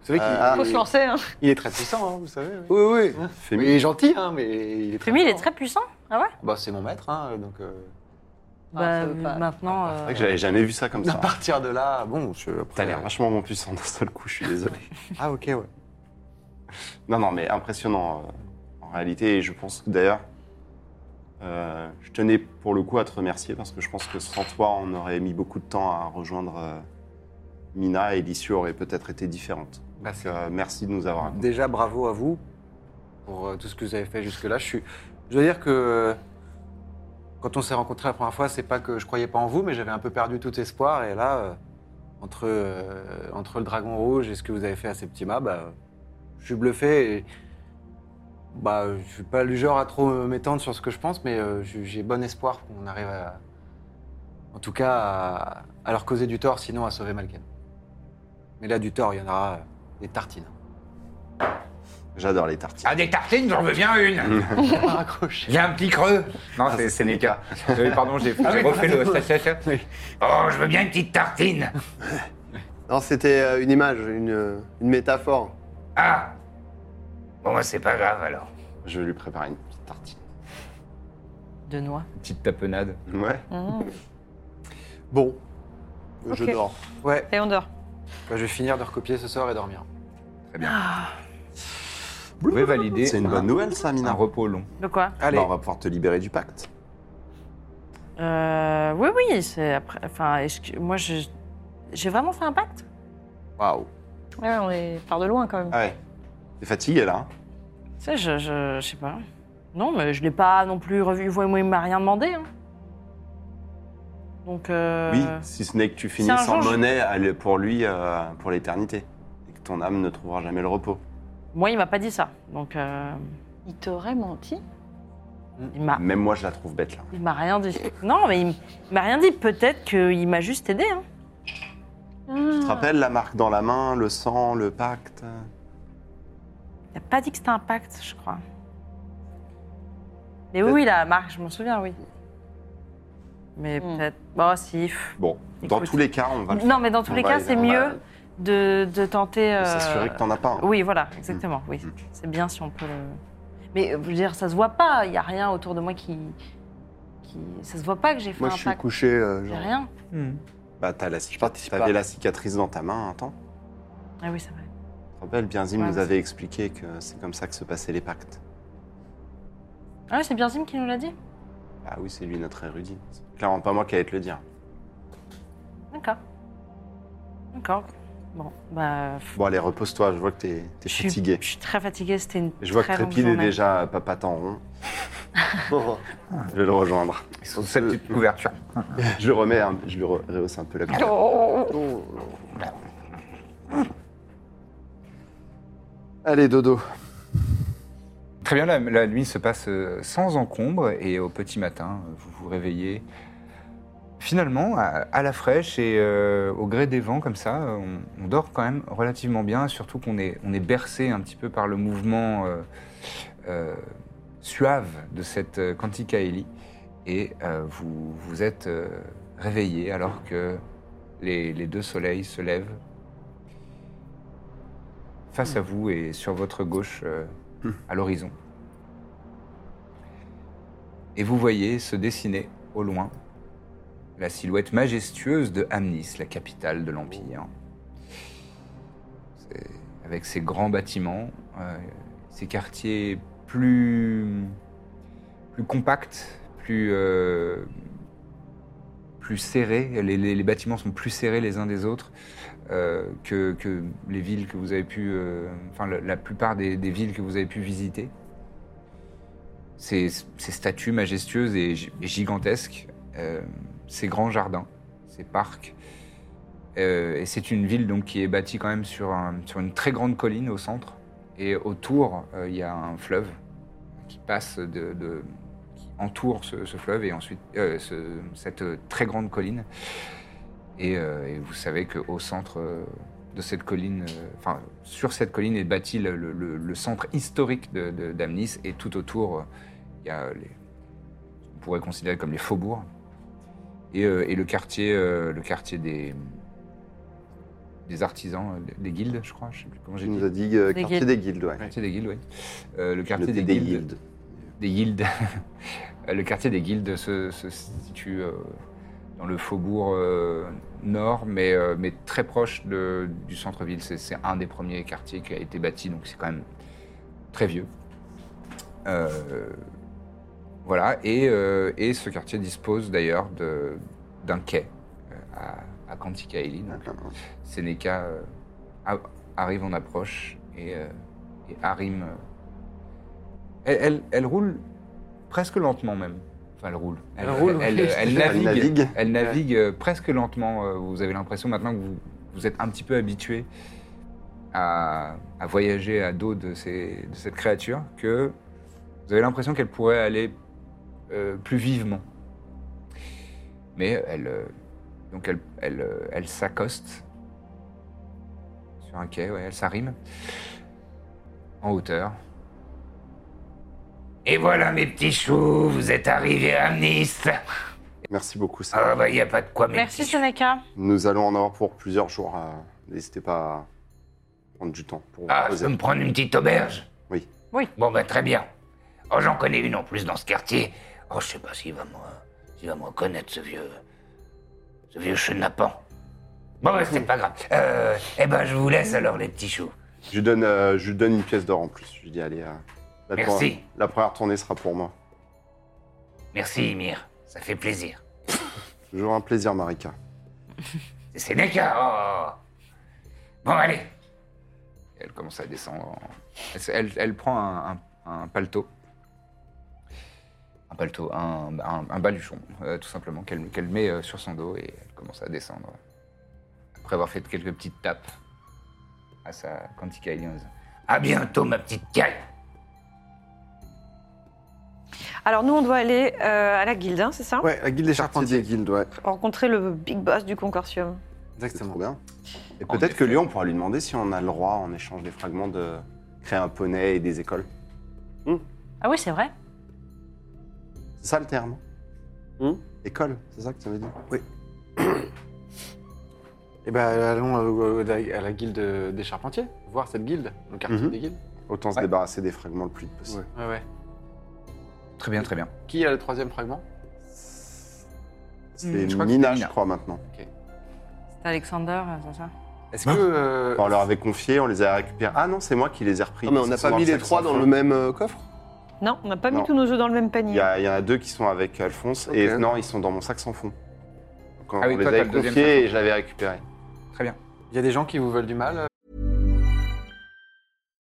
Speaker 10: Vous savez qu'il
Speaker 5: Ah,
Speaker 3: Faut se lancer. Hein.
Speaker 10: il est très puissant, hein, vous savez. oui.
Speaker 5: Oui, oui.
Speaker 10: Mais
Speaker 2: Femi,
Speaker 10: il est gentil, hein, mais il est très.
Speaker 6: Fumi, il est
Speaker 10: fort.
Speaker 6: très puissant. Ah ouais
Speaker 10: Bah, c'est mon maître, hein, donc. euh,
Speaker 6: Bah,
Speaker 10: ça veut pas-
Speaker 6: maintenant.
Speaker 2: c'est
Speaker 6: euh,
Speaker 2: vrai que j'avais jamais vu ça comme
Speaker 10: À
Speaker 2: ça.
Speaker 10: partir de là, bon, je. après-
Speaker 2: T'as l'air vachement moins puissant d'un seul coup, je suis désolé.
Speaker 10: Ah, ok, ouais.
Speaker 2: Non, non, mais impressionnant euh, en réalité. Et je pense que d'ailleurs, euh, je tenais pour le coup à te remercier parce que je pense que sans toi, on aurait mis beaucoup de temps à rejoindre euh, Mina et l'issue aurait peut-être été différente. Donc,
Speaker 10: Merci.
Speaker 2: euh, merci de nous avoir accompagnés.
Speaker 4: Déjà, bravo à vous pour euh, tout ce que vous avez fait jusque-là. Je, suis... je dois dire que euh, quand on s'est rencontrés la première fois, c'est pas que je croyais pas en vous, mais j'avais un peu perdu tout espoir. Et là, euh, entre, euh, entre le dragon rouge et ce que vous avez fait à Septima, bah, je suis bluffé. Et, bah, je suis pas du genre à trop m'étendre sur ce que je pense, mais euh, j'ai j'ai bon espoir qu'on arrive à. En tout cas, à, à leur causer du tort, sinon à sauver Malken. Mais là, du tort, il y en aura euh, des tartines.
Speaker 2: J'adore les tartines.
Speaker 7: Ah, des tartines, j'en veux bien une.
Speaker 10: Raccroché.
Speaker 7: J'ai un petit creux. Non, c'est Sénéca. Euh, pardon, j'ai
Speaker 2: Ah
Speaker 7: j'ai refait le SSS. Oh, je veux bien une petite tartine.
Speaker 5: Non, c'était euh, une image, une, euh, une métaphore.
Speaker 7: Ah. Bon, bah, c'est pas grave alors.
Speaker 2: Je vais lui préparer une petite tartine.
Speaker 6: De noix.
Speaker 7: Petite tapenade.
Speaker 2: Ouais.
Speaker 5: Bon, Euh, je
Speaker 3: Ok.
Speaker 5: dors.
Speaker 4: Ouais,
Speaker 3: Et on dort.
Speaker 4: bah, je vais finir de recopier ce soir et dormir.
Speaker 1: Vous pouvez valider
Speaker 2: C'est une
Speaker 1: un-
Speaker 2: bonne nouvelle, ça,
Speaker 1: un
Speaker 2: Mina.
Speaker 1: repos long.
Speaker 6: De quoi
Speaker 4: Allez,
Speaker 2: Bah, on va pouvoir te libérer du pacte.
Speaker 6: Euh, Oui, oui, c'est après. Enfin, est-ce que- moi, je- j'ai vraiment fait un pacte
Speaker 2: Waouh.
Speaker 3: Ouais, on est par de loin quand même.
Speaker 2: Ah ouais. T'es fatigué là. hein
Speaker 6: Tu sais, je, je, je sais pas. Non, mais je l'ai pas non plus revu. Moi, il m'a rien demandé. hein. Donc. euh,
Speaker 2: Oui, si ce n'est que tu finis
Speaker 6: un
Speaker 2: sans
Speaker 6: jour, je-
Speaker 2: monnaie elle est pour lui euh, pour l'éternité. Et que ton âme ne trouvera jamais le repos.
Speaker 6: Moi, il m'a pas dit ça. Donc, euh,
Speaker 3: Il t'aurait menti
Speaker 6: il m'a.
Speaker 2: Même moi, je la trouve bête là.
Speaker 6: Il m'a rien dit. Non, mais il m- il m'a rien dit. Peut-être qu'il m'a juste aidé. Hein.
Speaker 3: Ah.
Speaker 2: Tu te rappelles la marque dans la main, le sang, le pacte
Speaker 6: Il n'a pas dit que c'était un pacte, je crois. Mais oui, oui, la marque, je m'en souviens, oui. Mais
Speaker 3: Hmm.
Speaker 6: peut-être. Bon, si. pff.
Speaker 2: Bon, dans
Speaker 6: Écoute.
Speaker 2: tous les cas, on va le
Speaker 6: Non, mais dans tous
Speaker 2: On
Speaker 6: les
Speaker 2: va
Speaker 6: cas,
Speaker 2: aller-
Speaker 5: Bah,
Speaker 6: c'est
Speaker 2: on
Speaker 6: mieux de, de tenter.
Speaker 2: faire.
Speaker 6: euh,
Speaker 2: S'assurer que t'en as pas. hein.
Speaker 6: Oui,
Speaker 5: Hmm.
Speaker 6: voilà, exactement. Oui,
Speaker 2: Mm.
Speaker 6: c'est bien si on peut le. Mais euh, je veux dire, ça se voit pas. Il y a rien autour de moi qui. qui... Ça se voit pas que j'ai fait
Speaker 5: Moi,
Speaker 6: un
Speaker 5: je suis
Speaker 6: pacte.
Speaker 5: couché, euh,
Speaker 6: J'ai
Speaker 5: genre.
Speaker 6: rien.
Speaker 2: Bah, t'as la cicatrice-
Speaker 5: participe
Speaker 2: T'avais
Speaker 5: pas.
Speaker 2: la cicatrice dans ta main un temps.
Speaker 6: Ah oui, c'est vrai.
Speaker 2: Tu te rappelles, Bienzim
Speaker 6: Ouais,
Speaker 2: nous
Speaker 6: mais
Speaker 2: avait expliqué que c'est comme ça que se passaient les pactes.
Speaker 6: Ah oui, c'est bien Sim qui nous l'a dit.
Speaker 2: Ah oui, c'est lui notre érudit. C'est clairement pas moi qui allais te le dire.
Speaker 6: D'accord. D'accord. Bon, bah. pff,
Speaker 2: Bon, allez, repose-toi, je vois que t'es es
Speaker 6: je suis-
Speaker 2: fatigué.
Speaker 6: Je suis très fatiguée. C'était une.
Speaker 2: Je vois que
Speaker 6: très longue
Speaker 2: Trépide est
Speaker 6: journée.
Speaker 2: déjà euh, papa en rond. je vais le rejoindre.
Speaker 7: Ils sont cette
Speaker 1: Euh,
Speaker 7: petite couverture.
Speaker 2: Je le remets, un- je lui re- rehausse un peu la coupe.
Speaker 5: Allez, dodo.
Speaker 1: Très bien, la, la nuit se passe euh, sans encombre et au petit matin, euh, vous vous réveillez finalement à, à la fraîche et euh, au gré des vents comme ça. euh, On, on dort quand même relativement bien, surtout qu'on est, on est bercé un petit peu par le mouvement euh, euh, suave de cette euh, Cantica Eli. Et euh, vous vous êtes euh, réveillé alors que les, les deux soleils se lèvent face à vous et sur votre gauche euh, à l'horizon. Et vous voyez se dessiner au loin la silhouette majestueuse de Amnis, la capitale de l'Empire. C'est- Avec ses grands bâtiments, euh, ses quartiers plus, plus compacts, plus, euh, plus serrés, les, les- les bâtiments sont plus serrés les uns des autres euh, que, que les villes que vous avez pu, euh, enfin la, la plupart des, des villes que vous avez pu visiter. ces, ces statues majestueuses et, gi- et gigantesques, euh, ces grands jardins, ces parcs. Euh, et c'est une ville donc qui est bâtie quand même sur, un- sur une très grande colline au centre. Et autour, euh, il y a un fleuve qui passe de, de- qui entoure ce, ce fleuve et ensuite euh, ce- cette très grande colline. Et, euh, et vous savez qu'au centre euh, de cette colline, euh, enfin sur cette colline est bâti le, le- le- le centre historique de- de- d'Amnis et tout autour euh, il y a les, ce qu'on pourrait considérer comme les faubourgs et, euh, et le quartier, euh, le quartier des des artisans, euh, des guildes, je crois, je sais plus comment j'ai
Speaker 2: Tu
Speaker 1: dit.
Speaker 2: nous as dit euh,
Speaker 6: Des
Speaker 2: quartier
Speaker 6: guildes.
Speaker 2: des guildes,
Speaker 1: Le
Speaker 2: ouais.
Speaker 1: quartier des guildes, oui. Euh, le quartier
Speaker 2: Notez
Speaker 1: des,
Speaker 2: des
Speaker 1: guildes.
Speaker 2: guildes.
Speaker 1: Des guildes. Euh, le quartier des guildes se, se situe euh, dans le faubourg euh, nord, mais, euh, mais très proche de- du centre-ville. C'est, c'est un des premiers quartiers qui a été bâti, donc c'est quand même très vieux. Euh, voilà, et, euh, et ce quartier dispose d'ailleurs de, d'un quai euh, à, à Cantikaeli, donc Sénéca euh, a- arrive en approche et, euh, et Harim. euh, elle, elle- elle roule presque lentement même. Enfin, elle roule. Elle,
Speaker 4: Elle roule,
Speaker 1: elle-
Speaker 4: oui.
Speaker 1: elle
Speaker 2: Elle
Speaker 1: navigue. Elle navigue,
Speaker 2: navigue.
Speaker 1: euh, presque lentement. euh, Vous avez l'impression maintenant que vous, vous êtes un petit peu habitué à, à voyager à dos de, ces- de cette créature que vous avez l'impression qu'elle pourrait aller euh, plus vivement. Mais elle, euh, donc elle, elle, euh, elle s'accoste sur un quai, ouais, elle s'arrime en hauteur.
Speaker 7: Et voilà mes petits choux, vous êtes arrivés à Amnis.
Speaker 2: Merci beaucoup, Sarah.
Speaker 7: Ah bah y a pas de quoi mes
Speaker 6: Merci
Speaker 7: petits choux.
Speaker 6: Seneca.
Speaker 2: Nous allons en avoir pour plusieurs jours. euh, N'hésitez pas à prendre du temps pour vous
Speaker 7: Ah, je
Speaker 2: poser.
Speaker 7: peux me prendre une petite auberge
Speaker 2: Oui.
Speaker 6: Oui.
Speaker 7: Bon bah très bien. Oh j'en connais une en plus dans ce quartier. Oh je sais pas s'il va me, s'il va me reconnaître ce vieux, ce vieux chenapan. Bon bah c'est pas grave. Euh, eh ben je vous laisse alors les petits choux.
Speaker 2: Je lui donne, euh, je lui donne une pièce d'or en plus. Je lui dis, allez, euh, la,
Speaker 7: Merci.
Speaker 2: première- la première tournée sera pour moi.
Speaker 7: Merci Ymir, ça fait plaisir.
Speaker 2: Toujours un plaisir, Marika.
Speaker 7: C'est Sénéca. Oh. Bon allez.
Speaker 1: Elle commence à descendre. en- Elle, s- elle- elle prend un, un- un paletot. Un paletot, un, un- un baluchon, euh, tout simplement, qu'elle qu'elle met euh, sur son dos et elle commence à descendre. Après avoir fait quelques petites tapes à sa Quantica Aliens.
Speaker 7: À bientôt ma petite caille.
Speaker 3: Alors nous, on doit aller euh, à la guilde, hein, c'est ça
Speaker 2: Ouais, la guilde des charpentiers. guildes, ouais.
Speaker 3: Rencontrer le big boss du consortium.
Speaker 2: C'est
Speaker 4: Exactement.
Speaker 2: trop bien. Et
Speaker 1: En
Speaker 2: peut-être que
Speaker 1: effet.
Speaker 2: lui, on pourra lui demander si on a le droit, en échange des fragments, de créer un poney et des écoles.
Speaker 6: Ah oui, c'est vrai.
Speaker 2: C'est ça le terme
Speaker 5: Hmm
Speaker 2: École, c'est ça que ça veut dire
Speaker 4: Eh ben, allons euh, euh, à la guilde des charpentiers, voir cette guilde, le quartier
Speaker 2: Mhm.
Speaker 4: des guildes.
Speaker 2: Autant se
Speaker 1: Ouais.
Speaker 2: débarrasser des fragments le plus vite possible.
Speaker 4: Ouais, ouais.
Speaker 1: Très bien, très bien.
Speaker 4: Qui a le troisième fragment
Speaker 2: C'est
Speaker 5: Hmm,
Speaker 1: je crois que
Speaker 2: Mina,
Speaker 1: c'était Mina.
Speaker 2: je crois, maintenant.
Speaker 6: C'est Alexander, euh, c'est ça.
Speaker 4: Est-ce que. euh,
Speaker 2: Enfin, on leur avait confié, on les a récupérés. Ah non, c'est moi qui les ai repris.
Speaker 5: Non, mais on n'a
Speaker 2: Ils sont
Speaker 5: pas mis
Speaker 2: en
Speaker 5: les
Speaker 2: sac
Speaker 5: trois
Speaker 2: sans
Speaker 5: dans
Speaker 2: fond.
Speaker 5: le même euh, coffre
Speaker 3: Non, on n'a pas
Speaker 2: Non.
Speaker 3: mis tous nos œufs dans le même
Speaker 2: Il
Speaker 3: panier.
Speaker 2: y, a- il y en a deux qui sont avec Alphonse
Speaker 5: Ok.
Speaker 2: et non, ils sont dans mon sac sans fond. Quand
Speaker 1: Ah oui,
Speaker 2: on les
Speaker 1: toi, t'as
Speaker 2: avait
Speaker 1: le deuxième
Speaker 2: confiés
Speaker 1: sac
Speaker 2: et je l'avais récupéré.
Speaker 4: Il y a des gens qui vous veulent du mal.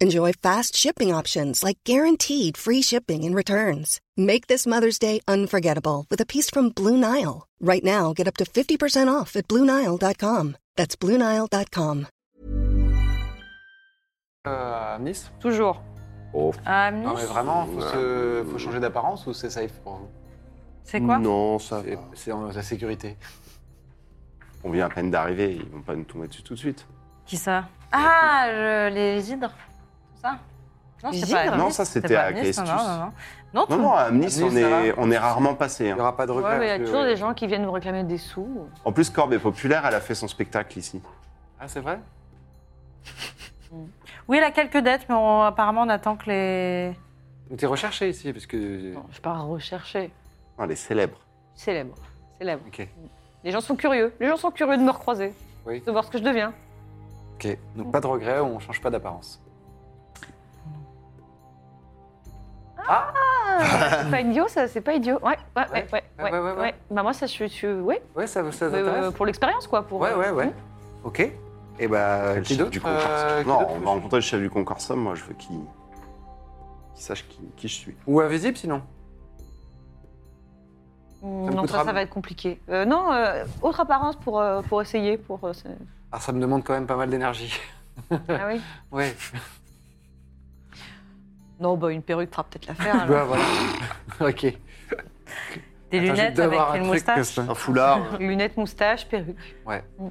Speaker 11: Enjoy fast shipping options like guaranteed free shipping and returns. Make this Mother's Day unforgettable with a piece from Blue Nile. Right now, get up to 50% off at BlueNile.com. That's BlueNile.com.
Speaker 4: euh, à Nice
Speaker 3: Toujours.
Speaker 6: Ah,
Speaker 4: Non, mais
Speaker 6: Amnis,
Speaker 4: vraiment, faut, se- faut changer d'apparence ou c'est safe pour vous
Speaker 6: c'est quoi
Speaker 5: Non, ça
Speaker 2: Ah.
Speaker 5: va.
Speaker 4: C'est- C'est en- la sécurité.
Speaker 2: On vient à peine d'arriver, ils vont pas nous tomber dessus tout de suite.
Speaker 6: Qui ça Ah, le- les hydres. Tout ça Non,
Speaker 3: Les
Speaker 6: c'est pas
Speaker 3: hydres
Speaker 6: Amnis,
Speaker 2: Non, ça,
Speaker 6: c'est
Speaker 2: c'était
Speaker 6: pas
Speaker 2: à
Speaker 6: Amnis,
Speaker 2: Kestus.
Speaker 6: Non, non, non. Non, Non, tout-
Speaker 2: Non, non, à Nice,
Speaker 4: Nice,
Speaker 2: on
Speaker 4: ça
Speaker 2: est,
Speaker 4: va.
Speaker 2: on est rarement passé.
Speaker 4: Il
Speaker 2: hein.
Speaker 4: n'y aura pas de regret.
Speaker 3: Ouais, mais il y a
Speaker 4: parce que-
Speaker 3: toujours des gens qui viennent nous réclamer des sous.
Speaker 2: En plus, Corbe est populaire, elle a fait son spectacle ici.
Speaker 4: Ah, c'est vrai
Speaker 6: Oui, elle a quelques dettes, mais on- apparemment, on attend que les.
Speaker 4: Donc t'es recherché ici, parce que.
Speaker 3: Non, je pars rechercher.
Speaker 2: Non, Ah, elle est célèbre.
Speaker 3: Célèbre. Célèbre.
Speaker 4: Ok.
Speaker 3: Les gens sont curieux. Les gens sont curieux de me recroiser.
Speaker 4: Oui.
Speaker 3: De voir ce que je deviens.
Speaker 4: Ok. Donc pas de regret, on change pas d'apparence.
Speaker 3: C'est pas idiot, ça, c'est pas idiot. Ouais, ouais, ouais, ouais.
Speaker 4: Ah. Ouais, ouais, ouais, ouais.
Speaker 3: Bah, moi, ça, je suis. Ouais,
Speaker 4: Ouais, ça, ça
Speaker 3: mais, euh,
Speaker 4: t'intéresse
Speaker 3: pour l'expérience, quoi. Pour,
Speaker 4: Ouais, ouais, ouais.
Speaker 3: Mmh.
Speaker 4: Ok.
Speaker 5: Eh
Speaker 4: Et bah,
Speaker 2: le
Speaker 4: qui
Speaker 2: chef
Speaker 4: d'autre
Speaker 2: du concorsum.
Speaker 4: Euh, qui
Speaker 2: Non,
Speaker 4: d'autre
Speaker 2: on va rencontrer le chef du concorsum. Moi, je veux qu'il qu'il sache qui, qui je suis.
Speaker 4: Ou invisible sinon
Speaker 3: Mmh,
Speaker 4: Ça me
Speaker 3: non,
Speaker 4: coûtera-
Speaker 3: ça, ça va être compliqué. Euh, non, euh, autre apparence pour, euh, pour essayer. Pour, euh, c'est-
Speaker 4: Ah, ça me demande quand même pas mal d'énergie.
Speaker 3: ah oui
Speaker 4: Ouais.
Speaker 3: Non, bah, une perruque fera peut-être l'affaire. alors.
Speaker 4: bah, voilà. ok.
Speaker 6: Des
Speaker 4: Attends, j'ai
Speaker 6: lunettes
Speaker 4: dû
Speaker 6: avec
Speaker 4: avoir un
Speaker 6: une
Speaker 4: truc que
Speaker 6: moustache.
Speaker 4: ça.
Speaker 5: Un foulard.
Speaker 3: Lunettes, moustache, perruque.
Speaker 4: Ouais.
Speaker 3: Mhm.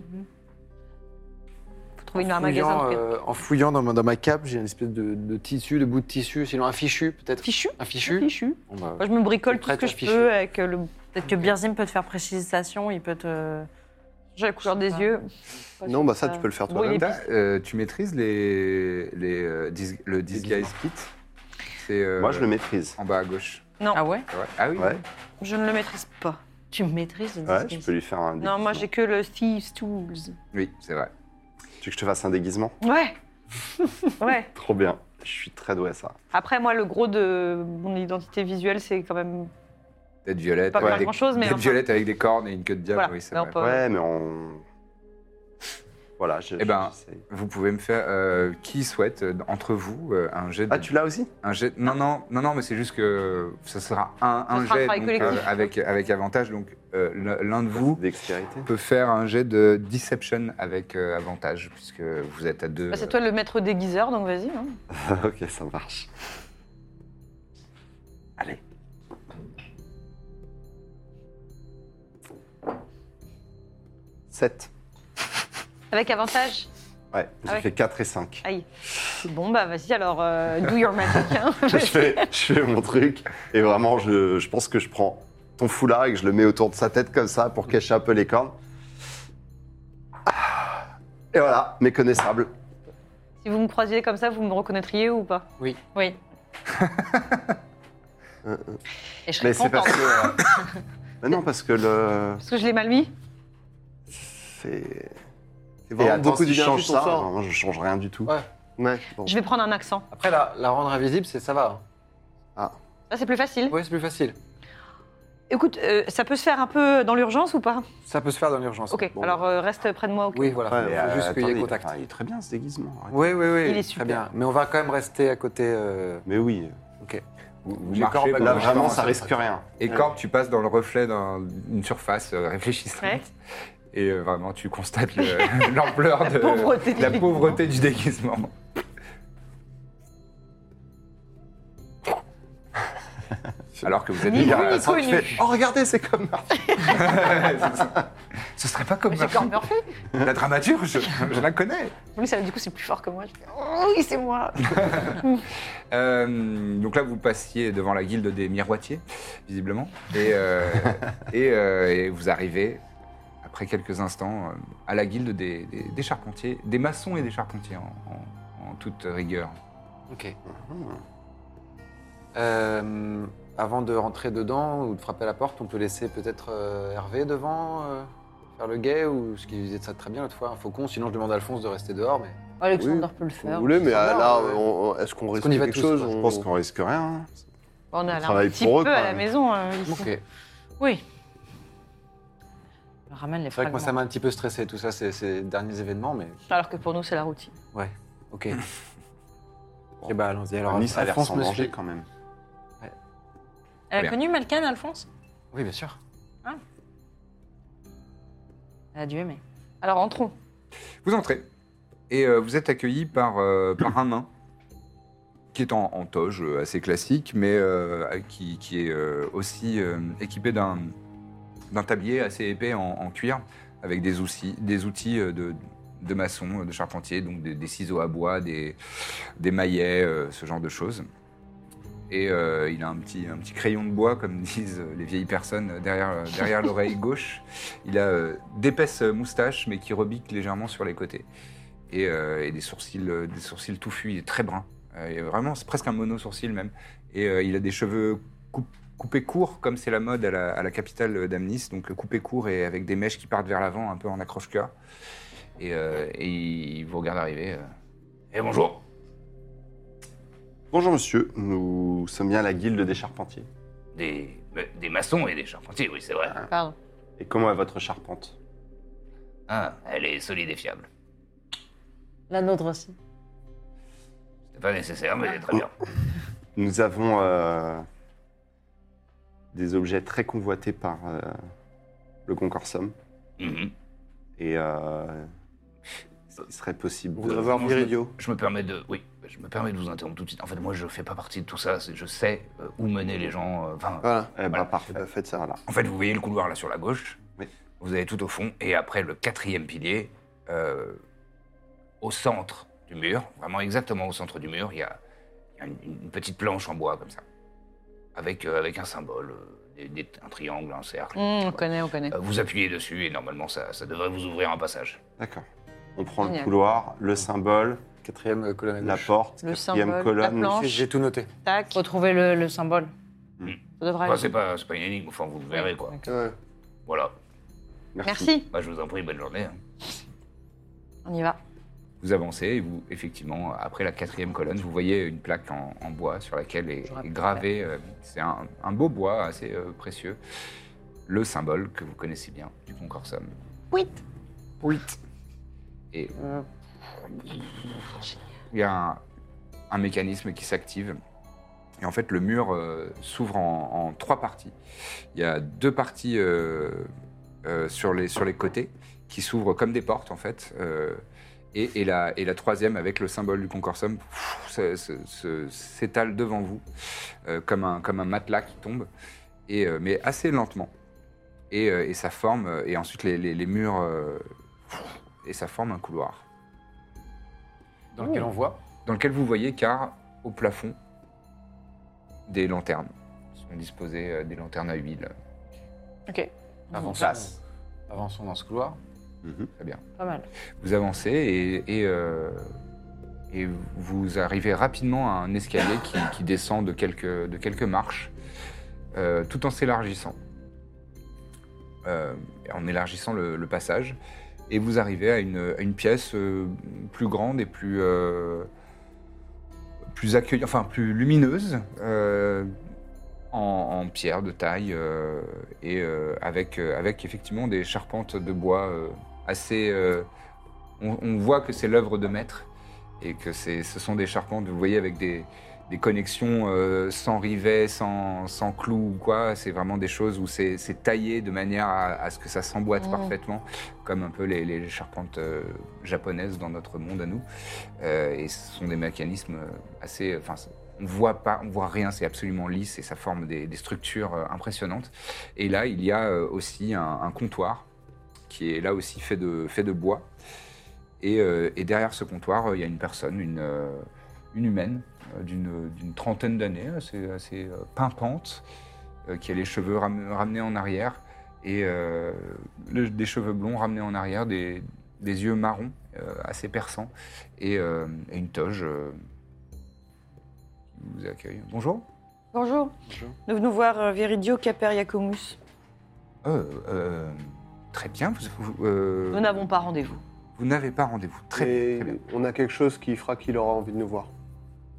Speaker 3: Faut trouver une
Speaker 4: en,
Speaker 3: un magasin de
Speaker 4: fouillant,
Speaker 3: perruques.
Speaker 4: euh, en fouillant dans ma, dans ma cape, j'ai une espèce de, de tissu, de bout de tissu, sinon un fichu peut-être.
Speaker 3: Fichu
Speaker 4: Un fichu
Speaker 3: Fichu.
Speaker 4: Bon, bah,
Speaker 3: Moi, je me bricole tout ce
Speaker 4: Prête
Speaker 3: que
Speaker 4: à
Speaker 3: je
Speaker 4: fichu.
Speaker 3: peux avec euh, le...
Speaker 6: Peut-être que Birzim peut te faire précisation, il peut te.
Speaker 3: j'ai la couleur
Speaker 6: Je sais
Speaker 3: des
Speaker 6: pas.
Speaker 3: yeux.
Speaker 5: Non, bah ça, tu peux le faire
Speaker 3: Bon, il
Speaker 5: toi-même.
Speaker 3: est-
Speaker 1: T'as, euh, tu maîtrises les, les, euh, dis- le disguise kit C'est euh,
Speaker 2: Moi, je le maîtrise.
Speaker 1: en bas à gauche.
Speaker 6: Ah ouais
Speaker 1: Ouais. Ah oui.
Speaker 2: Ouais,
Speaker 3: Je ne le maîtrise pas.
Speaker 6: Tu maîtrises le
Speaker 2: ouais, je
Speaker 6: disguise.
Speaker 2: peux lui faire un.
Speaker 3: Non, moi, j'ai
Speaker 2: déguisement.
Speaker 3: que le Thieves Tools.
Speaker 1: Oui, c'est vrai.
Speaker 2: Tu veux que je te fasse un déguisement
Speaker 3: Ouais Ouais
Speaker 2: Trop bien. Je suis très doué à ça.
Speaker 3: Après, moi, le gros de mon identité visuelle, c'est quand même
Speaker 1: Tête violette.
Speaker 3: pas
Speaker 1: avec
Speaker 3: faire
Speaker 1: des-
Speaker 3: grand-chose, mais
Speaker 1: tête
Speaker 3: enfin,
Speaker 1: violette avec des cornes et une queue de diable.
Speaker 3: voilà.
Speaker 1: Oui, c'est
Speaker 3: Mais on
Speaker 1: vrai.
Speaker 3: peut-
Speaker 2: Ouais, mais on. Voilà, j'ai.
Speaker 1: Eh ben.
Speaker 2: j'essaie.
Speaker 1: Vous pouvez me faire euh, qui souhaite euh, entre vous euh, un jet. De,
Speaker 2: Ah, tu l'as aussi
Speaker 1: un jet. Non, non, non, non, mais c'est juste que ça sera un, un
Speaker 3: Ça sera un
Speaker 1: jet
Speaker 3: travail
Speaker 1: donc,
Speaker 3: collectif.
Speaker 1: euh, avec avec avantage. Donc euh, l'un- l'un de vous
Speaker 2: Dextérité.
Speaker 1: peut faire un jet de deception avec euh, avantage puisque vous êtes à deux. euh,
Speaker 3: Bah, c'est toi le maître déguiseur, donc vas-y. hein.
Speaker 2: Ah, ok, ça marche. Allez. Sept.
Speaker 3: Avec avantage.
Speaker 2: Ah Ouais, j'ai
Speaker 3: ouais.
Speaker 2: fait 4 et 5.
Speaker 3: Aïe. Bon, bah vas-y, alors, euh, do your magic. hein.
Speaker 2: je, fais, je fais mon truc et vraiment, je, je pense que je prends ton foulard et que je le mets autour de sa tête comme ça pour cacher un peu les cornes. Ah. Et voilà, méconnaissable.
Speaker 3: si vous me croisiez comme ça, vous me reconnaîtriez ou pas
Speaker 6: Oui.
Speaker 5: Euh,
Speaker 6: Et je serais
Speaker 2: Mais c'est
Speaker 6: contente.
Speaker 2: parce que. euh, Mais non, parce que le.
Speaker 3: Parce que je l'ai mal mis
Speaker 2: C'est.
Speaker 5: C'est
Speaker 2: Et
Speaker 5: vraiment
Speaker 2: attends,
Speaker 5: beaucoup
Speaker 2: si je
Speaker 5: d'énergie
Speaker 2: change ça,
Speaker 5: ton sort.
Speaker 2: non, je change rien du tout.
Speaker 4: Ouais.
Speaker 5: Ouais, bon.
Speaker 3: Je vais prendre un accent.
Speaker 4: Après, la, la rendre invisible, c'est ça va.
Speaker 3: Ça, c'est plus facile.
Speaker 4: hein. Ouais, c'est plus facile.
Speaker 3: Écoute, euh, ça peut se faire un peu dans l'urgence ou pas
Speaker 4: Ça peut se faire dans l'urgence.
Speaker 3: Ok,
Speaker 4: Bon.
Speaker 3: alors euh, reste près de moi. ok.
Speaker 4: Oui, voilà.
Speaker 2: Ouais,
Speaker 4: Faut
Speaker 2: mais,
Speaker 4: juste
Speaker 2: euh,
Speaker 4: qu'il y ait
Speaker 2: attendez,
Speaker 4: contact.
Speaker 2: enfin, il est très bien ce déguisement. arrête.
Speaker 4: Oui, oui, oui.
Speaker 3: Il
Speaker 4: Très
Speaker 3: est super.
Speaker 4: bien. Mais on va quand même rester à côté. euh,
Speaker 2: Mais oui,
Speaker 1: Vous, vous
Speaker 4: J'ai
Speaker 1: marchez
Speaker 4: Corbe,
Speaker 1: pendant
Speaker 2: là
Speaker 1: un
Speaker 2: vraiment
Speaker 1: temps,
Speaker 2: ça
Speaker 1: hein.
Speaker 2: risque rien.
Speaker 1: Et Corbe, tu passes dans le reflet d'un- d'une surface euh, réfléchissante.
Speaker 3: Ouais.
Speaker 1: Et euh, vraiment, tu constates le- l'ampleur de
Speaker 3: pauvreté du
Speaker 1: la pauvreté du déguisement. Alors que vous êtes
Speaker 3: Ni
Speaker 1: déjà-
Speaker 3: vu ni
Speaker 1: Attends, tu
Speaker 3: connu.
Speaker 1: fais-
Speaker 2: Oh regardez, c'est comme
Speaker 1: C'est ça. euh, Ce serait pas comme
Speaker 3: Mais c'est
Speaker 1: Murphy.
Speaker 3: Corbe Murphy
Speaker 1: la dramaturge, je la connais.
Speaker 3: Oui, ça, du coup, c'est plus fort que moi. Je fais, Oh, oui, c'est moi
Speaker 1: Euh, donc là, vous passiez devant la guilde des miroitiers, visiblement, et, euh, et, euh, et vous arrivez, après quelques instants, euh, à la guilde des, des- des charpentiers, des maçons et des charpentiers, en, en- en toute rigueur.
Speaker 4: Ok. Euh, avant de rentrer dedans ou de frapper à la porte, on peut laisser peut-être euh, Hervé devant euh, faire le guet ou ce qu'il disait de ça très bien l'autre fois, un faucon. Sinon, je demande à Alphonse de rester dehors. Mais
Speaker 6: Alexander
Speaker 5: Oui.
Speaker 6: peut le
Speaker 5: Vous
Speaker 6: faire.
Speaker 5: voulez, mais
Speaker 4: Ça
Speaker 5: euh,
Speaker 4: va,
Speaker 5: là,
Speaker 4: ouais.
Speaker 5: on- on- est-ce qu'on risque
Speaker 4: qu'on y va
Speaker 5: quelque
Speaker 4: tous,
Speaker 5: chose
Speaker 4: quoi.
Speaker 2: Je
Speaker 5: On-
Speaker 2: pense qu'on risque rien. hein.
Speaker 3: On est
Speaker 2: On
Speaker 3: allé un
Speaker 2: travaille
Speaker 3: petit
Speaker 2: pour eux,
Speaker 3: peu
Speaker 2: quand
Speaker 3: à la
Speaker 2: même.
Speaker 3: maison. hein, ici.
Speaker 4: ok. C'est
Speaker 6: Oui. Je ramène les
Speaker 4: vrai que moi, ça
Speaker 6: fragments.
Speaker 4: m'a un petit peu stressé tout ça, ces, ces derniers événements, mais
Speaker 3: Alors que pour nous, c'est la routine.
Speaker 4: ok. Ok, bah allons-y. Alors,
Speaker 2: nice Ah, a l'air
Speaker 4: Alphonse
Speaker 2: sans
Speaker 4: me
Speaker 2: danger
Speaker 4: suit.
Speaker 2: quand même.
Speaker 6: Elle a
Speaker 1: Bien.
Speaker 6: Euh, connu Malkan, Alphonse
Speaker 4: Oui, bien sûr.
Speaker 6: Elle a dû aimer.
Speaker 3: Alors, entrons.
Speaker 1: Vous entrez, et euh, vous êtes accueillis par, euh, par un nain, qui est en, en toge euh, assez classique, mais euh, qui, qui est euh, aussi euh, équipé d'un d'un tablier assez épais en, en cuir, avec des outils, des outils euh, de, de maçon, euh, de charpentier, donc des, des ciseaux à bois, des, des maillets, euh, ce genre de choses. Et euh, il a un petit, un petit crayon de bois, comme disent euh, les vieilles personnes, euh, derrière, euh, derrière l'oreille gauche. Il a euh, d'épaisses euh, moustaches, mais qui rebiquent légèrement sur les côtés. Et, euh, et des, sourcils, euh, des sourcils touffus, il est très brun. Euh, et vraiment, c'est presque un mono-sourcil même. Et euh, il a des cheveux coup- coupés courts, comme c'est la mode à la, à la capitale euh, d'Amnis, donc euh, coupés courts et avec des mèches qui partent vers l'avant, un peu en accroche-cœur. Eh, Et, euh, et il vous regarde arriver. euh, Et bonjour
Speaker 2: Bonjour monsieur, nous sommes bien à la guilde des charpentiers.
Speaker 1: Des, euh, des maçons et des charpentiers, oui, c'est vrai.
Speaker 6: Pardon.
Speaker 2: Et comment est votre charpente
Speaker 1: Ah, elle est solide et fiable.
Speaker 6: La nôtre aussi.
Speaker 1: C'est pas nécessaire, mais très bien.
Speaker 2: Nous avons euh, des objets très convoités par euh, le concorsum
Speaker 1: Mhm.
Speaker 2: et euh, il serait possible.
Speaker 5: Vous
Speaker 2: de-
Speaker 5: voudrez voir
Speaker 1: non, je me-
Speaker 5: Viridio
Speaker 1: Je me permets de, oui, je me permets de vous interrompre tout de suite. En fait, moi, je fais pas partie de tout ça. c'est- Je sais euh, où mener les gens. euh, Enfin,
Speaker 5: Voilà.
Speaker 2: Eh ben,
Speaker 1: Voilà.
Speaker 2: parfait, faites ça là.
Speaker 1: En fait, vous voyez le couloir là sur la gauche.
Speaker 2: Oui.
Speaker 1: Vous allez tout au fond et après le quatrième pilier, euh, au centre du mur, vraiment exactement au centre du mur, il y a, il y a une, une petite planche en bois comme ça, avec euh, avec un symbole, euh, des- des- un triangle, un cercle.
Speaker 3: Hum,
Speaker 6: on connaît, on connaît.
Speaker 1: Euh, vous appuyez dessus et normalement ça, ça devrait vous ouvrir un passage.
Speaker 2: D'accord. On prend le
Speaker 6: Génial.
Speaker 2: couloir, le symbole,
Speaker 4: Quatrième euh, colonne à
Speaker 2: la
Speaker 4: gauche.
Speaker 2: porte,
Speaker 6: Le
Speaker 2: quatrième
Speaker 6: symbole,
Speaker 2: colonne.
Speaker 6: la planche.
Speaker 4: J'ai- J'ai tout noté.
Speaker 3: Tac.
Speaker 6: Retrouver le, le symbole.
Speaker 1: Hmm.
Speaker 6: Ça devrait
Speaker 1: Enfin,
Speaker 6: aller.
Speaker 1: c'est pas c'est pas une énigme, enfin vous le verrez quoi.
Speaker 5: Ouais.
Speaker 1: Voilà.
Speaker 2: Merci.
Speaker 6: Merci.
Speaker 1: Bah, je vous en prie, bonne journée. hein.
Speaker 6: On y va.
Speaker 1: Vous avancez et vous, effectivement, après la quatrième colonne, vous voyez une plaque en, en bois sur laquelle est,
Speaker 6: Je rappelle,
Speaker 1: est gravé, euh, c'est un, un beau bois assez euh, précieux, le symbole que vous connaissez bien du concorsum.
Speaker 6: Oui.
Speaker 1: Oui. Et il y a un, un mécanisme qui s'active. Et en fait, le mur euh, s'ouvre en, en trois parties. Il y a deux parties euh, euh, sur, les, sur les côtés qui s'ouvrent comme des portes, en fait. euh, et, et la, et la troisième, avec le symbole du concorsum, pff, se- se- se- s'étale devant vous, euh, comme, un, comme un matelas qui tombe, et, euh, mais assez lentement. Et, euh, et ça forme, euh, et ensuite les, les- les murs, euh, pff, et ça forme un couloir,
Speaker 4: Dans lequel on voit
Speaker 1: dans lequel vous voyez, car au plafond, des lanternes sont disposées, euh, des lanternes à huile.
Speaker 6: Ok,
Speaker 4: Avançons.
Speaker 1: Place.
Speaker 4: Avançons dans ce couloir.
Speaker 2: Mhm.
Speaker 6: pas mal.
Speaker 1: Vous avancez et, et, euh, et vous arrivez rapidement à un escalier qui, qui descend de quelques, de quelques marches, euh, tout en s'élargissant, Euh, en élargissant le, le passage. Et vous arrivez à une, à une pièce euh, plus grande et plus, euh, plus accueillante, enfin plus lumineuse, euh, en, en pierre de taille euh, et euh, avec, euh, avec effectivement des charpentes de bois euh, assez. euh, on, on voit que c'est l'œuvre de maître et que c'est- ce sont des charpentes, vous voyez, avec des, des connexions euh, sans rivets, sans, sans clous ou quoi. C'est vraiment des choses où c'est c'est taillé de manière à, à ce que ça s'emboîte
Speaker 6: Mmh.
Speaker 1: parfaitement, comme un peu les, les charpentes euh, japonaises dans notre monde à nous. Euh, et ce sont des mécanismes euh, assez. Enfin, c'est- on voit pas, on voit rien, c'est absolument lisse et ça forme des, des structures euh, impressionnantes. Et là, il y a euh, aussi un, un comptoir qui est là aussi fait de, fait de bois. Et, euh, et derrière ce comptoir, euh, il y a une personne, une, euh, une humaine euh, d'une d'une trentaine d'années, assez, assez euh, pimpante, euh, qui a les cheveux ram- ramenés en arrière et euh, le- des cheveux blonds ramenés en arrière, des, des yeux marrons euh, assez perçants et, euh, et une toge euh, qui vous accueille. Bonjour.
Speaker 3: Bonjour. Nous venons voir euh, Viridio Caperiacomus.
Speaker 1: Euh, euh, très bien. Vous, vous- euh,
Speaker 6: Nous n'avons pas rendez-vous.
Speaker 1: vous n'avez pas rendez-vous. Très,
Speaker 5: Et
Speaker 1: très bien.
Speaker 5: On a quelque chose qui fera qu'il aura envie de nous voir.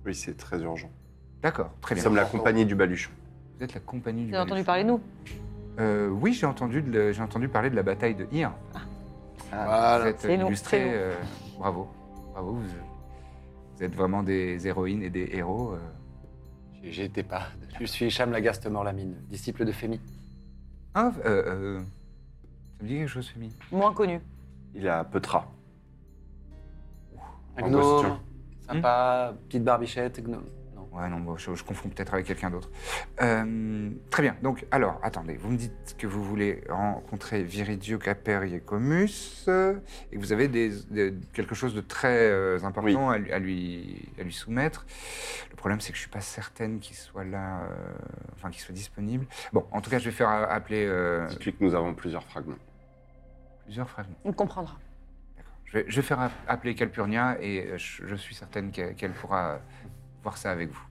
Speaker 2: Oui, c'est très urgent.
Speaker 1: D'accord. Très
Speaker 2: Nous
Speaker 1: bien.
Speaker 2: sommes la compagnie du Baluchon.
Speaker 1: Vous êtes la compagnie du.
Speaker 6: Vous avez entendu
Speaker 1: Baluchon.
Speaker 6: parler de nous
Speaker 1: Euh, oui, j'ai entendu, de la- j'ai entendu parler de la bataille de Hir.
Speaker 4: Ah,
Speaker 1: vous êtes
Speaker 6: c'est nous,
Speaker 1: illustré.
Speaker 6: c'est nous.
Speaker 1: euh, bravo. Bravo. Vous, vous êtes vraiment des héroïnes et des héros. euh.
Speaker 4: J'ai- J'étais pas. Je suis Hicham Lagaste Morlamine, disciple de Fémi.
Speaker 1: Ah, euh, euh, ça me dit quelque chose, Femi.
Speaker 6: Moins connus.
Speaker 2: Il a Petra.
Speaker 4: Un
Speaker 2: En
Speaker 4: gnome.
Speaker 2: costume.
Speaker 10: Hmm
Speaker 4: Sympa, petite barbichette, gnome. Non.
Speaker 1: Ouais, non, bon, je, je confonds peut-être avec quelqu'un d'autre. Euh, très bien. Donc, alors, attendez. Vous me dites que vous voulez rencontrer Viridio Caperiecomus euh, et que vous avez des, des- quelque chose de très euh, important à, lui- à lui, à lui soumettre. Le problème, c'est que je suis pas certaine qu'il soit là, euh, enfin, qu'il soit disponible. Bon, en tout cas, je vais faire euh, appeler euh,
Speaker 2: Dites-lui que nous avons plusieurs fragments.
Speaker 1: plusieurs fragments.
Speaker 6: On comprendra.
Speaker 1: D'accord. Je, vais, je vais faire app- appeler Calpurnia et euh, je, je suis certaine qu'elle qu'elle pourra euh, voir ça avec vous.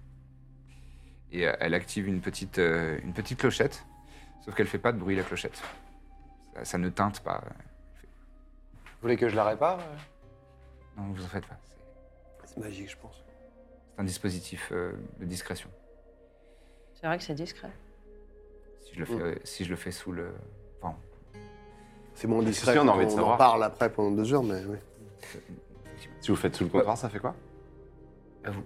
Speaker 1: Et euh, elle active une petite, euh, une petite clochette, sauf qu'elle fait pas de bruit la clochette. Ça, ça ne teinte pas.
Speaker 4: Vous voulez que je la répare euh
Speaker 1: Non, vous en faites pas. C'est-
Speaker 5: C'est magique, je pense.
Speaker 1: C'est un dispositif euh, de discrétion.
Speaker 6: C'est vrai que c'est discret.
Speaker 1: Si je le fais,
Speaker 4: Oh.
Speaker 1: euh, si je le fais sous le. Enfin,
Speaker 5: C'est bon,
Speaker 2: C'est
Speaker 5: discret.
Speaker 2: sûr, on a
Speaker 5: quand
Speaker 2: envie de
Speaker 5: on en
Speaker 2: savoir.
Speaker 5: parle après pendant deux heures, mais oui.
Speaker 2: Si vous faites sous le contraire, ça fait quoi
Speaker 1: euh, vous-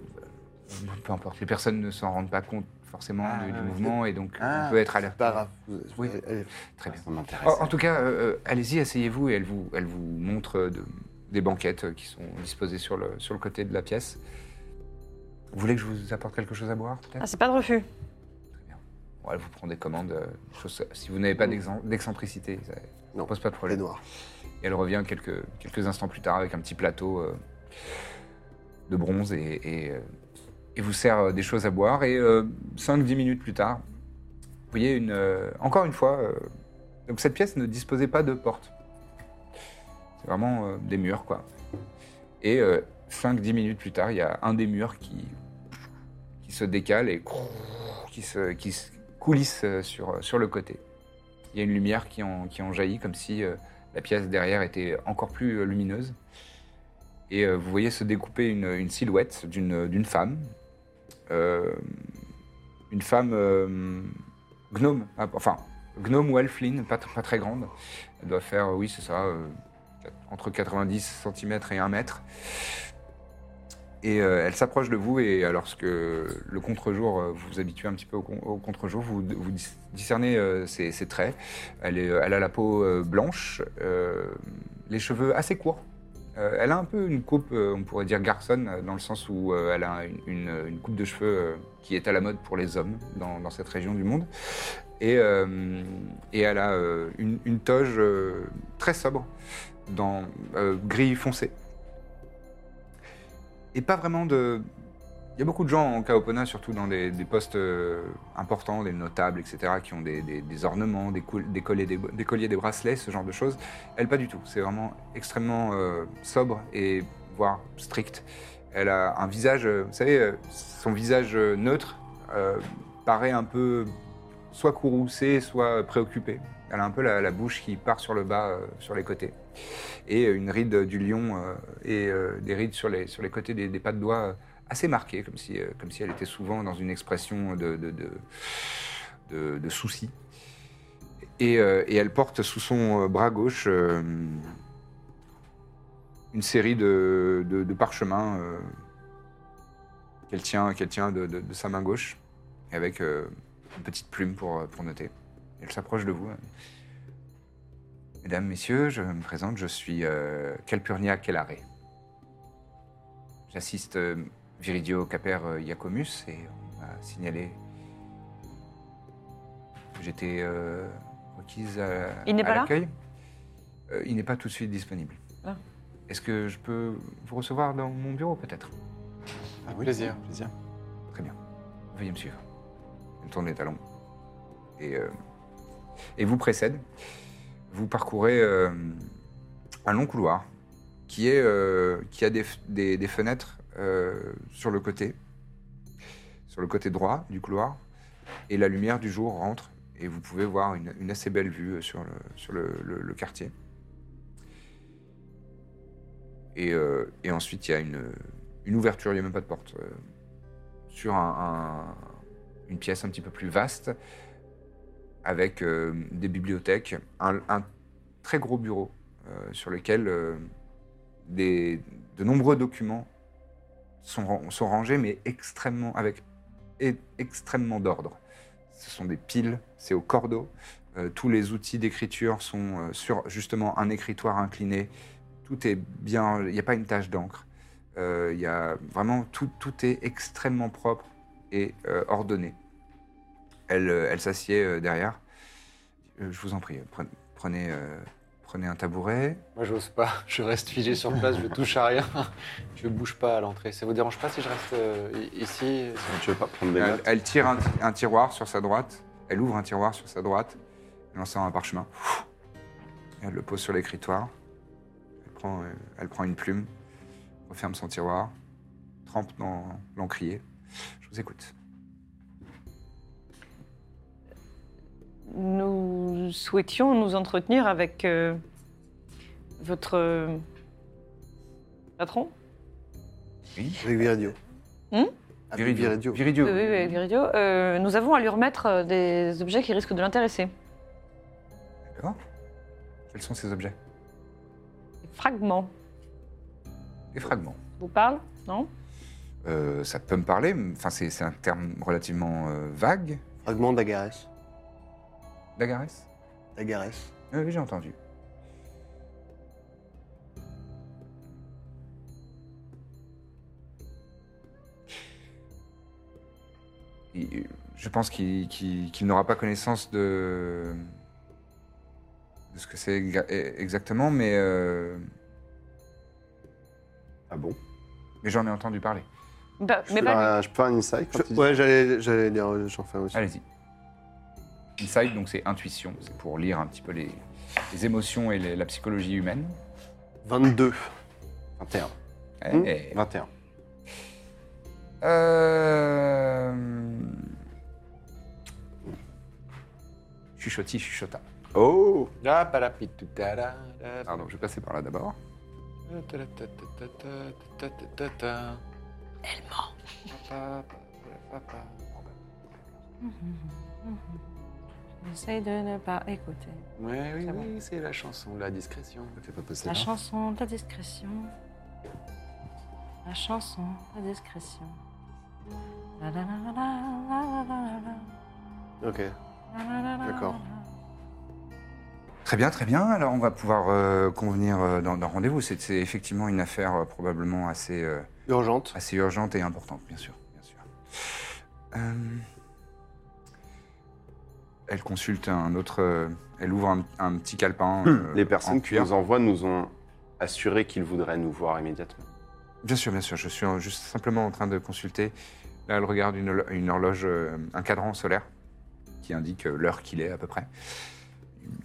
Speaker 1: euh, peu importe. Les personnes ne s'en rendent pas compte forcément
Speaker 2: Ah,
Speaker 1: du, du
Speaker 2: ouais.
Speaker 1: mouvement et donc
Speaker 2: Ah,
Speaker 1: on peut être à l'air.
Speaker 5: Pas grave. Vous-
Speaker 1: Oui.
Speaker 5: allez.
Speaker 1: Très Eh bien.
Speaker 2: Ça m'intéresse.
Speaker 1: En, en tout cas, euh, euh, allez-y, asseyez-vous et elle vous, elle vous montre euh, de- des banquettes euh, qui sont disposées sur le, sur le côté de la pièce. Vous voulez que je vous apporte quelque chose à boire, peut-être
Speaker 3: Ah, c'est pas de refus.
Speaker 1: Bon, Elle vous prend des commandes. euh, des choses- si vous n'avez pas d'exem- d'excentricité, ça
Speaker 5: Non.
Speaker 1: pose pas de
Speaker 5: Les
Speaker 1: problème.
Speaker 5: noirs.
Speaker 1: Et elle revient quelques, quelques instants plus tard avec un petit plateau euh, de bronze et, et, euh, et vous sert euh, des choses à boire. Et 5-10 minutes plus tard, vous voyez une, euh, encore une fois, euh, donc cette pièce ne disposait pas de porte. C'est vraiment euh, des murs, quoi. Et 5-10 minutes plus tard, il y a un des murs qui, qui se décale et qui se, qui se coulisse euh, sur, sur le côté. Il y a une lumière qui en, qui en jaillit comme si... euh, la pièce derrière était encore plus euh, lumineuse. Et euh, vous voyez se découper une, une silhouette d'une d'une femme. Euh, une femme euh, gnome, ah, enfin, gnome ou elfline, pas, tr- pas très grande. Elle doit faire, oui, c'est ça, euh, quat- entre 90 cm et 1 mètre. Et euh, elle s'approche de vous, et alors que le contre-jour, euh, vous vous habituez un petit peu au, con- au contre-jour, vous, vous dis- discernez euh, ses- ses traits. Elle, est- elle a la peau euh, blanche, euh, les cheveux assez courts. Euh, elle a un peu une coupe, euh, on pourrait dire garçonne, euh, dans le sens où euh, elle a une, une- une coupe de cheveux euh, qui est à la mode pour les hommes dans, dans cette région du monde. Et, euh, et elle a euh, une, une toge euh, très sobre, dans euh, gris foncé. Et pas vraiment de... Il y a beaucoup de gens en Kaopona, surtout dans des, des postes euh, importants, des notables, etc., qui ont des, des- des ornements, des, coul- des collets, des, des colliers, des bracelets, ce genre de choses. Elle, pas du tout. C'est vraiment extrêmement euh, sobre et voire stricte. Elle a un visage, euh, vous savez, euh, son visage euh, neutre euh, paraît un peu soit courroucé, soit préoccupé. Elle a un peu la, la bouche qui part sur le bas, euh, sur les côtés. Et une ride euh, du lion euh, et euh, des rides sur les, sur les côtés des, des pas de doigts euh, assez marquée, comme si, euh, comme si elle était souvent dans une expression de, de, de, de- de souci. Et, euh, et elle porte sous son euh, bras gauche euh, une série de, de- de parchemins euh, qu'elle tient, qu'elle tient de, de- de sa main gauche, avec euh, une petite plume pour, euh, pour noter. Elle s'approche de vous. Mesdames, messieurs, je me présente, je suis euh, Calpurnia Kellaré. J'assiste euh, Viridio Caper euh, Iacomus et on m'a signalé que j'étais euh, requise à,
Speaker 3: Il n'est
Speaker 1: à
Speaker 3: pas là
Speaker 1: l'accueil. Euh, il n'est pas tout de suite disponible.
Speaker 3: Ah.
Speaker 1: Est-ce que je peux vous recevoir dans mon bureau peut-être
Speaker 2: Ah
Speaker 10: Avec plaisir, plaisir.
Speaker 1: Très bien. Veuillez me suivre. Elle tourne les talons. Et, euh, et vous précède. Vous parcourez euh, un long couloir qui, est, euh, qui a des, f- des- des fenêtres euh, sur le côté, sur le côté droit du couloir. Et la lumière du jour rentre et vous pouvez voir une, une assez belle vue sur le, sur le, le- le quartier. Et, euh, et ensuite, il y a une, une ouverture, il n'y a même pas de porte. euh, sur un- un- une pièce un petit peu plus vaste, avec euh, des bibliothèques, un, un très gros bureau euh, sur lequel euh, des- de nombreux documents sont, ran- sont rangés, mais extrêmement, avec et- extrêmement d'ordre. Ce sont des piles, c'est au cordeau. Euh, tous les outils d'écriture sont euh, sur justement un écritoire incliné. Tout est bien, il n'y a pas une tache d'encre. Euh, Il y a vraiment tout, tout est extrêmement propre et euh, ordonné. Elle, euh, elle s'assied euh, derrière. Euh, je vous en prie, prenez, prenez, euh, prenez un tabouret.
Speaker 10: Moi, j'ose pas. Je reste figé sur place, je touche à rien. Je bouge pas à l'entrée. Ça vous dérange pas si je reste euh, i- ici
Speaker 2: Tu veux pas prendre des
Speaker 1: Elle,
Speaker 2: notes
Speaker 1: elle tire un, ti- un tiroir sur sa droite. Elle ouvre un tiroir sur sa droite. Elle en sort un parchemin. Elle le pose sur l'écritoire. Elle prend, euh, elle prend une plume, referme son tiroir, trempe dans l'encrier. Je vous écoute.
Speaker 3: Nous souhaitions nous entretenir avec euh, votre euh, patron.
Speaker 5: Avec Viridio. Ah,
Speaker 1: Viridio.
Speaker 5: Viridio.
Speaker 1: Viridio.
Speaker 3: Oui, oui, oui, Viridio. Euh, nous avons à lui remettre euh, des objets qui risquent de l'intéresser.
Speaker 1: D'accord. Quels sont ces objets
Speaker 3: Des Fragments.
Speaker 1: Des fragments.
Speaker 3: Ça Vous parle Non
Speaker 1: Euh, ça peut me parler, mais- enfin, c'est c'est un terme relativement euh, vague,
Speaker 5: Fragment d'Agarès.
Speaker 1: Dagarès
Speaker 5: D'Agarès.
Speaker 1: Oui, oui, j'ai entendu. Il- euh, Je pense qu'il qu'il- qu'il n'aura pas connaissance de, de ce que c'est exa- e-, exactement, mais, euh,
Speaker 2: Ah bon
Speaker 1: mais j'en ai entendu parler.
Speaker 3: Bah,
Speaker 2: Je
Speaker 3: Mais
Speaker 2: peux
Speaker 3: pas
Speaker 2: faire
Speaker 3: lui.
Speaker 2: un- Je peux faire un insight quand
Speaker 5: Je-
Speaker 2: tu dis-
Speaker 5: ouais, j'allais j'allais dire, euh, j'en fais aussi.
Speaker 1: Allez-y. Insight, donc c'est intuition, c'est pour lire un petit peu les, les émotions et les- la psychologie humaine.
Speaker 5: 22.
Speaker 2: 21.
Speaker 1: Eh,
Speaker 5: Hmm.
Speaker 1: eh,
Speaker 2: 21.
Speaker 1: Euh... Chuchotis, chuchota.
Speaker 2: Oh
Speaker 10: Ah, palapitoutala, la-
Speaker 1: Pardon, je vais passer par là d'abord.
Speaker 10: Ta-ta-ta-ta-ta-ta-ta-ta-ta. Papa, papa, papa.
Speaker 6: Mhm, J'essaye de ne pas écouter.
Speaker 10: Ouais, oui,
Speaker 6: C'est bon.
Speaker 10: oui, c'est la chanson, la discrétion.
Speaker 2: T'es pas passé
Speaker 6: La
Speaker 2: là.
Speaker 6: chanson de la discrétion. La chanson de la discrétion. La la la la la la la
Speaker 5: Ok.
Speaker 6: la la la.
Speaker 5: D'accord.
Speaker 1: Très bien, très bien. Alors on va pouvoir euh, convenir euh, d'un d'un rendez-vous. C'est c'est effectivement une affaire euh, probablement assez, euh,
Speaker 5: Urgente.
Speaker 1: assez urgente et importante, bien sûr. Bien sûr. Euh, Elle consulte un autre... euh, Elle ouvre un, un petit calepin. euh,
Speaker 2: Hum, Les
Speaker 1: en
Speaker 2: personnes qui
Speaker 1: cuir.
Speaker 2: nous envoient nous ont assuré qu'ils voudraient nous voir immédiatement.
Speaker 1: Bien sûr, bien sûr. Je suis en- juste simplement en train de consulter. Là, elle regarde une, horlo- une horloge, euh, un cadran solaire qui indique euh, l'heure qu'il est à peu près.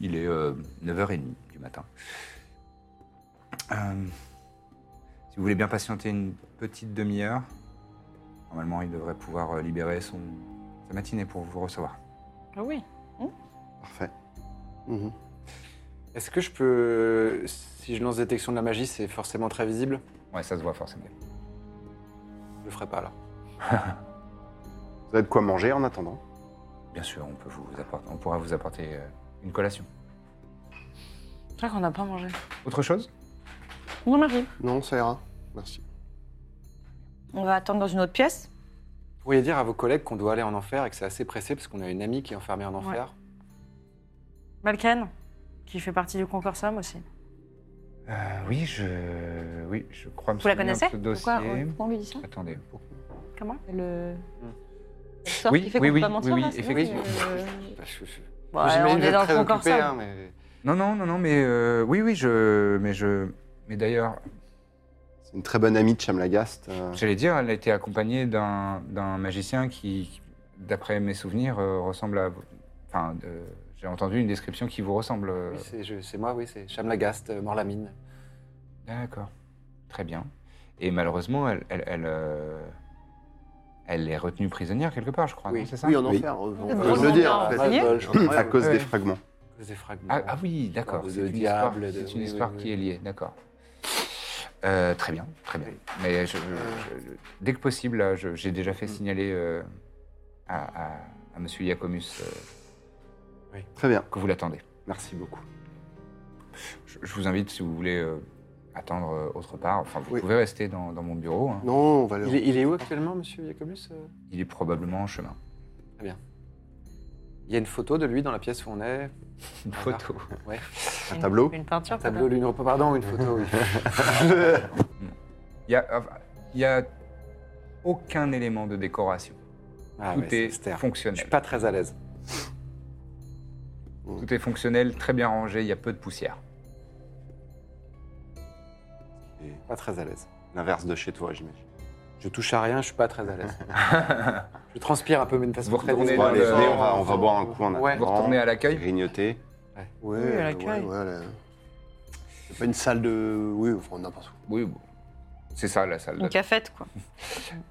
Speaker 1: Il est euh, 9h30 du matin. Euh, si vous voulez bien patienter une petite demi-heure, normalement, il devrait pouvoir euh, libérer son, sa matinée pour vous recevoir.
Speaker 3: Ah Oui.
Speaker 2: Parfait.
Speaker 5: Mhm.
Speaker 4: Est-ce que je peux. Si je lance détection de la magie, c'est forcément très visible
Speaker 1: Ouais, ça se voit forcément.
Speaker 4: Je le ferai pas alors.
Speaker 2: Vous avez de quoi manger en attendant
Speaker 1: Bien sûr, on, peut vous apporter, on pourra vous apporter euh, une collation.
Speaker 6: Je crois qu'on n'a pas mangé.
Speaker 1: Autre chose
Speaker 3: Non, Marie.
Speaker 5: Non, ça ira. Merci.
Speaker 3: On va attendre dans une autre pièce.
Speaker 4: Vous pourriez dire à vos collègues qu'on doit aller en enfer et que c'est assez pressé parce qu'on a une amie qui est enfermée en enfer.
Speaker 6: Malken, qui fait partie du concorsum aussi.
Speaker 1: Euh, Oui, je... Oui, je crois me
Speaker 6: Vous la
Speaker 1: souvenir de
Speaker 6: connaissez
Speaker 1: ce
Speaker 6: Pourquoi
Speaker 1: dossier.
Speaker 3: Pourquoi on lui dit ça
Speaker 1: Attendez.
Speaker 6: Comment
Speaker 3: Le... le sort
Speaker 1: Oui,
Speaker 3: qui fait
Speaker 1: oui,
Speaker 3: qu'on
Speaker 1: oui,
Speaker 3: peut pas mentir,
Speaker 1: oui,
Speaker 3: là,
Speaker 1: oui,
Speaker 3: c'est
Speaker 1: effectivement.
Speaker 3: euh,
Speaker 4: Bah, je- je-
Speaker 6: Bon, alors,
Speaker 10: J'imagine
Speaker 6: On
Speaker 10: que vous
Speaker 6: est
Speaker 10: êtes
Speaker 6: dans
Speaker 10: très
Speaker 6: le
Speaker 10: occupé,
Speaker 6: concorsum.
Speaker 10: hein, mais...
Speaker 1: Non, non, non, non, mais euh, oui, oui, je, mais je, mais d'ailleurs,
Speaker 2: C'est une très bonne amie de Chamlagast. euh,
Speaker 1: j'allais dire, elle a été accompagnée d'un d'un magicien qui, d'après mes souvenirs, euh, ressemble à, vous- enfin, euh, j'ai entendu une description qui vous ressemble. euh,
Speaker 4: Oui, c'est je- c'est moi, oui, c'est Chamlagast, euh, Morlamine.
Speaker 1: D'accord, très bien. Et malheureusement, elle, elle, elle, euh, elle est retenue prisonnière quelque part, je crois.
Speaker 4: Oui.
Speaker 1: non, c'est ça
Speaker 5: Oui, en
Speaker 2: Oui.
Speaker 5: enfer. euh, On
Speaker 3: Gros
Speaker 5: peut se le dire, en
Speaker 3: enfer,
Speaker 5: fait.
Speaker 3: ça y est.
Speaker 2: à cause
Speaker 1: ouais.
Speaker 2: des fragments.
Speaker 4: Des fragments.
Speaker 1: Ah, ah oui, d'accord.
Speaker 4: de
Speaker 1: C'est une histoire,
Speaker 4: diable, de-
Speaker 1: c'est une
Speaker 4: oui,
Speaker 1: histoire
Speaker 4: oui,
Speaker 1: qui
Speaker 4: oui.
Speaker 1: est liée, d'accord. Euh, très bien, très bien. Mais je- je-
Speaker 4: Euh.
Speaker 1: je- dès que possible, là, je- j'ai déjà
Speaker 4: Mm.
Speaker 1: fait signaler euh, à, à, à Monsieur Iacomus euh,
Speaker 2: Très bien.
Speaker 1: que vous l'attendez.
Speaker 2: Merci beaucoup.
Speaker 1: Je, je vous invite, si vous voulez euh, attendre euh, autre part, enfin, vous
Speaker 5: Oui.
Speaker 1: pouvez rester dans, dans mon bureau. hein.
Speaker 5: Non, on va le.
Speaker 4: Il est, il est où actuellement, monsieur Iacomus euh
Speaker 1: Il est probablement en chemin.
Speaker 4: Ah, Il y a une photo de lui dans la pièce où on est.
Speaker 1: Une
Speaker 4: Au revoir.
Speaker 1: photo.
Speaker 4: Ouais.
Speaker 2: Un tableau
Speaker 6: Une peinture,
Speaker 4: Un tableau,
Speaker 6: peut-être.
Speaker 4: l'une pardon, une photo, oui.
Speaker 1: Il y a, enfin, il y a aucun élément de décoration.
Speaker 4: Ah,
Speaker 1: Tout
Speaker 4: ouais, c'est
Speaker 1: est
Speaker 4: austère. Je
Speaker 1: fonctionnel.
Speaker 4: suis pas très à l'aise.
Speaker 1: Tout est fonctionnel, très bien rangé, il y a peu de poussière.
Speaker 4: Pas très à l'aise.
Speaker 2: L'inverse de chez toi, j'imagine.
Speaker 4: Je touche à rien, je suis pas très à l'aise. je transpire un peu, mais de façon
Speaker 1: Vous
Speaker 4: très
Speaker 1: retournez
Speaker 2: Bon, allez,
Speaker 1: dans le-
Speaker 2: venez, on va, on va boire un coup en
Speaker 4: Ouais.
Speaker 1: Vous retournez à l'accueil
Speaker 2: Grignoter.
Speaker 5: Ouais,
Speaker 3: Oui, à
Speaker 5: ouais,
Speaker 3: l'accueil.
Speaker 5: ouais, là. C'est pas une salle de. Oui, enfin, n'importe où.
Speaker 1: Oui, bon. c'est ça la salle.
Speaker 3: Une
Speaker 1: d'attente.
Speaker 3: cafette, quoi.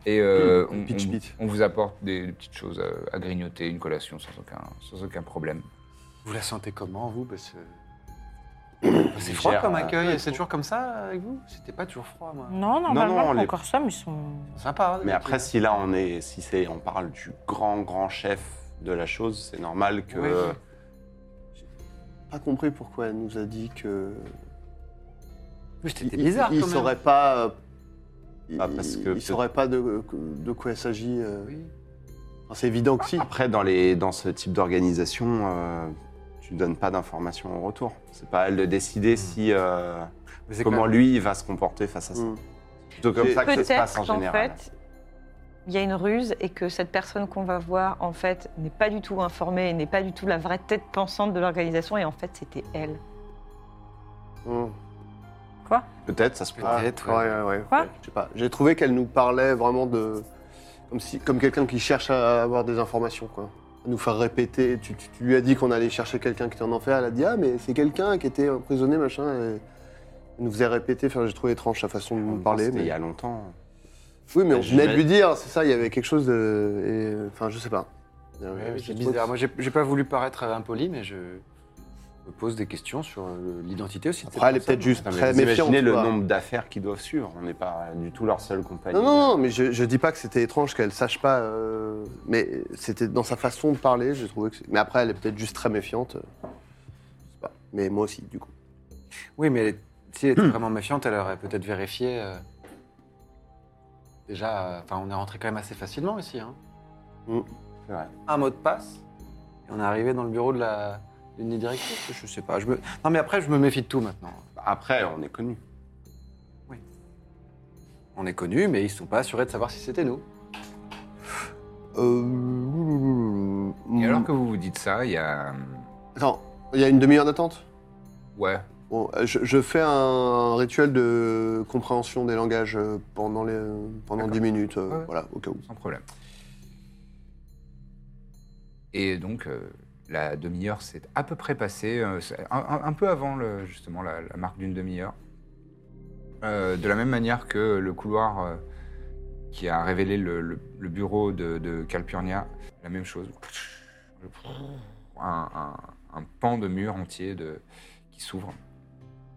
Speaker 1: Et euh,
Speaker 5: Une
Speaker 1: on,
Speaker 5: Mmh. pitch
Speaker 1: on-
Speaker 5: pit.
Speaker 1: on vous apporte des, des petites choses à, à grignoter, une collation sans aucun, sans aucun problème.
Speaker 4: Vous la sentez comment, vous Parce que. C'est froid
Speaker 2: gère,
Speaker 4: comme
Speaker 2: euh,
Speaker 4: accueil, c'est toujours comme ça euh, avec vous C'était pas toujours froid, moi.
Speaker 6: Non,
Speaker 2: non,
Speaker 6: normalement,
Speaker 2: on
Speaker 6: les
Speaker 2: les-
Speaker 6: concorsums, ils sont.
Speaker 4: Sympa. hein,
Speaker 2: Mais après,
Speaker 4: d'habitude.
Speaker 2: si là on est, si c'est, on parle du grand grand chef de la chose, c'est normal que
Speaker 4: Oui.
Speaker 5: Pas compris pourquoi elle nous a dit que.
Speaker 4: Mais c'était
Speaker 5: il-
Speaker 4: bizarre
Speaker 5: Il
Speaker 4: quand
Speaker 5: ne
Speaker 4: même.
Speaker 5: saurait pas. euh,
Speaker 2: Ah,
Speaker 5: il-
Speaker 2: parce que
Speaker 5: il saurait pas de, de quoi il s'agit. euh.
Speaker 4: Oui.
Speaker 5: Enfin, C'est évident que si.
Speaker 2: après dans les, dans ce type d'organisation, euh, tu donnes pas d'informations en retour. C'est pas à elle de décider si euh,
Speaker 12: Mais c'est
Speaker 2: comment
Speaker 12: quand même-
Speaker 2: lui il va se comporter face à ça.
Speaker 5: Mm.
Speaker 2: C'est plutôt comme
Speaker 5: Et-
Speaker 2: ça que ça se passe
Speaker 3: Peut-être
Speaker 2: en
Speaker 3: qu'en
Speaker 2: général.
Speaker 3: fait, il y a une ruse et que cette personne qu'on va voir, en fait, n'est pas du tout informée, n'est pas du tout la vraie tête pensante de l'organisation et en fait, c'était elle.
Speaker 5: Hum.
Speaker 2: Peut-être, ça se peut.
Speaker 5: Ah,
Speaker 12: Peut-être, ouais.
Speaker 5: ouais, ouais, ouais.
Speaker 6: Quoi
Speaker 5: Je sais pas. J'ai trouvé qu'elle nous parlait vraiment de. Comme, si... comme quelqu'un qui cherche à avoir des informations, quoi. À Nous faire répéter. Tu, tu- tu lui as dit qu'on allait chercher quelqu'un qui était en enfer. Elle a dit Ah, mais c'est quelqu'un qui était emprisonné, machin. Et... Elle nous faisait répéter. Enfin, j'ai trouvé étrange sa façon de nous parler.
Speaker 2: C'était
Speaker 5: Mais...
Speaker 2: il y a longtemps.
Speaker 5: Oui, mais on venait de
Speaker 2: J'imagine-
Speaker 5: lui dire, c'est ça, il y avait quelque chose de. et, euh, Enfin, je sais pas. Euh,
Speaker 4: Ouais, mais c'est
Speaker 5: j'ai
Speaker 4: bizarre.
Speaker 5: trop-
Speaker 4: Moi, j'ai j'ai pas voulu paraître impoli, mais je me pose des questions sur euh, l'identité aussi. de
Speaker 5: Après, elle est
Speaker 4: personne.
Speaker 5: peut-être juste hein,
Speaker 2: Non, mais
Speaker 5: très
Speaker 2: vous
Speaker 5: méfiante.
Speaker 2: imaginez le
Speaker 5: tu vois.
Speaker 2: nombre d'affaires qu'ils doivent suivre. On n'est pas du tout leur seule compagnie.
Speaker 5: Non, non, non, mais je, je dis pas que c'était étrange qu'elle sache pas. euh, mais c'était dans sa façon de parler, j'ai trouvé que. c'est- Mais après, elle est peut-être juste très méfiante. euh, Je sais pas. Mais moi aussi, du coup.
Speaker 4: Oui, mais elle est- si elle était vraiment méfiante, elle aurait peut-être vérifié. euh, Déjà, euh, enfin, on est rentré quand même assez facilement ici. Hein.
Speaker 5: Mm.
Speaker 2: C'est vrai.
Speaker 4: Un mot de passe, et on est arrivé dans le bureau de la d'une des directrices. Je sais pas. Je me... Non, mais après, je me méfie de tout maintenant.
Speaker 2: Après, on est connu.
Speaker 4: On est connus, mais ils sont pas assurés de savoir si c'était nous.
Speaker 5: Euh...
Speaker 1: Et alors que vous vous dites ça, il y a.
Speaker 5: Attends, il y a une demi-heure d'attente
Speaker 1: Ouais.
Speaker 5: Bon, euh, je, je fais un rituel de compréhension des langages euh, pendant, les, pendant
Speaker 1: D'accord.
Speaker 5: 10 minutes, euh,
Speaker 1: Ouais.
Speaker 5: voilà, au cas où.
Speaker 1: Sans problème. Et donc, euh, la demi-heure s'est à peu près passée, euh, c'est un, un- un peu avant le- justement la, la marque d'une demi-heure. Euh, de la même manière que le couloir euh, qui a révélé le, le- le bureau de, de Calpurnia, la même chose. Un, un- un pan de mur entier de- qui s'ouvre.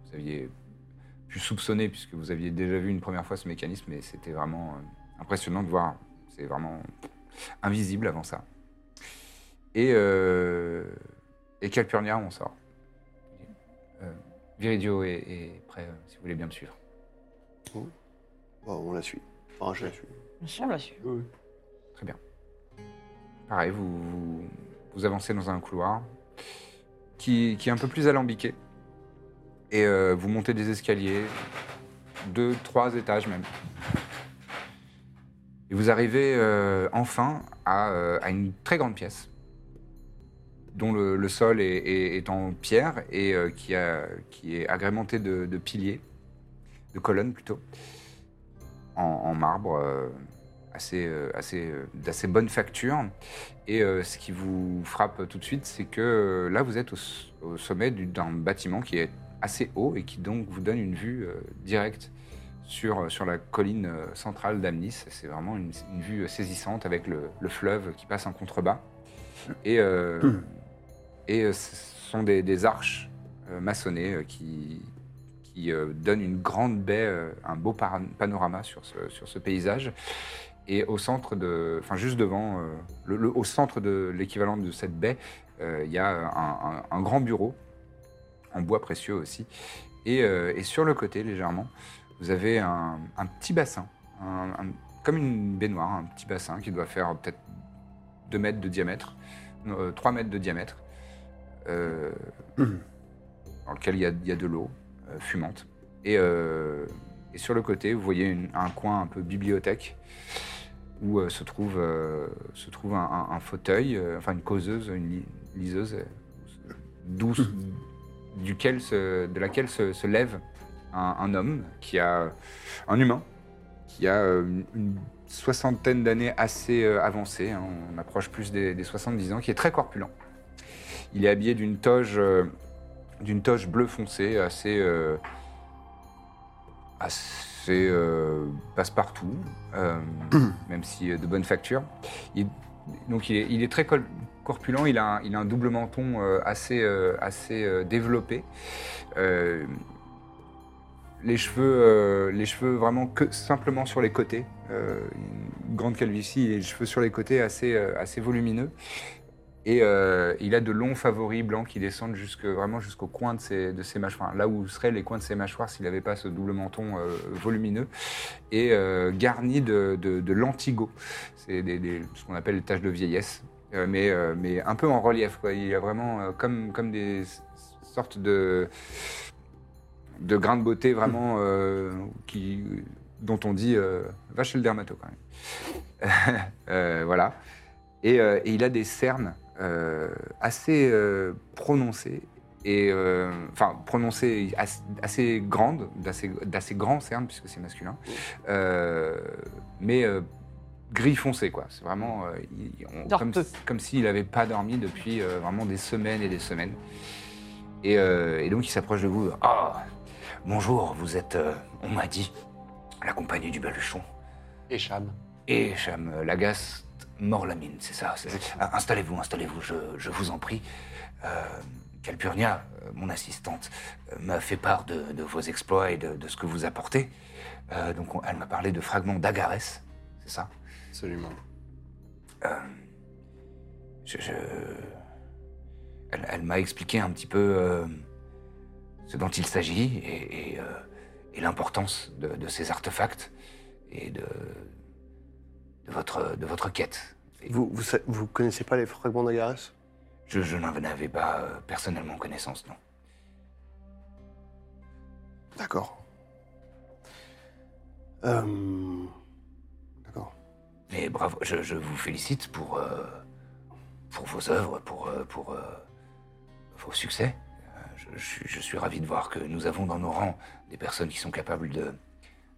Speaker 1: Vous aviez pu soupçonner, puisque vous aviez déjà vu une première fois ce mécanisme, mais c'était vraiment... euh, impressionnant de voir. C'est vraiment invisible avant ça. Et, euh, et Calpurnia, on sort. Euh, Viridio est, est prêt, euh, si vous voulez bien me suivre.
Speaker 5: Bon, on la suit. Enfin, je la suis.
Speaker 6: Bien l'a su.
Speaker 1: Pareil, vous, vous, vous avancez dans un couloir qui, qui est un peu plus alambiqué. Et euh, vous montez des escaliers, deux, trois étages même. Et vous arrivez euh, enfin à, euh, à une très grande pièce, dont le, le sol est, est- est en pierre et euh, qui, a- qui est agrémentée de, de piliers, de colonnes plutôt, en, en marbre euh, assez, euh, assez, euh, d'assez bonne facture. Et euh, ce qui vous frappe tout de suite, c'est que euh, là, vous êtes au, s- au sommet du- d'un bâtiment qui est assez haut et qui donc vous donne une vue euh, directe sur, sur la colline euh, centrale d'Amnis. C'est vraiment une, une vue euh, saisissante avec le, le fleuve qui passe en contrebas. Et, euh, et euh, ce sont des, des arches euh, maçonnées euh, qui, qui euh, donnent une grande baie, euh, un beau para- panorama sur ce, sur ce paysage. Et au centre de, enfin juste devant, euh, le, le- au centre de l'équivalent de cette baie, euh, il y a un, un- un grand bureau en bois précieux aussi. Et, euh, et sur le côté légèrement, vous avez un, un petit bassin, un- un- comme une baignoire, un petit bassin qui doit faire peut-être 2 mètres de diamètre, 3 mètres de diamètre, euh, dans lequel il y a, il y a de l'eau euh, fumante. Et, euh, et sur le côté, vous voyez une- un coin un peu bibliothèque où euh, se trouve, euh, se trouve un, un- un fauteuil, euh, enfin une causeuse, une li- liseuse, euh, d'où- duquel se- de laquelle se, se lève un, un homme qui a un humain qui a euh, une- une soixantaine d'années assez euh, avancées, hein, on approche plus des, des 70 ans, qui est très corpulent. Il est habillé d'une toge, euh, d'une toge bleu foncé, assez, euh, assez euh, passe-partout, euh, même si euh, de bonne facture. Il donc il est, il est très col- corpulent, il a un, il a un double menton euh, assez, euh, assez euh, développé. Euh, les cheveux, euh, les cheveux vraiment que simplement sur les côtés, euh, une grande calvitie, et les cheveux sur les côtés assez, euh, assez volumineux. Et euh, il a de longs favoris blancs qui descendent jusque, vraiment jusqu'au coin de ses, de ses mâchoires, là où seraient les coins de ses mâchoires s'il n'avait pas ce double menton euh, volumineux, et euh, garni de, de, de lentigos. C'est des, des- ce qu'on appelle les taches de vieillesse, euh, mais, euh, mais un peu en relief. quoi. Il y a vraiment euh, comme, comme des s- sortes de, de grains de beauté vraiment euh, qui, dont on dit euh, va chez le dermato quand même. Euh, voilà. Et, euh, et il a des cernes euh, assez euh, prononcées et euh, enfin prononcées as- assez grandes, d'assez d'assez grands cernes puisque c'est masculin, Euh, mais euh, gris foncé quoi. C'est vraiment euh, il- on-
Speaker 3: Dort
Speaker 1: comme,
Speaker 3: peu.
Speaker 1: si- comme s'il n'avait pas dormi depuis euh, vraiment des semaines et des semaines. Et, euh, et donc il s'approche de vous. Ah, bonjour, vous êtes, euh, on m'a dit, la compagnie du Baluchon. euh,
Speaker 10: Et Cham.
Speaker 7: Et Cham Lagaste mort la mine, c'est ça. c'est- Ah, Installez-vous, installez-vous, je, je vous en prie. Euh, Calpurnia, euh, mon assistante, euh, m'a fait part de, de vos exploits et de, de ce que vous apportez. Euh, donc on- elle m'a parlé de fragments d'Agarès, c'est ça Euh,
Speaker 10: Absolument.
Speaker 7: Je- je- Elle, elle m'a expliqué un petit peu euh, ce dont il s'agit et, et, euh, et l'importance de, de ces artefacts et de, de votre, de votre quête. Et
Speaker 5: Vous, vous, sa- vous connaissez pas les fragments d'Agarès
Speaker 7: Je, je n'en avais pas euh, personnellement connaissance, non.
Speaker 5: D'accord. Euh, D'accord.
Speaker 7: Mais bravo, je, je vous félicite pour, euh, pour vos œuvres, pour, euh, pour euh, vos succès. Euh, Je, je suis- je suis ravi de voir que nous avons dans nos rangs des personnes qui sont capables de-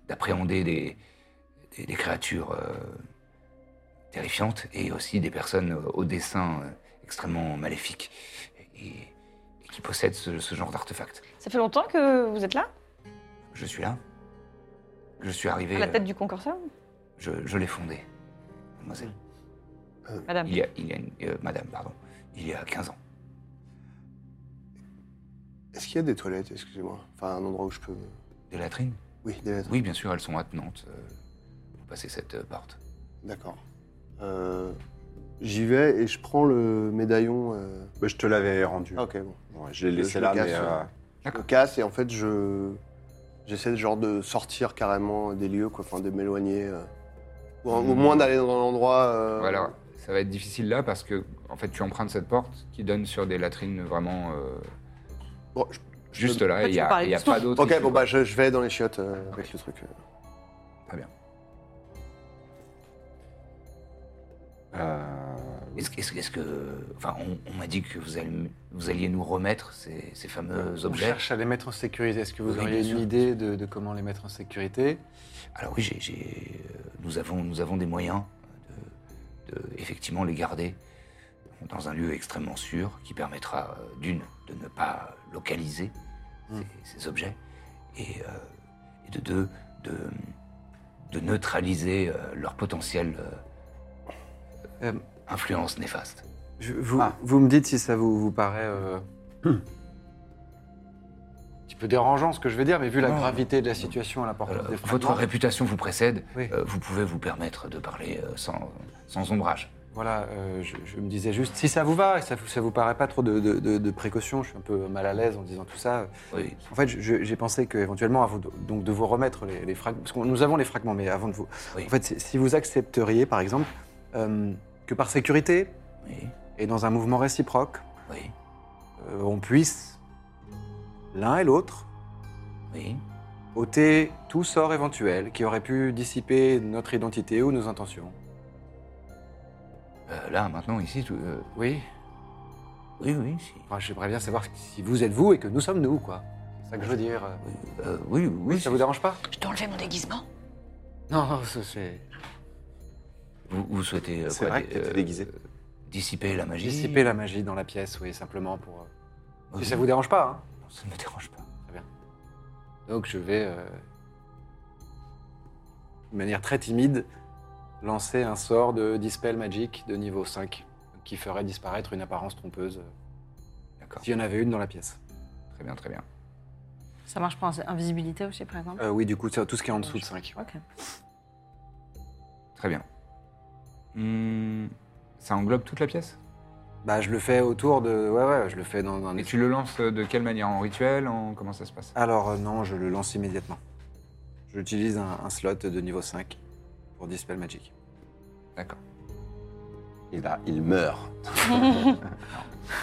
Speaker 7: d'appréhender des, des, des créatures euh, terrifiantes et aussi des personnes au, au dessin euh, extrêmement maléfique et, et qui possèdent ce, ce genre d'artefacts.
Speaker 3: Ça fait longtemps que vous êtes là
Speaker 7: Je suis là. Je suis
Speaker 3: À
Speaker 7: arrivé.
Speaker 3: la
Speaker 7: euh,
Speaker 3: tête du consortium
Speaker 7: Je, je l'ai fondée, mademoiselle.
Speaker 3: Madame
Speaker 7: Il y a, il y a une- euh, madame, pardon. Il y a 15 ans.
Speaker 5: Est-ce qu'il y a des toilettes, excusez-moi Enfin, un endroit où je peux...
Speaker 7: Des latrines
Speaker 5: Oui, des lettres.
Speaker 7: Oui, bien sûr, elles sont attenantes. euh, pour passer cette euh, porte.
Speaker 5: D'accord. Euh, J'y vais et je prends le médaillon... euh,
Speaker 2: Bah, je te l'avais rendu.
Speaker 5: Ah, ok, bon.
Speaker 2: Ouais, je l'ai
Speaker 5: Je-
Speaker 2: laissé
Speaker 5: je
Speaker 2: là,
Speaker 5: le casse,
Speaker 2: mais euh,
Speaker 5: Je me casse et en fait, je... J'essaie genre de sortir carrément des lieux, quoi. Enfin, de m'éloigner. euh, Ou en- au
Speaker 1: Hmm.
Speaker 5: moins d'aller dans un endroit... euh,
Speaker 1: Voilà, ça va être difficile là parce que en fait tu empruntes cette porte qui donne sur des latrines vraiment euh,
Speaker 5: Bon, je-
Speaker 1: juste là.
Speaker 3: Toi,
Speaker 1: Il
Speaker 3: tu
Speaker 1: n'y
Speaker 3: peux
Speaker 1: a,
Speaker 3: parler
Speaker 1: il y a
Speaker 3: de
Speaker 1: pas
Speaker 3: tout.
Speaker 1: d'autre.
Speaker 5: Ok,
Speaker 1: issue,
Speaker 5: bon
Speaker 1: quoi.
Speaker 5: bah je, je vais dans les chiottes euh, avec le truc. euh.
Speaker 2: euh,
Speaker 7: Est-ce est-ce- est-ce que. Enfin, on, on m'a dit que vous, alliez- vous alliez nous remettre ces, ces fameux
Speaker 10: On
Speaker 7: objets.
Speaker 10: cherche à les mettre en sécurité. Est-ce que vous
Speaker 7: Euh, Oui,
Speaker 10: auriez
Speaker 7: bien
Speaker 10: une
Speaker 7: sûr.
Speaker 10: idée de, de comment les mettre en sécurité
Speaker 7: Alors oui, j'ai- j'ai, euh, nous, avons, nous avons des moyens de, de, effectivement les garder dans un lieu extrêmement sûr qui permettra euh, d'une de ne pas localiser
Speaker 10: Mm.
Speaker 7: ces, ces objets et, euh, et de deux de, de neutraliser euh, leur potentiel euh,
Speaker 4: Euh,
Speaker 7: influence néfaste.
Speaker 4: Je- vous,
Speaker 7: Ah.
Speaker 4: vous me dites si ça vous, vous paraît. euh,
Speaker 7: Hmm.
Speaker 10: Un petit peu dérangeant ce que je vais dire, mais vu la
Speaker 7: Non.
Speaker 10: gravité de la situation à la portée
Speaker 7: Euh,
Speaker 10: des
Speaker 7: votre
Speaker 10: fragments,
Speaker 7: réputation vous précède,
Speaker 4: Oui.
Speaker 7: euh, vous pouvez vous permettre de parler euh, sans, sans ombrage.
Speaker 4: Voilà, euh, je, je me disais juste, si ça vous va, et ça, vous- ça vous paraît pas trop de, de, de- de précautions, je suis un peu mal à l'aise en disant tout ça.
Speaker 7: Oui,
Speaker 4: En fait, je- j'ai pensé qu'éventuellement, avant de, donc de vous remettre les, fragments, parce que nous avons les fragments, mais avant de vous.
Speaker 7: Oui.
Speaker 4: En fait, si- si vous accepteriez, par exemple, euh, que par sécurité
Speaker 7: oui,
Speaker 4: et dans un mouvement réciproque,
Speaker 7: oui,
Speaker 4: euh, on puisse, l'un et l'autre,
Speaker 7: oui.
Speaker 4: ôter tout sort éventuel qui aurait pu dissiper notre identité ou nos intentions.
Speaker 7: Euh, là, maintenant, ici, tout, euh,
Speaker 4: Oui,
Speaker 7: oui, oui, si.
Speaker 4: enfin, j'aimerais bien savoir si vous êtes vous et que nous sommes nous, quoi. C'est ça que je veux dire.
Speaker 7: Oui, euh, oui, oui.
Speaker 4: Ça vous dérange pas
Speaker 3: Je dois enlever mon déguisement
Speaker 4: Non, non, ça, c'est
Speaker 7: Vous, vous souhaitez euh,
Speaker 2: C'est
Speaker 7: quoi,
Speaker 2: vrai
Speaker 7: dé-
Speaker 2: que t'étais
Speaker 7: euh,
Speaker 2: déguisé.
Speaker 7: dissiper la magie
Speaker 4: dissiper la magie dans la pièce, oui, simplement pour. euh,
Speaker 7: Ok.
Speaker 4: Si ça vous dérange pas, hein.
Speaker 7: Non, Ça ne me dérange pas.
Speaker 4: Donc je vais, euh, de manière très timide, lancer un sort de Dispel Magic de niveau 5 qui ferait disparaître une apparence trompeuse
Speaker 7: D'accord.
Speaker 4: s'il y en avait une dans la pièce.
Speaker 7: Très bien, très bien.
Speaker 6: Ça marche pour invisibilité aussi, par exemple
Speaker 4: Euh, oui, du coup, c'est tout ce qui est en dessous de 5.
Speaker 6: Ok.
Speaker 7: Très bien. Hmm, ça englobe toute la pièce
Speaker 4: Bah, je le fais autour de. Ouais, ouais, je le fais dans un.
Speaker 7: Et tu le lances euh, de quelle manière En rituel en... Comment ça se passe
Speaker 4: Alors, euh, non, je le lance immédiatement. J'utilise un, un slot de niveau 5 pour Dispel Magic.
Speaker 7: D'accord.
Speaker 2: Et là, il meurt.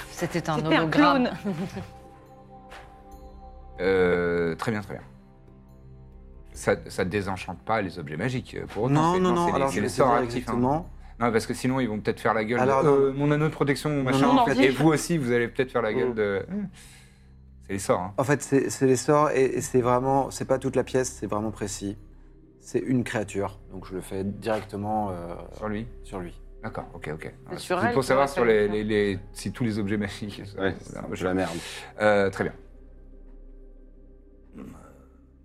Speaker 13: C'était un
Speaker 3: C'était un
Speaker 13: hologramme.
Speaker 3: clone.
Speaker 7: Euh, très bien, très bien. Ça ne désenchante pas les objets magiques euh, pour autant.
Speaker 4: Non,
Speaker 7: c'est-
Speaker 4: non,
Speaker 7: c'est
Speaker 4: non,
Speaker 7: les-
Speaker 4: alors
Speaker 7: c'est
Speaker 4: je
Speaker 7: les
Speaker 4: vais
Speaker 7: sorts
Speaker 4: savoir
Speaker 7: actifs, hein.
Speaker 4: exactement.
Speaker 7: Non, parce que sinon, ils vont peut-être faire la gueule.
Speaker 4: Alors,
Speaker 7: de, euh, mon anneau de protection, mon machin.
Speaker 4: non,
Speaker 7: en fait.
Speaker 4: non.
Speaker 7: Et vous aussi, vous allez peut-être faire la gueule
Speaker 4: Mm.
Speaker 7: de. euh, C'est les sorts. hein.
Speaker 4: En fait, c'est c'est les sorts et, et c'est vraiment, c'est pas toute la pièce, c'est vraiment précis. C'est une créature, donc je le fais directement euh,
Speaker 7: Sur lui.
Speaker 4: sur lui.
Speaker 7: D'accord, ok, ok. Ouais,
Speaker 3: sur
Speaker 7: c'est
Speaker 3: elle
Speaker 7: pour
Speaker 3: qu'on
Speaker 7: savoir
Speaker 3: va
Speaker 7: sur les,
Speaker 3: faire
Speaker 7: les- les- si tous les objets magiques. ça,
Speaker 2: Ouais,
Speaker 7: voilà,
Speaker 2: un
Speaker 7: moi,
Speaker 2: peu
Speaker 7: je-
Speaker 2: la merde.
Speaker 7: Euh, très bien.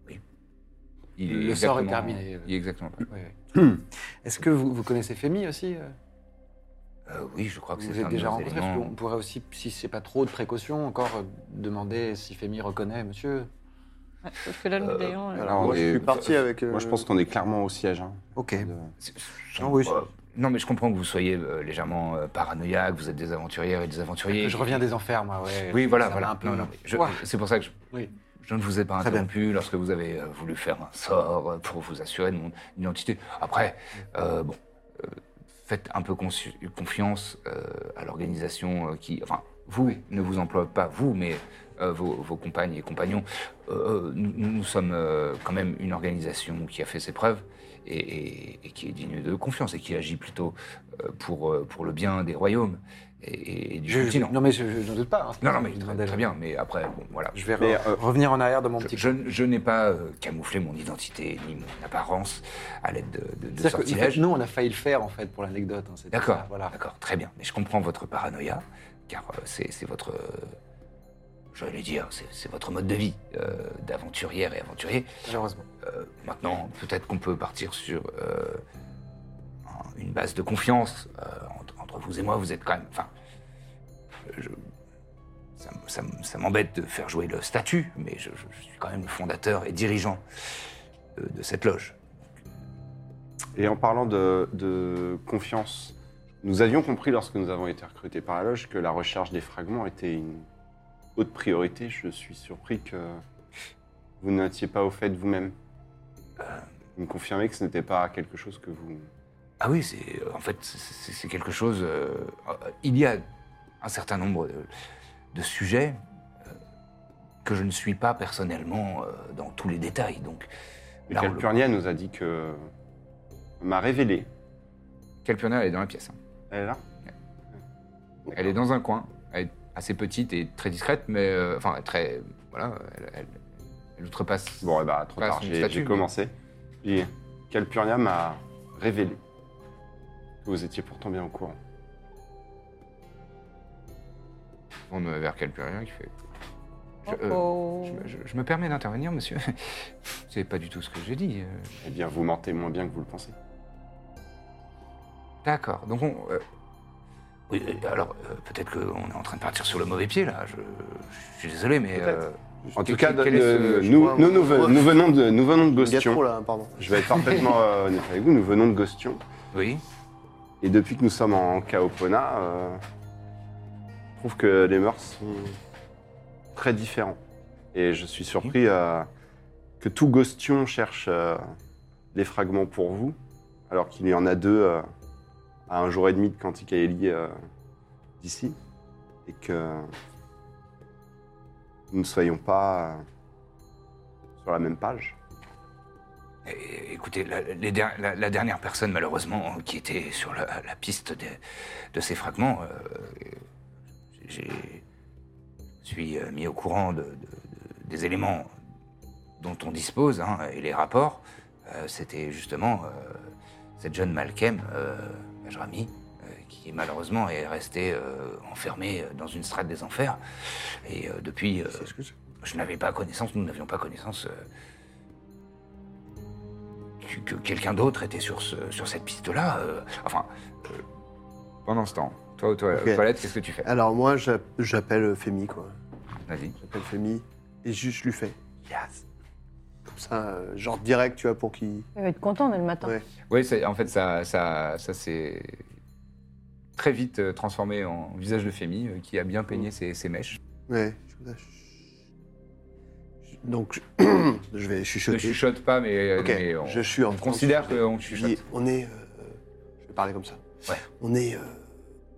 Speaker 7: Oui. Il
Speaker 4: Le sort est
Speaker 7: exactement-
Speaker 4: terminé.
Speaker 7: Il est exactement. pas.
Speaker 4: Oui, oui. Est-ce que vous, vous connaissez Femi aussi euh
Speaker 7: Euh, oui, je crois que
Speaker 4: Vous
Speaker 7: c'est
Speaker 4: vous
Speaker 7: un
Speaker 4: êtes
Speaker 7: de
Speaker 4: déjà
Speaker 7: nos
Speaker 4: rencontré
Speaker 7: éléments.
Speaker 4: On pourrait aussi, si c'est pas trop de précautions, encore euh, demander si Femi reconnaît Monsieur.
Speaker 3: Ouais, Sauf que là, le médaillon. euh,
Speaker 2: Alors,
Speaker 5: Moi,
Speaker 2: on
Speaker 5: je
Speaker 2: est-
Speaker 5: suis parti avec. euh,
Speaker 2: Moi, je pense qu'on est clairement au siège. hein.
Speaker 4: Ok.
Speaker 2: De-
Speaker 1: C'est-
Speaker 4: Non, Euh, oui, je-
Speaker 1: euh, non, mais je comprends que vous soyez euh, légèrement euh, paranoïaque, vous êtes des aventurières et des aventuriers.
Speaker 4: Je reviens des enfers, moi. Ouais.
Speaker 1: Oui, voilà,
Speaker 4: Ça m'a
Speaker 1: voilà.
Speaker 4: un peu-
Speaker 1: Non, non, mais je-
Speaker 4: Ouah.
Speaker 1: c'est pour ça que je,
Speaker 4: Oui.
Speaker 1: je ne vous ai pas
Speaker 4: Très bien.
Speaker 1: interrompu lorsque vous avez euh, voulu faire un sort euh, pour vous assurer de mon identité. Après, euh, bon, euh, faites un peu consu- confiance euh, à l'organisation euh, qui, enfin, vous ne vous emploie pas vous, mais euh, vos, vos compagnes et compagnons. Euh, euh, nous, nous sommes euh, quand même une organisation qui a fait ses preuves et, et- et qui est digne de confiance et qui agit plutôt euh, pour, euh, pour le bien des royaumes et, et du
Speaker 4: Je-
Speaker 1: continent.
Speaker 4: non mais je, je- je n'en doute pas. hein.
Speaker 1: Non, non, mais
Speaker 4: Je
Speaker 1: très,
Speaker 4: demandais-
Speaker 1: très bien, mais après, bon, voilà.
Speaker 4: Je vais re-
Speaker 2: Mais, euh,
Speaker 4: revenir en arrière dans mon
Speaker 1: Je,
Speaker 4: petit.
Speaker 1: je n- je n'ai pas euh, camouflé mon identité ni mon apparence à l'aide de, de, de
Speaker 4: C'est-à-dire que, en
Speaker 1: sortilèges.
Speaker 4: fait, nous, on a failli le faire en fait pour l'anecdote. hein, c'était
Speaker 1: D'accord,
Speaker 4: ça, Voilà.
Speaker 1: d'accord, très bien. Mais je comprends votre paranoïa, car euh, c'est c'est votre. euh, J'allais dire, c'est c'est votre mode de vie euh, d'aventurière et aventurier.
Speaker 4: Malheureusement.
Speaker 1: Euh, maintenant, peut-être qu'on peut partir sur euh, un- une base de confiance euh, entre, entre vous et moi. Vous êtes quand même. Enfin, je- ça, m- ça m- ça m'embête de faire jouer le statut, mais je, je- je suis quand même le fondateur et dirigeant euh, de, de cette loge.
Speaker 2: Et en parlant de, de confiance, nous avions compris lorsque nous avons été recrutés par la loge que la recherche des fragments était une haute priorité. Je suis surpris que vous n'étiez pas au fait vous-même. Vous me confirmez que ce n'était pas quelque chose que vous...
Speaker 1: Ah oui, c'est en fait c'est c'est quelque chose. euh, euh, il y a un certain nombre de, de sujets euh, que je ne suis pas personnellement euh, dans tous les détails. Donc,
Speaker 2: Et
Speaker 1: là, on le-
Speaker 2: Calpurnia nous a dit que... m'a révélé.
Speaker 7: Calpurnia, elle est dans la pièce. hein.
Speaker 2: Elle est là
Speaker 7: Elle est dans un coin. Elle est assez petite et très discrète, mais. euh, Enfin, très. Voilà, elle, elle, elle outrepasse.
Speaker 2: Bon, eh ben, trop
Speaker 7: Pas
Speaker 2: tard,
Speaker 7: son
Speaker 2: j'ai
Speaker 7: statut,
Speaker 2: j'ai
Speaker 7: mais-
Speaker 2: commencé. Puis, Calpurnia m'a révélé que vous étiez pourtant bien au courant.
Speaker 7: On tourne vers Calpurnia qui fait. Je, euh,
Speaker 3: oh, oh.
Speaker 7: je me- je- je me permets d'intervenir, monsieur. C'est pas du tout ce que j'ai dit. euh,
Speaker 2: Eh bien, vous mentez moins bien que vous le pensez.
Speaker 7: D'accord. Donc, on, euh,
Speaker 1: oui, euh, alors euh, peut-être qu'on est en train de partir sur le mauvais pied là. Je, je suis désolé, mais
Speaker 2: Peut-être.
Speaker 1: euh,
Speaker 2: En
Speaker 7: Quel-
Speaker 2: tout cas, de-
Speaker 7: quel est
Speaker 2: de-
Speaker 7: ce- je
Speaker 2: nous,
Speaker 5: crois-
Speaker 2: nous, nous ve- nous venons de, nous venons de
Speaker 5: Il y a trop
Speaker 2: Gostion.
Speaker 5: là, pardon.
Speaker 2: Je vais être parfaitement euh, honnête avec vous, nous venons de Gostion.
Speaker 1: oui.
Speaker 2: Et depuis que nous sommes en Kaopona, euh, je trouve que les mœurs sont très différents. Et je suis surpris euh, que tout Gostion cherche euh, des fragments pour vous, alors qu'il y en a deux euh, à un jour et demi de Canticaeli euh, d'ici. Et que nous ne soyons pas euh, sur la même page.
Speaker 1: Eh, Écoutez, la, les der- la- la dernière personne, malheureusement, euh, qui était sur la, la piste de, de ces fragments, euh, j'ai je suis euh, mis au courant de- de- de- des éléments dont on dispose hein, et les rapports. Euh, C'était justement euh, cette jeune Malkem, euh, Majrami, euh, qui malheureusement est restée euh, enfermée dans une strate des enfers. Et euh, depuis, euh, je n'avais pas connaissance, nous n'avions pas connaissance euh, que, que quelqu'un d'autre était sur, ce- sur cette piste-là. euh, enfin,
Speaker 7: Pendant ce temps, toi aux toi-
Speaker 2: euh,
Speaker 5: Ok.
Speaker 7: aux toilettes, qu'est-ce que tu fais
Speaker 5: Alors moi, j'a- j'appelle euh, Femi, quoi.
Speaker 7: Vas-y.
Speaker 5: J'appelle Femi et juste je lui fais. Yes. Comme ça, euh, genre direct, tu vois, pour qu'il.
Speaker 3: Il va être content dès le matin.
Speaker 5: Ouais.
Speaker 7: Oui, c'est- en fait, ça, ça, ça s'est très vite euh, transformé en visage de Fémi, euh, qui a bien
Speaker 4: Mm.
Speaker 7: peigné ses, ses mèches.
Speaker 5: Ouais. Je- Donc, je, je vais
Speaker 7: Ne
Speaker 5: chuchoter.
Speaker 7: chuchote pas, mais, euh,
Speaker 5: Ok,
Speaker 7: mais on,
Speaker 5: je suis en
Speaker 7: on
Speaker 5: train de
Speaker 7: considère
Speaker 5: chuchoter.
Speaker 7: qu'on
Speaker 5: Je
Speaker 7: chuchote.
Speaker 5: dis, on est. euh, je vais parler comme ça.
Speaker 1: Ouais.
Speaker 5: On est euh,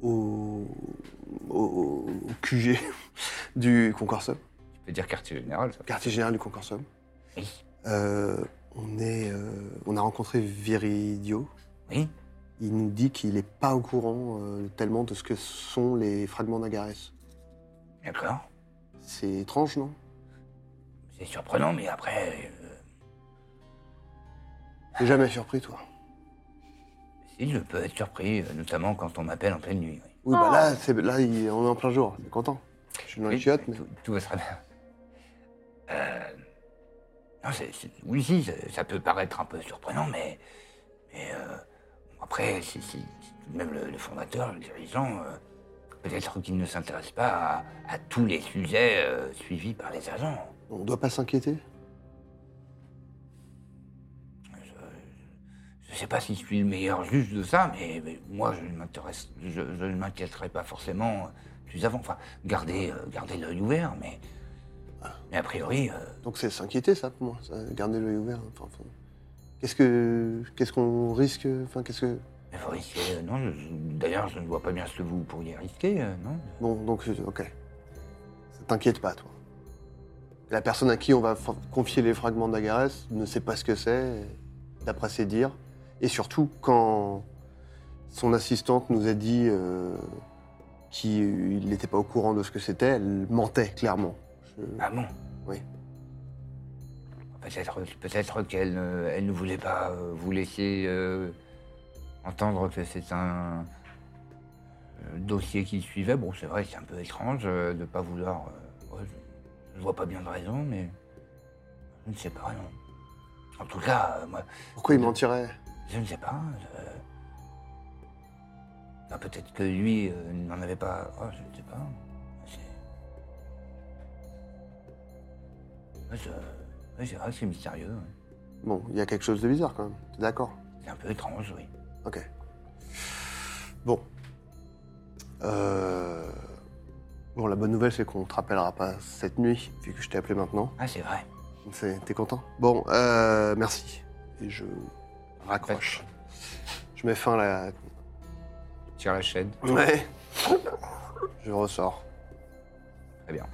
Speaker 5: au, au, au QG du Concorsum,
Speaker 1: tu peux dire quartier général, ça.
Speaker 5: quartier général du Concorsum.
Speaker 1: Oui.
Speaker 5: Euh, on, est, euh, on a rencontré Viridio.
Speaker 1: Oui.
Speaker 5: Il nous dit qu'il n'est pas au courant euh, tellement de ce que sont les fragments d'Agarès.
Speaker 1: D'accord.
Speaker 5: C'est étrange, non
Speaker 1: C'est surprenant, mais après, euh,
Speaker 5: T'es jamais surpris, toi
Speaker 1: si je peux être surpris, euh, notamment quand on m'appelle en pleine nuit. oui.
Speaker 5: Oui, bah là, c'est- là il- on est en plein jour. T'es content Je suis dans les
Speaker 1: Oui,
Speaker 5: chiottes, mais...
Speaker 1: tout, tout va très bien. Euh, non, c'est- c'est- oui, si, ça, ça peut paraître un peu surprenant, mais, mais euh, bon, après, c'est c'est- c'est tout de même le, le fondateur, le dirigeant. euh, Peut-être qu'il ne s'intéresse pas à, à tous les sujets euh, suivis par les agents.
Speaker 5: on doit pas s'inquiéter
Speaker 1: Je sais pas si je suis le meilleur juge de ça, mais, mais moi, je ne m'intéresse, je, je ne m'inquiéterai pas forcément plus avant. Enfin, garder, euh, garder l'œil ouvert, mais, mais a priori, euh,
Speaker 5: Donc c'est s'inquiéter, ça, pour moi. ça, garder l'œil ouvert. Enfin, enfin, qu'est-ce que, qu'est-ce qu'on risque Enfin, qu'est-ce que
Speaker 1: il faut risquer. euh, Non, je- je- d'ailleurs, je ne vois pas bien ce que vous pourriez risquer, euh, non
Speaker 5: bon, donc euh, ok. Ça t'inquiète pas, toi. La personne à qui on va fa- confier les fragments d'Agarès ne sait pas ce que c'est, d'après ses dires. Et surtout, quand son assistante nous a dit euh, qu'il n'était pas au courant de ce que c'était, elle mentait clairement. Je-
Speaker 1: Ah bon
Speaker 5: Oui.
Speaker 1: Peut-être, peut-être qu'elle euh, elle ne voulait pas euh, vous laisser euh, entendre que c'est un euh, dossier qui suivait. Bon, c'est vrai, c'est un peu étrange euh, de ne pas vouloir. euh, ouais, je- je ne vois pas bien de raison, mais je ne sais pas, non. En tout cas, euh, moi,
Speaker 5: Pourquoi il mentirait
Speaker 1: je ne sais pas. euh, ah, peut-être que lui euh, n'en avait pas. oh, je ne sais pas. C'est. Ouais, je- ouais, c'est vrai que c'est mystérieux. ouais.
Speaker 5: Bon, il y a quelque chose de bizarre quand même. T'es d'accord
Speaker 1: C'est un peu étrange, oui.
Speaker 5: Ok. Bon. Euh, Bon, la bonne nouvelle, c'est qu'on te rappellera pas cette nuit, vu que je t'ai appelé maintenant.
Speaker 1: Ah, c'est vrai.
Speaker 5: C'est- T'es content Bon, euh, merci. Et je raccroche. Je mets fin à la...
Speaker 7: Tire la chaîne.
Speaker 5: Ouais. Je ressors.
Speaker 7: Très bien.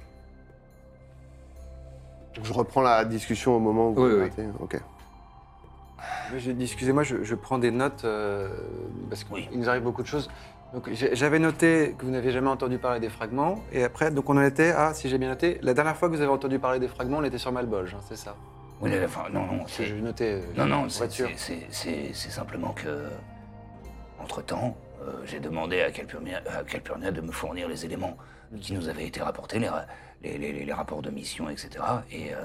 Speaker 5: Je reprends la discussion au moment où
Speaker 7: Oui,
Speaker 5: vous
Speaker 7: oui.
Speaker 5: arrêtez. Ok.
Speaker 4: Moi, je- Excusez-moi, je, je prends des notes euh, parce qu'il nous arrive beaucoup de choses. Donc, j'ai- j'avais noté que vous n'avez jamais entendu parler des fragments, et après, donc on en était à, si j'ai bien noté, la dernière fois que vous avez entendu parler des fragments, on était sur Malbolge, hein, c'est ça
Speaker 1: Oui, mais
Speaker 7: Ah,
Speaker 1: enfin, non, non,
Speaker 4: Je
Speaker 1: c'est.
Speaker 4: vais noter.
Speaker 1: Non, non, c'est-
Speaker 4: euh, voiture.
Speaker 1: c'est- c'est c'est- c'est simplement que. euh, Entre-temps, euh, j'ai demandé à Calpurnia, à Calpurnia de me fournir les éléments
Speaker 4: Mm.
Speaker 1: qui nous avaient été rapportés, les, ra- les, les- les rapports de mission, etc. Et. euh,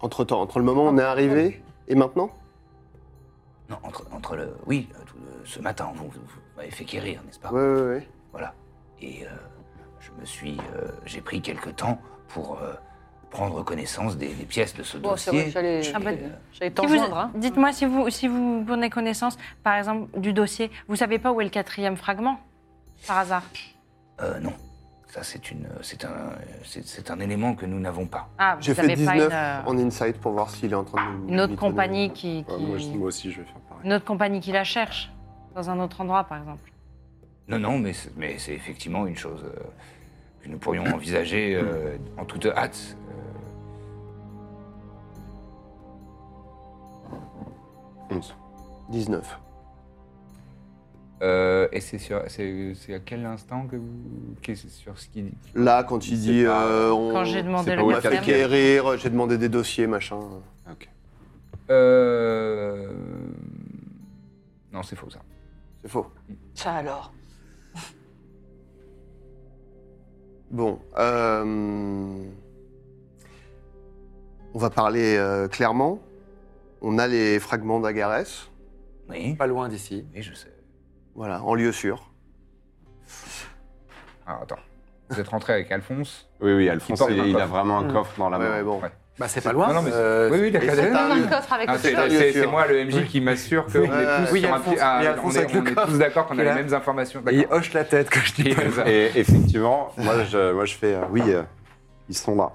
Speaker 5: Entre-temps, entre le moment où on est
Speaker 7: Ah.
Speaker 5: arrivé et maintenant
Speaker 1: Non, entre, entre le. Oui, euh, tout- euh, ce matin, vous, vous m'avez fait quérir, n'est-ce
Speaker 7: Ah.
Speaker 1: pas
Speaker 5: Ouais, ouais, ouais.
Speaker 1: Voilà. Et euh, je me suis. euh, J'ai pris quelques temps pour euh, prendre connaissance des, des pièces de ce
Speaker 3: Bon, c'est
Speaker 1: dossier.
Speaker 3: vrai, j'allais-
Speaker 1: Et,
Speaker 3: Ah bah,
Speaker 1: euh,
Speaker 14: J'allais
Speaker 6: Si
Speaker 14: t'en
Speaker 6: vous-
Speaker 14: joindre. hein.
Speaker 6: Dites-moi si vous, si vous prenez connaissance, par exemple, du dossier. Vous savez pas où est le quatrième fragment, par hasard
Speaker 1: euh, non. Ça, c'est une, c'est un, c'est, c'est un élément que nous n'avons pas.
Speaker 6: Ah, vous
Speaker 5: J'ai fait
Speaker 6: avez pas une,
Speaker 5: 19
Speaker 6: euh,
Speaker 5: en insight pour voir s'il est en train de nous...
Speaker 6: une autre
Speaker 5: nous
Speaker 6: compagnie qui,
Speaker 2: Ouais,
Speaker 6: qui-
Speaker 2: moi, je- moi aussi, je vais faire pareil.
Speaker 6: une autre compagnie qui la cherche dans un autre endroit, par exemple.
Speaker 1: Non, non, mais c'est, mais c'est effectivement une chose euh, que nous pourrions envisager euh, en toute hâte. Euh,
Speaker 2: 11.
Speaker 5: 19.
Speaker 7: Euh, et c'est sur, c'est, c'est à quel instant que vous, qu'est- sur ce qu'il dit
Speaker 5: Là, quand il
Speaker 7: C'est
Speaker 5: dit...
Speaker 7: pas- Ah
Speaker 5: euh, on...
Speaker 6: Quand j'ai demandé
Speaker 2: c'est
Speaker 6: le
Speaker 2: pas où
Speaker 5: On m'a
Speaker 2: Wickham.
Speaker 5: fait
Speaker 6: quatrième,
Speaker 5: quérir, j'ai demandé des dossiers, machin.
Speaker 2: Ok.
Speaker 7: Euh, Non, c'est faux ça.
Speaker 5: C'est faux.
Speaker 14: Ça alors.
Speaker 5: Bon, euh, on va parler euh, clairement. On a les fragments d'Agarès.
Speaker 1: Oui.
Speaker 4: Pas loin d'ici.
Speaker 1: Oui, je sais.
Speaker 5: Voilà, en lieu sûr.
Speaker 1: Alors, Ah, attends. Vous êtes rentré avec Alphonse
Speaker 2: Oui, oui, Alphonse,
Speaker 7: porte
Speaker 2: il,
Speaker 7: un
Speaker 2: il a
Speaker 7: coffre.
Speaker 2: vraiment
Speaker 1: Mm.
Speaker 2: un coffre dans la
Speaker 7: Ah,
Speaker 5: Ouais,
Speaker 2: main.
Speaker 5: ouais, bon.
Speaker 7: Ouais.
Speaker 4: Bah, c'est pas loin.
Speaker 7: Non, non, mais c'est-
Speaker 4: euh,
Speaker 7: Oui, oui,
Speaker 5: Et c'est
Speaker 7: d'accord.
Speaker 5: un-
Speaker 6: Dans le coffre avec
Speaker 7: Ah,
Speaker 6: le
Speaker 7: c'est-
Speaker 5: coffre.
Speaker 6: chat.
Speaker 7: c'est- c'est- c'est moi le MJ qui m'assure qu'on euh, est tous
Speaker 4: Oui,
Speaker 7: sur un
Speaker 4: Alphonse-
Speaker 7: pied. ah,
Speaker 4: oui,
Speaker 7: on
Speaker 4: Alphonse
Speaker 7: est,
Speaker 4: avec le
Speaker 7: on est
Speaker 4: coffre.
Speaker 7: tous d'accord qu'on a
Speaker 4: Il
Speaker 7: les
Speaker 4: a-
Speaker 7: mêmes informations.
Speaker 4: Il
Speaker 7: D'accord.
Speaker 4: hoche la tête quand je dis comme ça.
Speaker 2: Et effectivement, moi je, moi, je fais euh, oui, euh, ils sont là.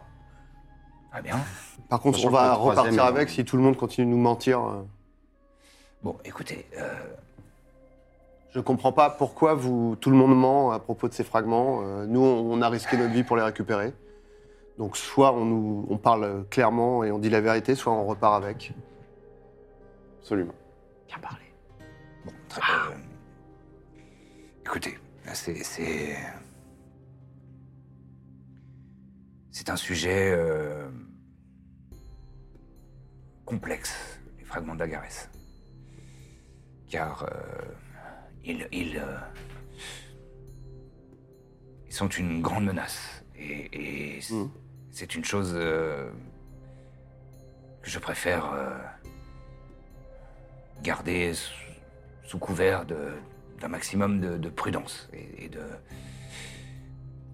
Speaker 1: Ah bien.
Speaker 5: Par contre,
Speaker 2: Sachant
Speaker 5: on va
Speaker 2: que le troisième,
Speaker 5: repartir
Speaker 2: euh,
Speaker 5: avec si tout le monde continue de nous mentir. euh.
Speaker 1: Bon, écoutez, euh,
Speaker 5: Je comprends pas pourquoi vous, tout le monde ment à propos de ces fragments. Euh, nous, on, on a risqué notre vie pour les récupérer. Donc, soit on, nous, on parle clairement et on dit la vérité, soit on repart avec.
Speaker 2: Absolument.
Speaker 15: Bien parlé.
Speaker 1: bon, très-
Speaker 4: Ah.
Speaker 1: euh, écoutez, là, c'est c'est c'est un sujet euh, complexe, les fragments de la Garesse. car euh, ils ils, euh, ils sont une grande menace et, et c'est-
Speaker 2: Mm.
Speaker 5: Mhm.
Speaker 1: c'est une chose euh, que je préfère euh, garder sous, sous couvert de- d'un maximum de, de prudence et, et de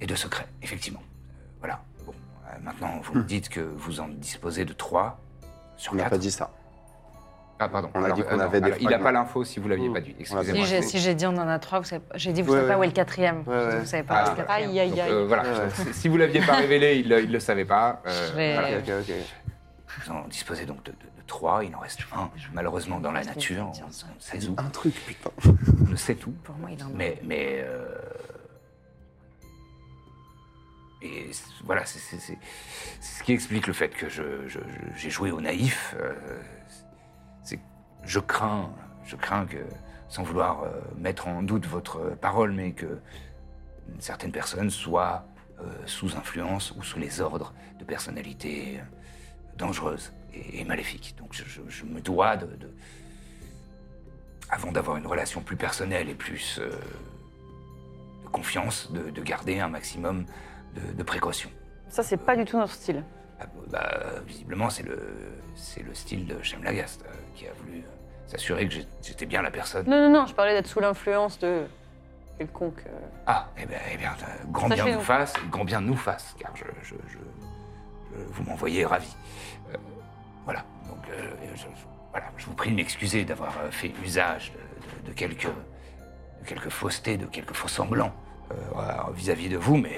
Speaker 1: et de secret, effectivement. Euh, voilà. Bon, euh, maintenant, vous me dites que vous en disposez de trois sur
Speaker 2: Mm. On n'a
Speaker 1: quatre.
Speaker 2: pas dit ça.
Speaker 1: Ah, pardon.
Speaker 2: On a
Speaker 7: euh,
Speaker 2: dit qu'on
Speaker 1: non,
Speaker 2: avait des
Speaker 1: alors, Il n'a
Speaker 2: fragments. Hmm.
Speaker 7: Pas l'info si vous l'aviez
Speaker 5: Mm.
Speaker 7: pas dit.
Speaker 2: On l'a
Speaker 6: Si
Speaker 7: Excusez-moi.
Speaker 6: j'ai si j'ai dit on en a trois, vous savez pas- j'ai dit vous
Speaker 5: Ouais,
Speaker 6: savez pas
Speaker 5: ouais.
Speaker 6: où est le quatrième.
Speaker 5: Ouais,
Speaker 6: J'ai dit,
Speaker 5: ouais.
Speaker 6: Vous savez pas où
Speaker 1: Ah,
Speaker 6: est le quatrième.
Speaker 15: Aïe, aïe,
Speaker 7: Donc,
Speaker 15: aïe.
Speaker 7: euh, voilà. Si- Si vous l'aviez pas révélé, il ne le savait pas. euh,
Speaker 6: Je vais-
Speaker 1: voilà.
Speaker 6: Ouais.
Speaker 5: Ok, ok, ok.
Speaker 1: Vous en disposez donc de, de- de trois, il en reste un. Malheureusement, dans la
Speaker 6: Je vais
Speaker 1: nature,
Speaker 6: dire
Speaker 1: on,
Speaker 6: ça.
Speaker 1: on sait où,
Speaker 2: Un truc, putain.
Speaker 1: on ne sait tout.
Speaker 6: Pour moi, il en a.
Speaker 1: Mais, mais, euh, et c- voilà, c'est c'est- c'est- c'est ce qui explique le fait que je- je- je- j'ai joué au naïf. euh, c'est je crains, je crains que, sans vouloir euh, mettre en doute votre euh, parole, mais que certaines personnes soient euh, sous influence ou sous les ordres de personnalités euh, dangereuses et, et maléfiques. Donc je, je- je me dois de, de- avant d'avoir une relation plus personnelle et plus euh, de confiance, de, de garder un maximum de, de précautions.
Speaker 15: Ça, c'est pas du tout notre style.
Speaker 1: Ah, bah, visiblement, c'est le, c'est le style de Shem Lagast euh, qui a voulu euh, s'assurer que j'ai- j'étais bien la personne.
Speaker 15: Non, non, non, je parlais d'être sous l'influence de quelconque. euh,
Speaker 1: Ah, eh bien, eh bien euh, grand bien
Speaker 15: Sachez-nous.
Speaker 1: nous fasse, grand bien nous fasse, car je, je, je, je- vous m'envoyez ravi. Euh, voilà, donc euh, je, je- voilà, je vous prie de m'excuser d'avoir euh, fait usage de, de- de quelques, de quelques faussetés, de quelques faux semblants euh, euh, vis-à-vis de vous, mais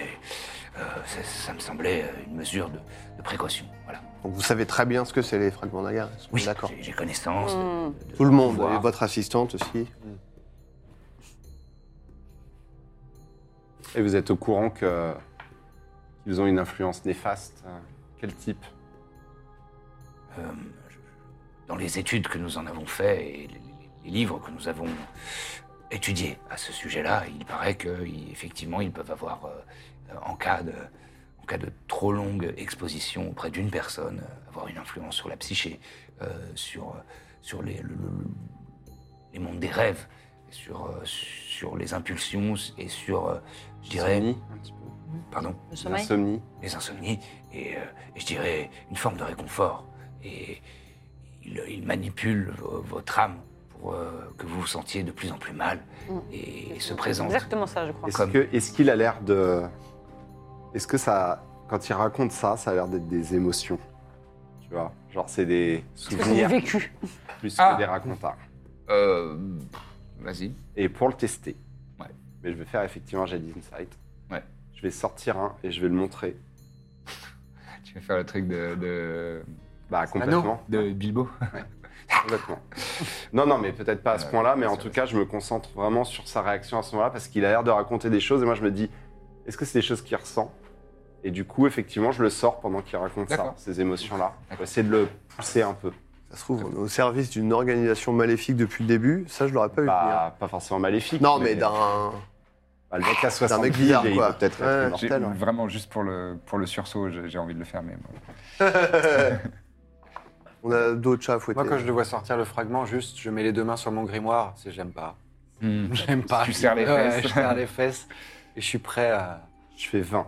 Speaker 1: euh, ça, ça me semblait euh, une mesure de, de précaution. Voilà.
Speaker 5: Donc, vous savez très bien ce que c'est les fragments d'Agarès.
Speaker 1: Oui,
Speaker 5: D'accord.
Speaker 1: j'ai- j'ai connaissance. de-
Speaker 15: Hmm.
Speaker 1: de- de
Speaker 5: Tout le monde,
Speaker 1: pouvoir.
Speaker 5: et votre assistante aussi.
Speaker 2: Et vous êtes au courant que ils ont une influence néfaste. euh, Quel type
Speaker 1: Euh, dans les études que nous en avons faites et les, les livres que nous avons étudiés à ce sujet-là, il paraît qu'effectivement, ils peuvent avoir, euh, euh, en, cas de, en cas de trop longue exposition auprès d'une personne, euh, avoir une influence sur la psyché, euh, sur, sur les, le- le- le- les mondes des rêves, sur, euh, sur les impulsions et sur, euh, je dirais,
Speaker 2: Insomnie, un petit peu.
Speaker 1: pardon,
Speaker 6: Le sommeil
Speaker 2: Insomnie.
Speaker 1: les insomnies et, euh, et je dirais une forme de réconfort. Et il, il manipule vo- votre âme pour euh, que vous vous sentiez de plus en plus mal
Speaker 15: Mm.
Speaker 1: et, et se
Speaker 15: C'est
Speaker 1: présente.
Speaker 15: Exactement ça, je crois.
Speaker 2: Est-ce
Speaker 1: Comme-
Speaker 2: que- est-ce qu'il a l'air de. Est-ce que ça. Quand il raconte ça, ça a l'air d'être des émotions. Tu vois Genre, c'est des
Speaker 15: Parce que c'est
Speaker 2: souvenirs
Speaker 15: vécu.
Speaker 2: plus
Speaker 1: Ah.
Speaker 2: que des racontars.
Speaker 1: Euh, Vas-y.
Speaker 2: Et pour le tester,
Speaker 1: Ouais.
Speaker 2: mais je vais faire effectivement un jet d'insight.
Speaker 1: Ouais.
Speaker 2: Je vais sortir un et je vais le montrer.
Speaker 7: Tu vas faire le truc de, de,
Speaker 2: Bah, complètement.
Speaker 7: de Bilbo.
Speaker 2: Complètement. Non, non, mais peut-être pas à ce
Speaker 1: Euh,
Speaker 2: point-là, mais en
Speaker 1: c'est
Speaker 2: tout
Speaker 1: vrai.
Speaker 2: cas, je me concentre vraiment sur sa réaction à ce moment-là parce qu'il a l'air de raconter des choses et moi, je me dis, est-ce que c'est des choses qu'il ressent Et du coup, effectivement, je le sors pendant qu'il raconte ça,
Speaker 7: D'accord.
Speaker 2: ces émotions-là. On va essayer de le pousser un peu.
Speaker 5: Ça se trouve, on est au service d'une organisation maléfique depuis le début. Ça, je l'aurais pas vu venir.
Speaker 2: Pas, pas forcément maléfique.
Speaker 5: Non, mais d'un.
Speaker 2: bah, le mec à 60
Speaker 5: mec
Speaker 2: piges,
Speaker 5: bizarre,
Speaker 2: il
Speaker 5: quoi.
Speaker 2: peut peut-être être
Speaker 5: Ouais.
Speaker 2: mortel.
Speaker 7: J'ai-
Speaker 5: Mortel, ouais.
Speaker 7: Vraiment, juste pour le, pour le sursaut, j'ai j'ai envie de le faire, mais bon.
Speaker 5: On a d'autres chats à fouetter.
Speaker 4: Moi, quand je dois sortir le fragment, juste, je mets les deux mains sur mon grimoire. C'est j'aime pas.
Speaker 1: Mm.
Speaker 7: Hmm.
Speaker 4: J'aime pas.
Speaker 7: Tu serres les
Speaker 4: Ouais,
Speaker 7: fesses.
Speaker 4: je serre les fesses. Et je suis prêt à.
Speaker 2: Je fais 20.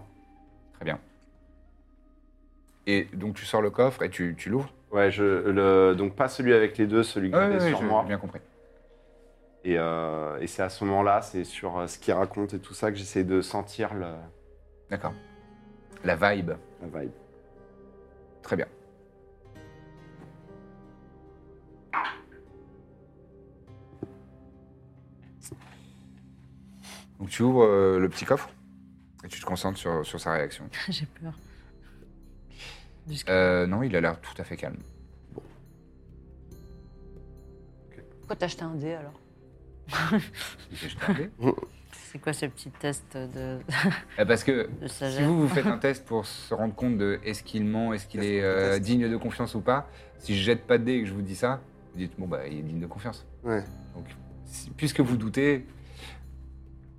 Speaker 7: Très bien. Et donc, tu sors le coffre et tu, tu l'ouvres
Speaker 2: Ouais, je, le, donc pas celui avec les deux, celui qui
Speaker 16: Ouais,
Speaker 2: est
Speaker 16: ouais,
Speaker 2: sur
Speaker 16: j'ai
Speaker 2: moi.
Speaker 16: bien compris.
Speaker 2: Et, euh, et c'est à ce moment-là, c'est sur euh, ce qu'il raconte et tout ça que j'essaie de sentir le,
Speaker 16: D'accord. La vibe.
Speaker 2: la vibe.
Speaker 16: Très bien. Donc tu ouvres euh, le petit coffre et tu te concentres sur, sur sa réaction.
Speaker 6: J'ai peur. Jusqu'à-
Speaker 16: Euh, non, il a l'air tout à fait calme.
Speaker 6: Pourquoi t'as acheté un dé alors
Speaker 16: J'ai jeté un dé.
Speaker 6: C'est quoi ce petit test de,
Speaker 16: Euh, Parce que
Speaker 6: de
Speaker 16: si
Speaker 6: sagesse
Speaker 16: vous vous faites un test pour se rendre compte de est-ce qu'il ment, est-ce qu'il est, euh, digne de confiance ou pas, si je jette pas de dé et que je vous dis ça, vous dites bon bah il est digne de confiance.
Speaker 5: Ouais.
Speaker 16: Donc si- puisque vous doutez,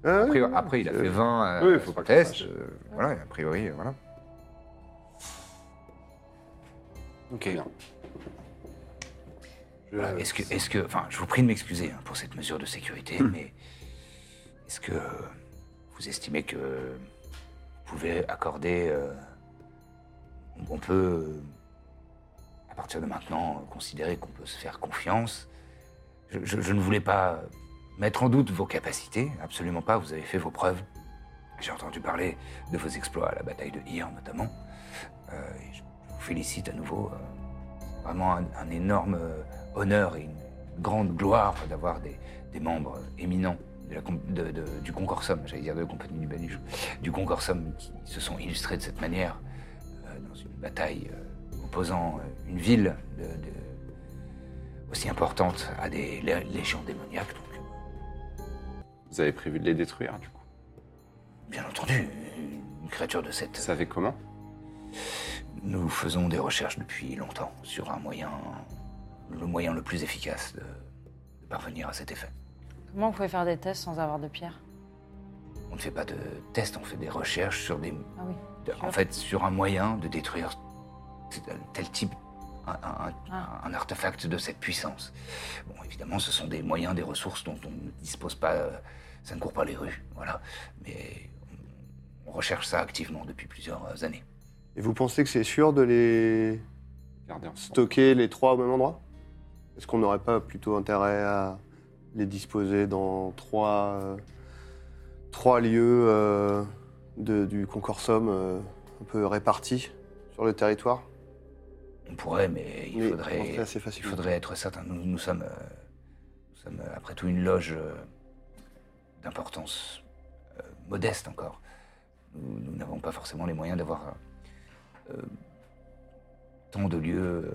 Speaker 5: Ah
Speaker 16: A
Speaker 5: ouais.
Speaker 16: priori- Après, il a fait 20
Speaker 2: oui,
Speaker 16: euh,
Speaker 2: faut
Speaker 16: sur
Speaker 2: pas
Speaker 16: le
Speaker 2: qu'on
Speaker 16: test.
Speaker 2: sache.
Speaker 16: euh, voilà, a priori, euh, voilà.
Speaker 2: Ok. Bien. Je-
Speaker 1: Voilà, Euh, Est-ce que, est-ce que, enfin, je vous prie de m'excuser hein, pour cette mesure de sécurité, mais est-ce que vous estimez que vous pouvez accorder, euh, on peut, euh, à partir de maintenant, euh, considérer qu'on peut se faire confiance je, je- je ne voulais pas mettre en doute vos capacités, absolument pas. Vous avez fait vos preuves. J'ai entendu parler de vos exploits à la bataille de Hir, notamment. Euh, et je vous félicite à nouveau. euh, c'est vraiment un, un énorme euh, honneur et une grande gloire d'avoir des, des membres éminents de la com- de- de- du Concorsum, j'allais dire de la compagnie du Banuch, du Concorsum qui se sont illustrés de cette manière euh, dans une bataille euh, opposant euh, une ville de- de- aussi importante à des lé- légions démoniaques. Donc,
Speaker 2: Vous avez prévu de les détruire, du coup.
Speaker 1: bien entendu, une créature de cette
Speaker 2: Vous savez comment
Speaker 1: Nous faisons des recherches depuis longtemps sur un moyen, le moyen le plus efficace de, de parvenir à cet effet.
Speaker 6: Comment vous pouvez faire des tests sans avoir de pierre
Speaker 1: On ne fait pas de tests, on fait des recherches sur des,
Speaker 6: Ah oui.
Speaker 1: de- en
Speaker 6: Sûr.
Speaker 1: fait, sur un moyen de détruire t- tel type, un, un- un-
Speaker 6: Ah.
Speaker 1: un artefact de cette puissance. Bon, évidemment, ce sont des moyens, des ressources dont on ne dispose pas, euh, ça ne court pas les rues, voilà. Mais on- on recherche ça activement depuis plusieurs années.
Speaker 5: Et vous pensez que c'est sûr de les
Speaker 2: Gardez ensemble.
Speaker 5: stocker les trois au même endroit Est-ce qu'on n'aurait pas plutôt intérêt à les disposer dans trois, euh, trois lieux euh, de- du concorsum euh, un peu répartis sur le territoire
Speaker 1: On pourrait, mais il
Speaker 5: Mais je pense que
Speaker 1: faudrait
Speaker 5: c'est assez
Speaker 1: Il
Speaker 5: facile.
Speaker 1: faudrait être certain. Nous, nous sommes, euh, nous sommes, euh, après tout, une loge euh, d'importance euh, modeste encore. Nous nous n'avons pas forcément les moyens d'avoir euh, tant de lieux euh,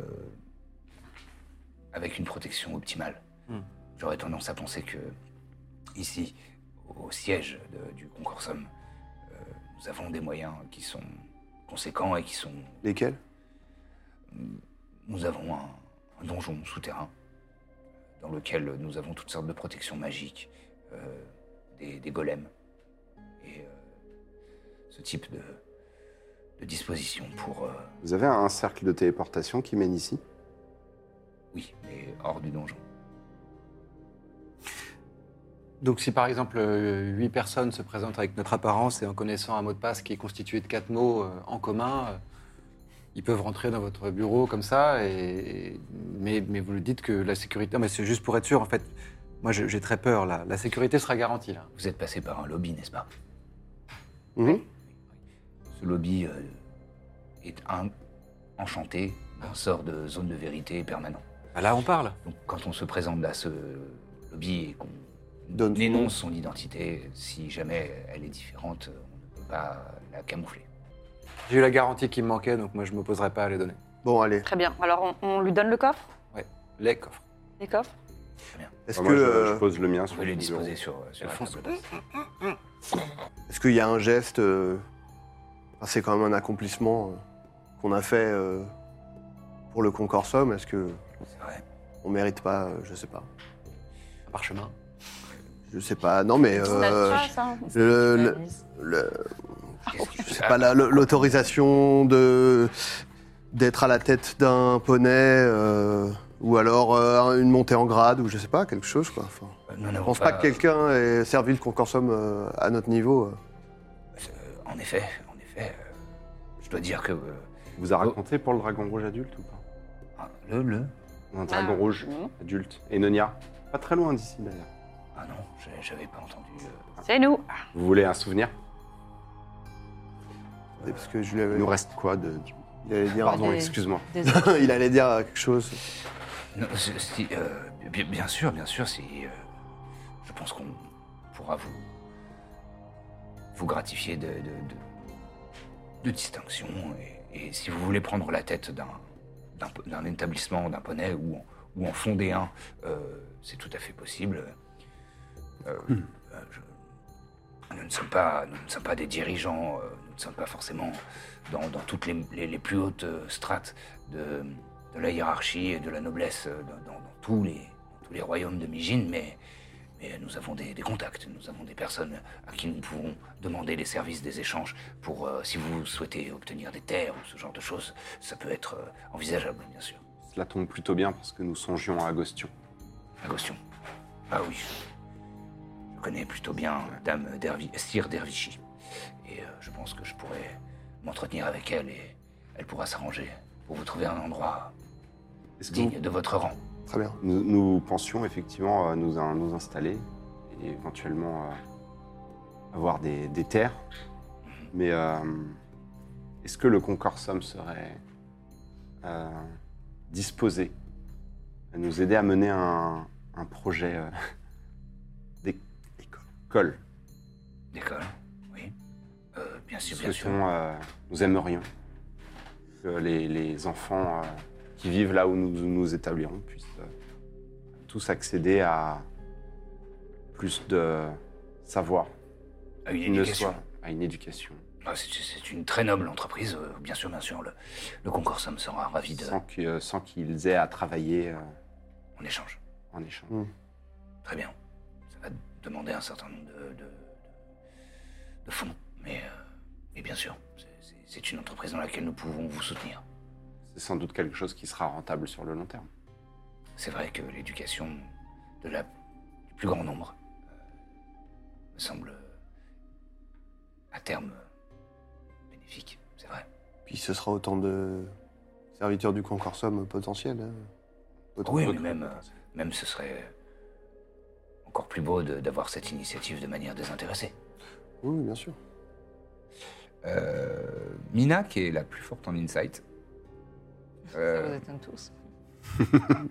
Speaker 1: avec une protection optimale.
Speaker 4: Hmm.
Speaker 1: J'aurais tendance à penser que ici, au siège de- du Concorsum, euh, nous avons des moyens qui sont conséquents et qui sont
Speaker 5: Lesquels
Speaker 1: nous avons un, un donjon souterrain dans lequel nous avons toutes sortes de protections magiques, euh, des, des golems et euh, ce type de, de disposition pour... euh,
Speaker 2: Vous avez un cercle de téléportation qui mène ici
Speaker 1: oui, mais hors du donjon.
Speaker 4: Donc si par exemple euh, huit personnes se présentent avec notre apparence et en connaissant un mot de passe qui est constitué de quatre mots euh, en commun, euh, ils peuvent rentrer dans votre bureau comme ça. Et, et- mais, mais vous le dites que la sécurité... Non mais c'est juste pour être sûr en fait. Moi je- j'ai très peur là. La sécurité sera garantie là.
Speaker 1: Vous êtes passé par un lobby, n'est-ce pas
Speaker 5: Mhm.
Speaker 1: Ce lobby euh, est un, enchanté d'un sort de zone de vérité permanent.
Speaker 4: Bah, là on parle.
Speaker 1: Donc quand on se présente à ce lobby et qu'on
Speaker 5: Donne son nom.
Speaker 1: énonce son identité, si jamais elle est différente, on ne peut pas la camoufler.
Speaker 4: J'ai eu la garantie qui me manquait donc moi je m'opposerai pas à les donner.
Speaker 5: Bon, allez.
Speaker 17: Très bien. Alors, on, on lui donne le coffre
Speaker 4: Les coffres.
Speaker 17: Les coffres
Speaker 5: Est-ce
Speaker 2: Enfin, Bah, moi, je,
Speaker 5: que, euh,
Speaker 2: je pose le mien
Speaker 1: On
Speaker 2: sur
Speaker 1: peut les
Speaker 2: le bureau.
Speaker 1: disposer sur, sur la
Speaker 4: fonce.
Speaker 1: table basse.
Speaker 5: Est-ce qu'il y a un geste euh, enfin, C'est quand même un accomplissement euh, qu'on a fait euh, pour le concorsum. Est-ce que
Speaker 1: C'est vrai.
Speaker 5: on mérite pas euh, Je sais pas.
Speaker 4: Un parchemin.
Speaker 5: Je sais pas. Non, mais
Speaker 17: On a
Speaker 5: euh,
Speaker 17: ça,
Speaker 6: hein.
Speaker 17: ça.
Speaker 5: le- le-
Speaker 17: Valise.
Speaker 5: le-
Speaker 1: Qu'est-ce que
Speaker 5: je sais pas la- l'autorisation de d'être à la tête d'un poney euh, ou alors euh, une montée en grade ou je sais pas quelque chose quoi. Enfin,
Speaker 1: Nous
Speaker 5: je
Speaker 1: n'avons
Speaker 5: pense pas que quelqu'un ait servi le concorsum euh, à notre niveau. euh.
Speaker 1: Euh, En effet, en effet. euh, je dois dire que. euh,
Speaker 2: Oh. Vous a raconté pour le dragon rouge adulte ou pas
Speaker 1: ah, Le, le.
Speaker 2: Un dragon
Speaker 6: Ah.
Speaker 2: rouge, adulte. Et Nonia, pas très loin d'ici d'ailleurs.
Speaker 1: Ah non, je- j'avais pas entendu. euh.
Speaker 3: C'est nous.
Speaker 2: Vous voulez un souvenir
Speaker 5: Attendez, Parce que je lui
Speaker 2: Il
Speaker 5: avais.
Speaker 2: nous reste quoi de.
Speaker 5: Il allait dire.
Speaker 2: Pardon,
Speaker 6: Des-
Speaker 2: excuse-moi.
Speaker 6: Désolé.
Speaker 5: il allait dire quelque chose.
Speaker 1: Non, c'est- si, euh, bien, bien sûr, bien sûr, si. euh, je pense qu'on pourra vous. vous gratifier de. de, de- de distinctions. Et, et si vous voulez prendre la tête d'un- d'un po- d'un établissement, d'un poney ou, en- ou en fonder un, euh, c'est tout à fait possible. Euh, euh, je- nous, ne sommes pas, nous ne sommes pas des dirigeants, euh, nous ne sommes pas forcément dans, dans toutes les, les- les plus hautes euh, strates de, de la hiérarchie et de la noblesse euh, dans, dans- dans tous, les, dans tous les royaumes de Mijin, mais, mais nous avons des, des contacts, nous avons des personnes à qui nous pouvons demander les services des échanges pour, euh, si vous souhaitez obtenir des terres ou ce genre de choses, ça peut être euh, envisageable, bien sûr.
Speaker 2: Cela tombe plutôt bien parce que nous songions à Agostion.
Speaker 1: La question. Ah oui, je connais plutôt bien Dame Dervi, Sire Dervichi, et euh, je pense que je pourrais m'entretenir avec elle et elle pourra s'arranger pour vous trouver un endroit
Speaker 2: Est-ce que vous-
Speaker 1: digne de votre rang.
Speaker 5: Très bien.
Speaker 2: nous, nous pensions effectivement euh, nous, in- nous installer et éventuellement euh, avoir des, des terres. Mais euh, est-ce que le concorsum serait euh, disposé à nous aider à mener un, un projet euh, d'école
Speaker 1: D'école, oui. Euh, bien sûr, bien
Speaker 2: Nous
Speaker 1: sûr.
Speaker 2: souhaitons, euh, nous aimerions que les, les enfants euh, qui vivent là où nous nous établirons puissent euh, tous accéder à plus de savoir,
Speaker 1: Ah, une
Speaker 2: qu'ils ne
Speaker 1: éducation.
Speaker 2: soient à une éducation,
Speaker 1: Ah, c'est- c'est c'est une très noble entreprise, euh, bien sûr, bien sûr. Le, le Concorsum sera ravi de,
Speaker 2: sans que- euh, sans qu'ils aient à travailler euh,
Speaker 1: en échange.
Speaker 2: en échange.
Speaker 1: Très bien. Ça va demander un certain nombre de, de, de- de fonds, mais, euh, mais bien sûr, c'est- c'est- c'est une entreprise dans laquelle nous pouvons vous soutenir.
Speaker 2: C'est sans doute quelque chose qui sera rentable sur le long terme.
Speaker 1: C'est vrai que l'éducation de la, du plus grand nombre euh, me semble euh, à terme euh, bénéfique, c'est vrai.
Speaker 5: Puis ce sera autant de serviteurs du concorsum potentiels. hein. Autant
Speaker 1: Oui,
Speaker 5: de-
Speaker 1: mais même, euh, même ce serait encore plus beau de- d'avoir cette initiative de manière désintéressée.
Speaker 5: Oui, bien sûr.
Speaker 7: Euh, Mina, qui est la plus forte en insight.
Speaker 6: Ça vous
Speaker 7: Euh,
Speaker 6: étonne tous.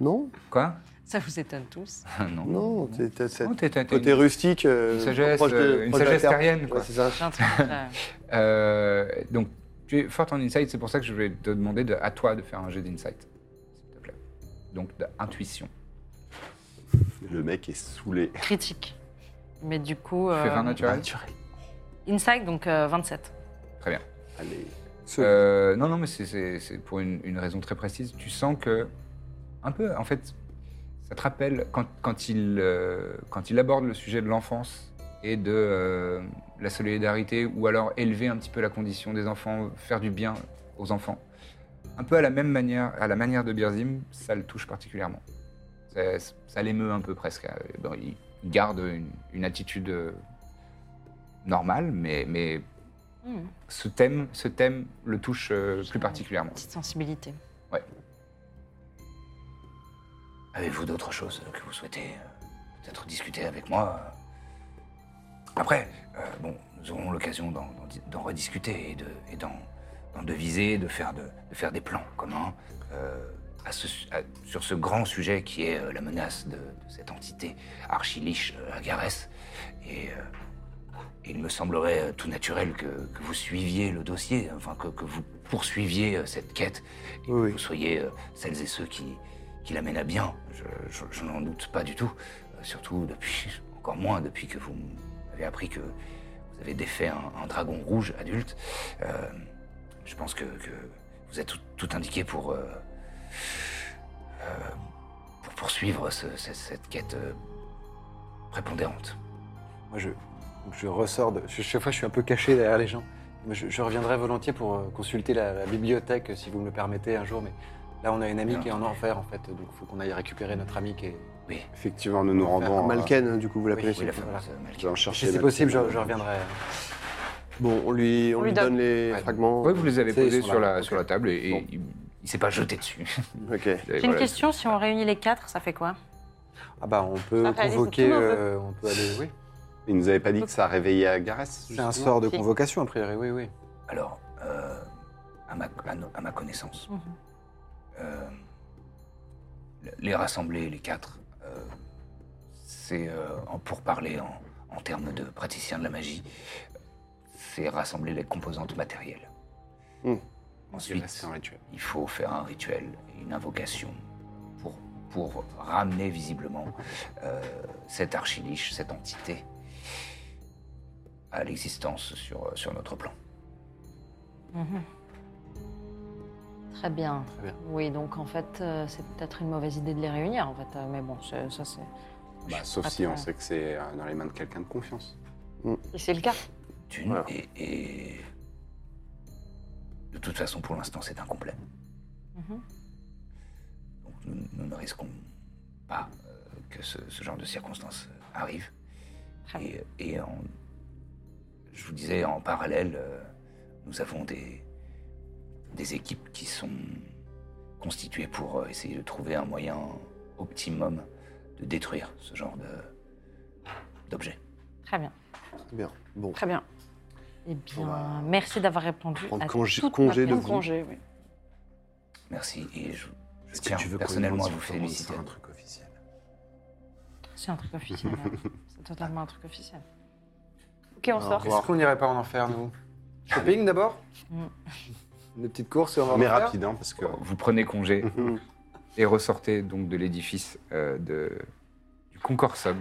Speaker 5: Non,
Speaker 7: quoi
Speaker 6: Ça vous étonne tous.
Speaker 7: Non.
Speaker 5: non, t'es- t'as cette-
Speaker 7: Non, t'es- t'es- t'es
Speaker 5: côté
Speaker 7: une-
Speaker 5: rustique. euh,
Speaker 7: une sagesse,
Speaker 5: proche de-
Speaker 7: euh, une
Speaker 5: proche de la
Speaker 7: sagesse
Speaker 5: terre.
Speaker 7: terrienne, quoi.
Speaker 5: Ouais, c'est ça.
Speaker 6: J'ai un truc, euh,
Speaker 7: Euh, donc, tu es forte en insight, c'est pour ça que je vais te demander de- à toi de faire un jet d'insight, s'il te plaît. Donc, d'intuition.
Speaker 2: Le mec est saoulé.
Speaker 6: critique. Mais du coup,
Speaker 7: Tu fais 20
Speaker 6: euh,
Speaker 7: naturel
Speaker 6: Inside, donc euh, 27.
Speaker 2: Allez,
Speaker 7: Euh, non, non, mais c'est- c'est c'est pour une, une raison très précise. Tu sens que, un peu, en fait, ça te rappelle quand, quand il, euh, quand il aborde le sujet de l'enfance et de euh, la solidarité, ou alors élever un petit peu la condition des enfants, faire du bien aux enfants. Un peu à la même manière, à la manière de Birzim, ça le touche particulièrement. Ça, ça l'émeut un peu presque. Euh, bon, il garde une, une attitude euh, normale, mais, mais
Speaker 6: Hmm,
Speaker 7: ce thème, ce thème le touche euh, plus particulièrement.
Speaker 6: petite sensibilité.
Speaker 1: Avez-vous d'autres choses que vous souhaitez euh, peut-être discuter avec moi euh Après, euh, bon, nous aurons l'occasion d'en- d'en di- d'en rediscuter et de- et d'en d'en deviser, de faire, de, de faire des plans communs euh, à ce su- à- sur ce grand sujet qui est euh, la menace de, de cette entité archiliche euh, à Garès. Et euh, il me semblerait euh, tout naturel que, que vous suiviez le dossier, enfin que, que vous poursuiviez euh, cette quête et
Speaker 5: Oui, oui.
Speaker 1: que vous soyez euh, celles et ceux qui, qui l'amènent à bien. Je, je- je n'en doute pas du tout, Euh, surtout depuis, encore moins depuis que vous m'avez appris que vous avez défait un, un dragon rouge adulte. Euh, je pense que, que vous êtes tout, tout indiqué pour, euh, euh, pour poursuivre ce- ce- cette quête euh, prépondérante.
Speaker 4: Moi, je, donc je ressors de. je- chaque fois, je suis un peu caché derrière les gens. Moi, je, je reviendrai volontiers pour euh, consulter la, la bibliothèque, si vous me le permettez, un jour. Mais là, on a une amie
Speaker 1: Bien
Speaker 4: qui est en enfer, en fait. Donc, il faut qu'on aille récupérer notre amie qui est.
Speaker 2: effectivement, nous nous
Speaker 4: On va faire
Speaker 2: rendons. euh,
Speaker 5: Malken, hein, du coup, vous l'appelez.
Speaker 1: Oui, la
Speaker 4: voilà.
Speaker 1: fameuse Malky.
Speaker 2: nous allons
Speaker 4: Si
Speaker 2: chercher
Speaker 4: c'est
Speaker 2: Malken.
Speaker 4: possible, je, je reviendrai.
Speaker 5: Bon, on lui, on
Speaker 3: On
Speaker 5: lui
Speaker 3: lui
Speaker 5: donne les
Speaker 4: Ouais.
Speaker 5: fragments.
Speaker 7: Oui, vous les avez
Speaker 4: C'est-
Speaker 7: posés
Speaker 4: ils sont
Speaker 7: sur
Speaker 4: là.
Speaker 7: la,
Speaker 4: Ok.
Speaker 7: sur la table et, et
Speaker 4: Bon.
Speaker 7: il-
Speaker 1: Il s'est pas jeté dessus.
Speaker 5: Ok.
Speaker 1: Et
Speaker 6: J'ai une
Speaker 1: voilà.
Speaker 6: question, si on réunit les quatre, ça fait quoi
Speaker 4: Ah bah on peut
Speaker 3: Ça réalise
Speaker 4: convoquer,
Speaker 3: tout le monde.
Speaker 4: euh, on peut aller, oui.
Speaker 2: Il nous avait pas dit que ça réveillait à Garès
Speaker 4: C'est un
Speaker 2: justement
Speaker 4: sort de
Speaker 3: Si.
Speaker 4: convocation a priori, oui, oui.
Speaker 1: Alors, euh, à, ma, à no- à ma connaissance,
Speaker 6: Mhm.
Speaker 1: euh, les rassembler, les quatre, euh, c'est euh, en- pour parler en, en termes de praticien de la magie, c'est rassembler les composantes matérielles.
Speaker 5: Hmm.
Speaker 2: Il restait
Speaker 1: Ensuite,
Speaker 2: un rituel.
Speaker 1: il faut faire un rituel, une invocation pour, pour ramener visiblement euh, cet archiliche, cette entité, à l'existence sur, sur notre plan.
Speaker 6: Mhm. Très bien.
Speaker 4: Très bien.
Speaker 6: Oui, donc en fait, euh, c'est peut-être une mauvaise idée de les réunir, en fait. euh, mais bon, c'est- ça c'est.
Speaker 2: Bah, sauf
Speaker 6: Après,
Speaker 2: si on
Speaker 6: ouais.
Speaker 2: sait que c'est euh, dans les mains de quelqu'un de confiance.
Speaker 3: Et c'est le cas.
Speaker 1: d'une
Speaker 5: Voilà.
Speaker 1: et, et- de toute façon pour l'instant c'est incomplet.
Speaker 6: Mhm.
Speaker 1: Donc nous, nous ne risquons pas euh, que ce, ce genre de circonstances euh, arrive.
Speaker 6: Très bien.
Speaker 1: Et, et en- je vous disais en parallèle, euh, nous avons des, des équipes qui sont constituées pour euh, essayer de trouver un moyen optimum de détruire ce genre de- d'objet.
Speaker 6: Très bien.
Speaker 5: Très bien. Bon.
Speaker 6: Très bien. Eh bien,
Speaker 5: On va
Speaker 6: merci d'avoir répondu.
Speaker 5: prendre
Speaker 6: à
Speaker 5: congé-
Speaker 6: toutes
Speaker 5: congé
Speaker 6: ma
Speaker 5: de
Speaker 6: question.
Speaker 5: vous.
Speaker 6: Congé, oui.
Speaker 1: Merci et je, je
Speaker 18: Est-ce que
Speaker 1: tiens
Speaker 18: tu veux qu'on
Speaker 1: personnellement à
Speaker 18: demande
Speaker 1: vous
Speaker 18: si on peut commencer
Speaker 1: féliciter.
Speaker 18: un truc officiel
Speaker 6: C'est un truc officiel. ouais. c'est totalement un truc officiel.
Speaker 3: Ok, on sort.
Speaker 4: Est-ce qu'on n'irait pas en enfer, nous Shopping d'abord
Speaker 6: Mm.
Speaker 4: Des petites courses en enfer
Speaker 2: Mais rapide, hein, parce que
Speaker 19: Vous prenez congé et ressortez donc de l'édifice euh, de- du Concorsum.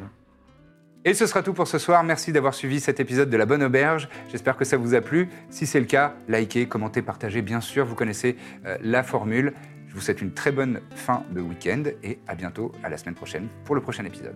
Speaker 19: Et ce sera tout pour ce soir. Merci d'avoir suivi cet épisode de La Bonne Auberge. J'espère que ça vous a plu. Si c'est le cas, likez, commentez, partagez. Bien sûr, vous connaissez euh, la formule. Je vous souhaite une très bonne fin de week-end et à bientôt à la semaine prochaine pour le prochain épisode.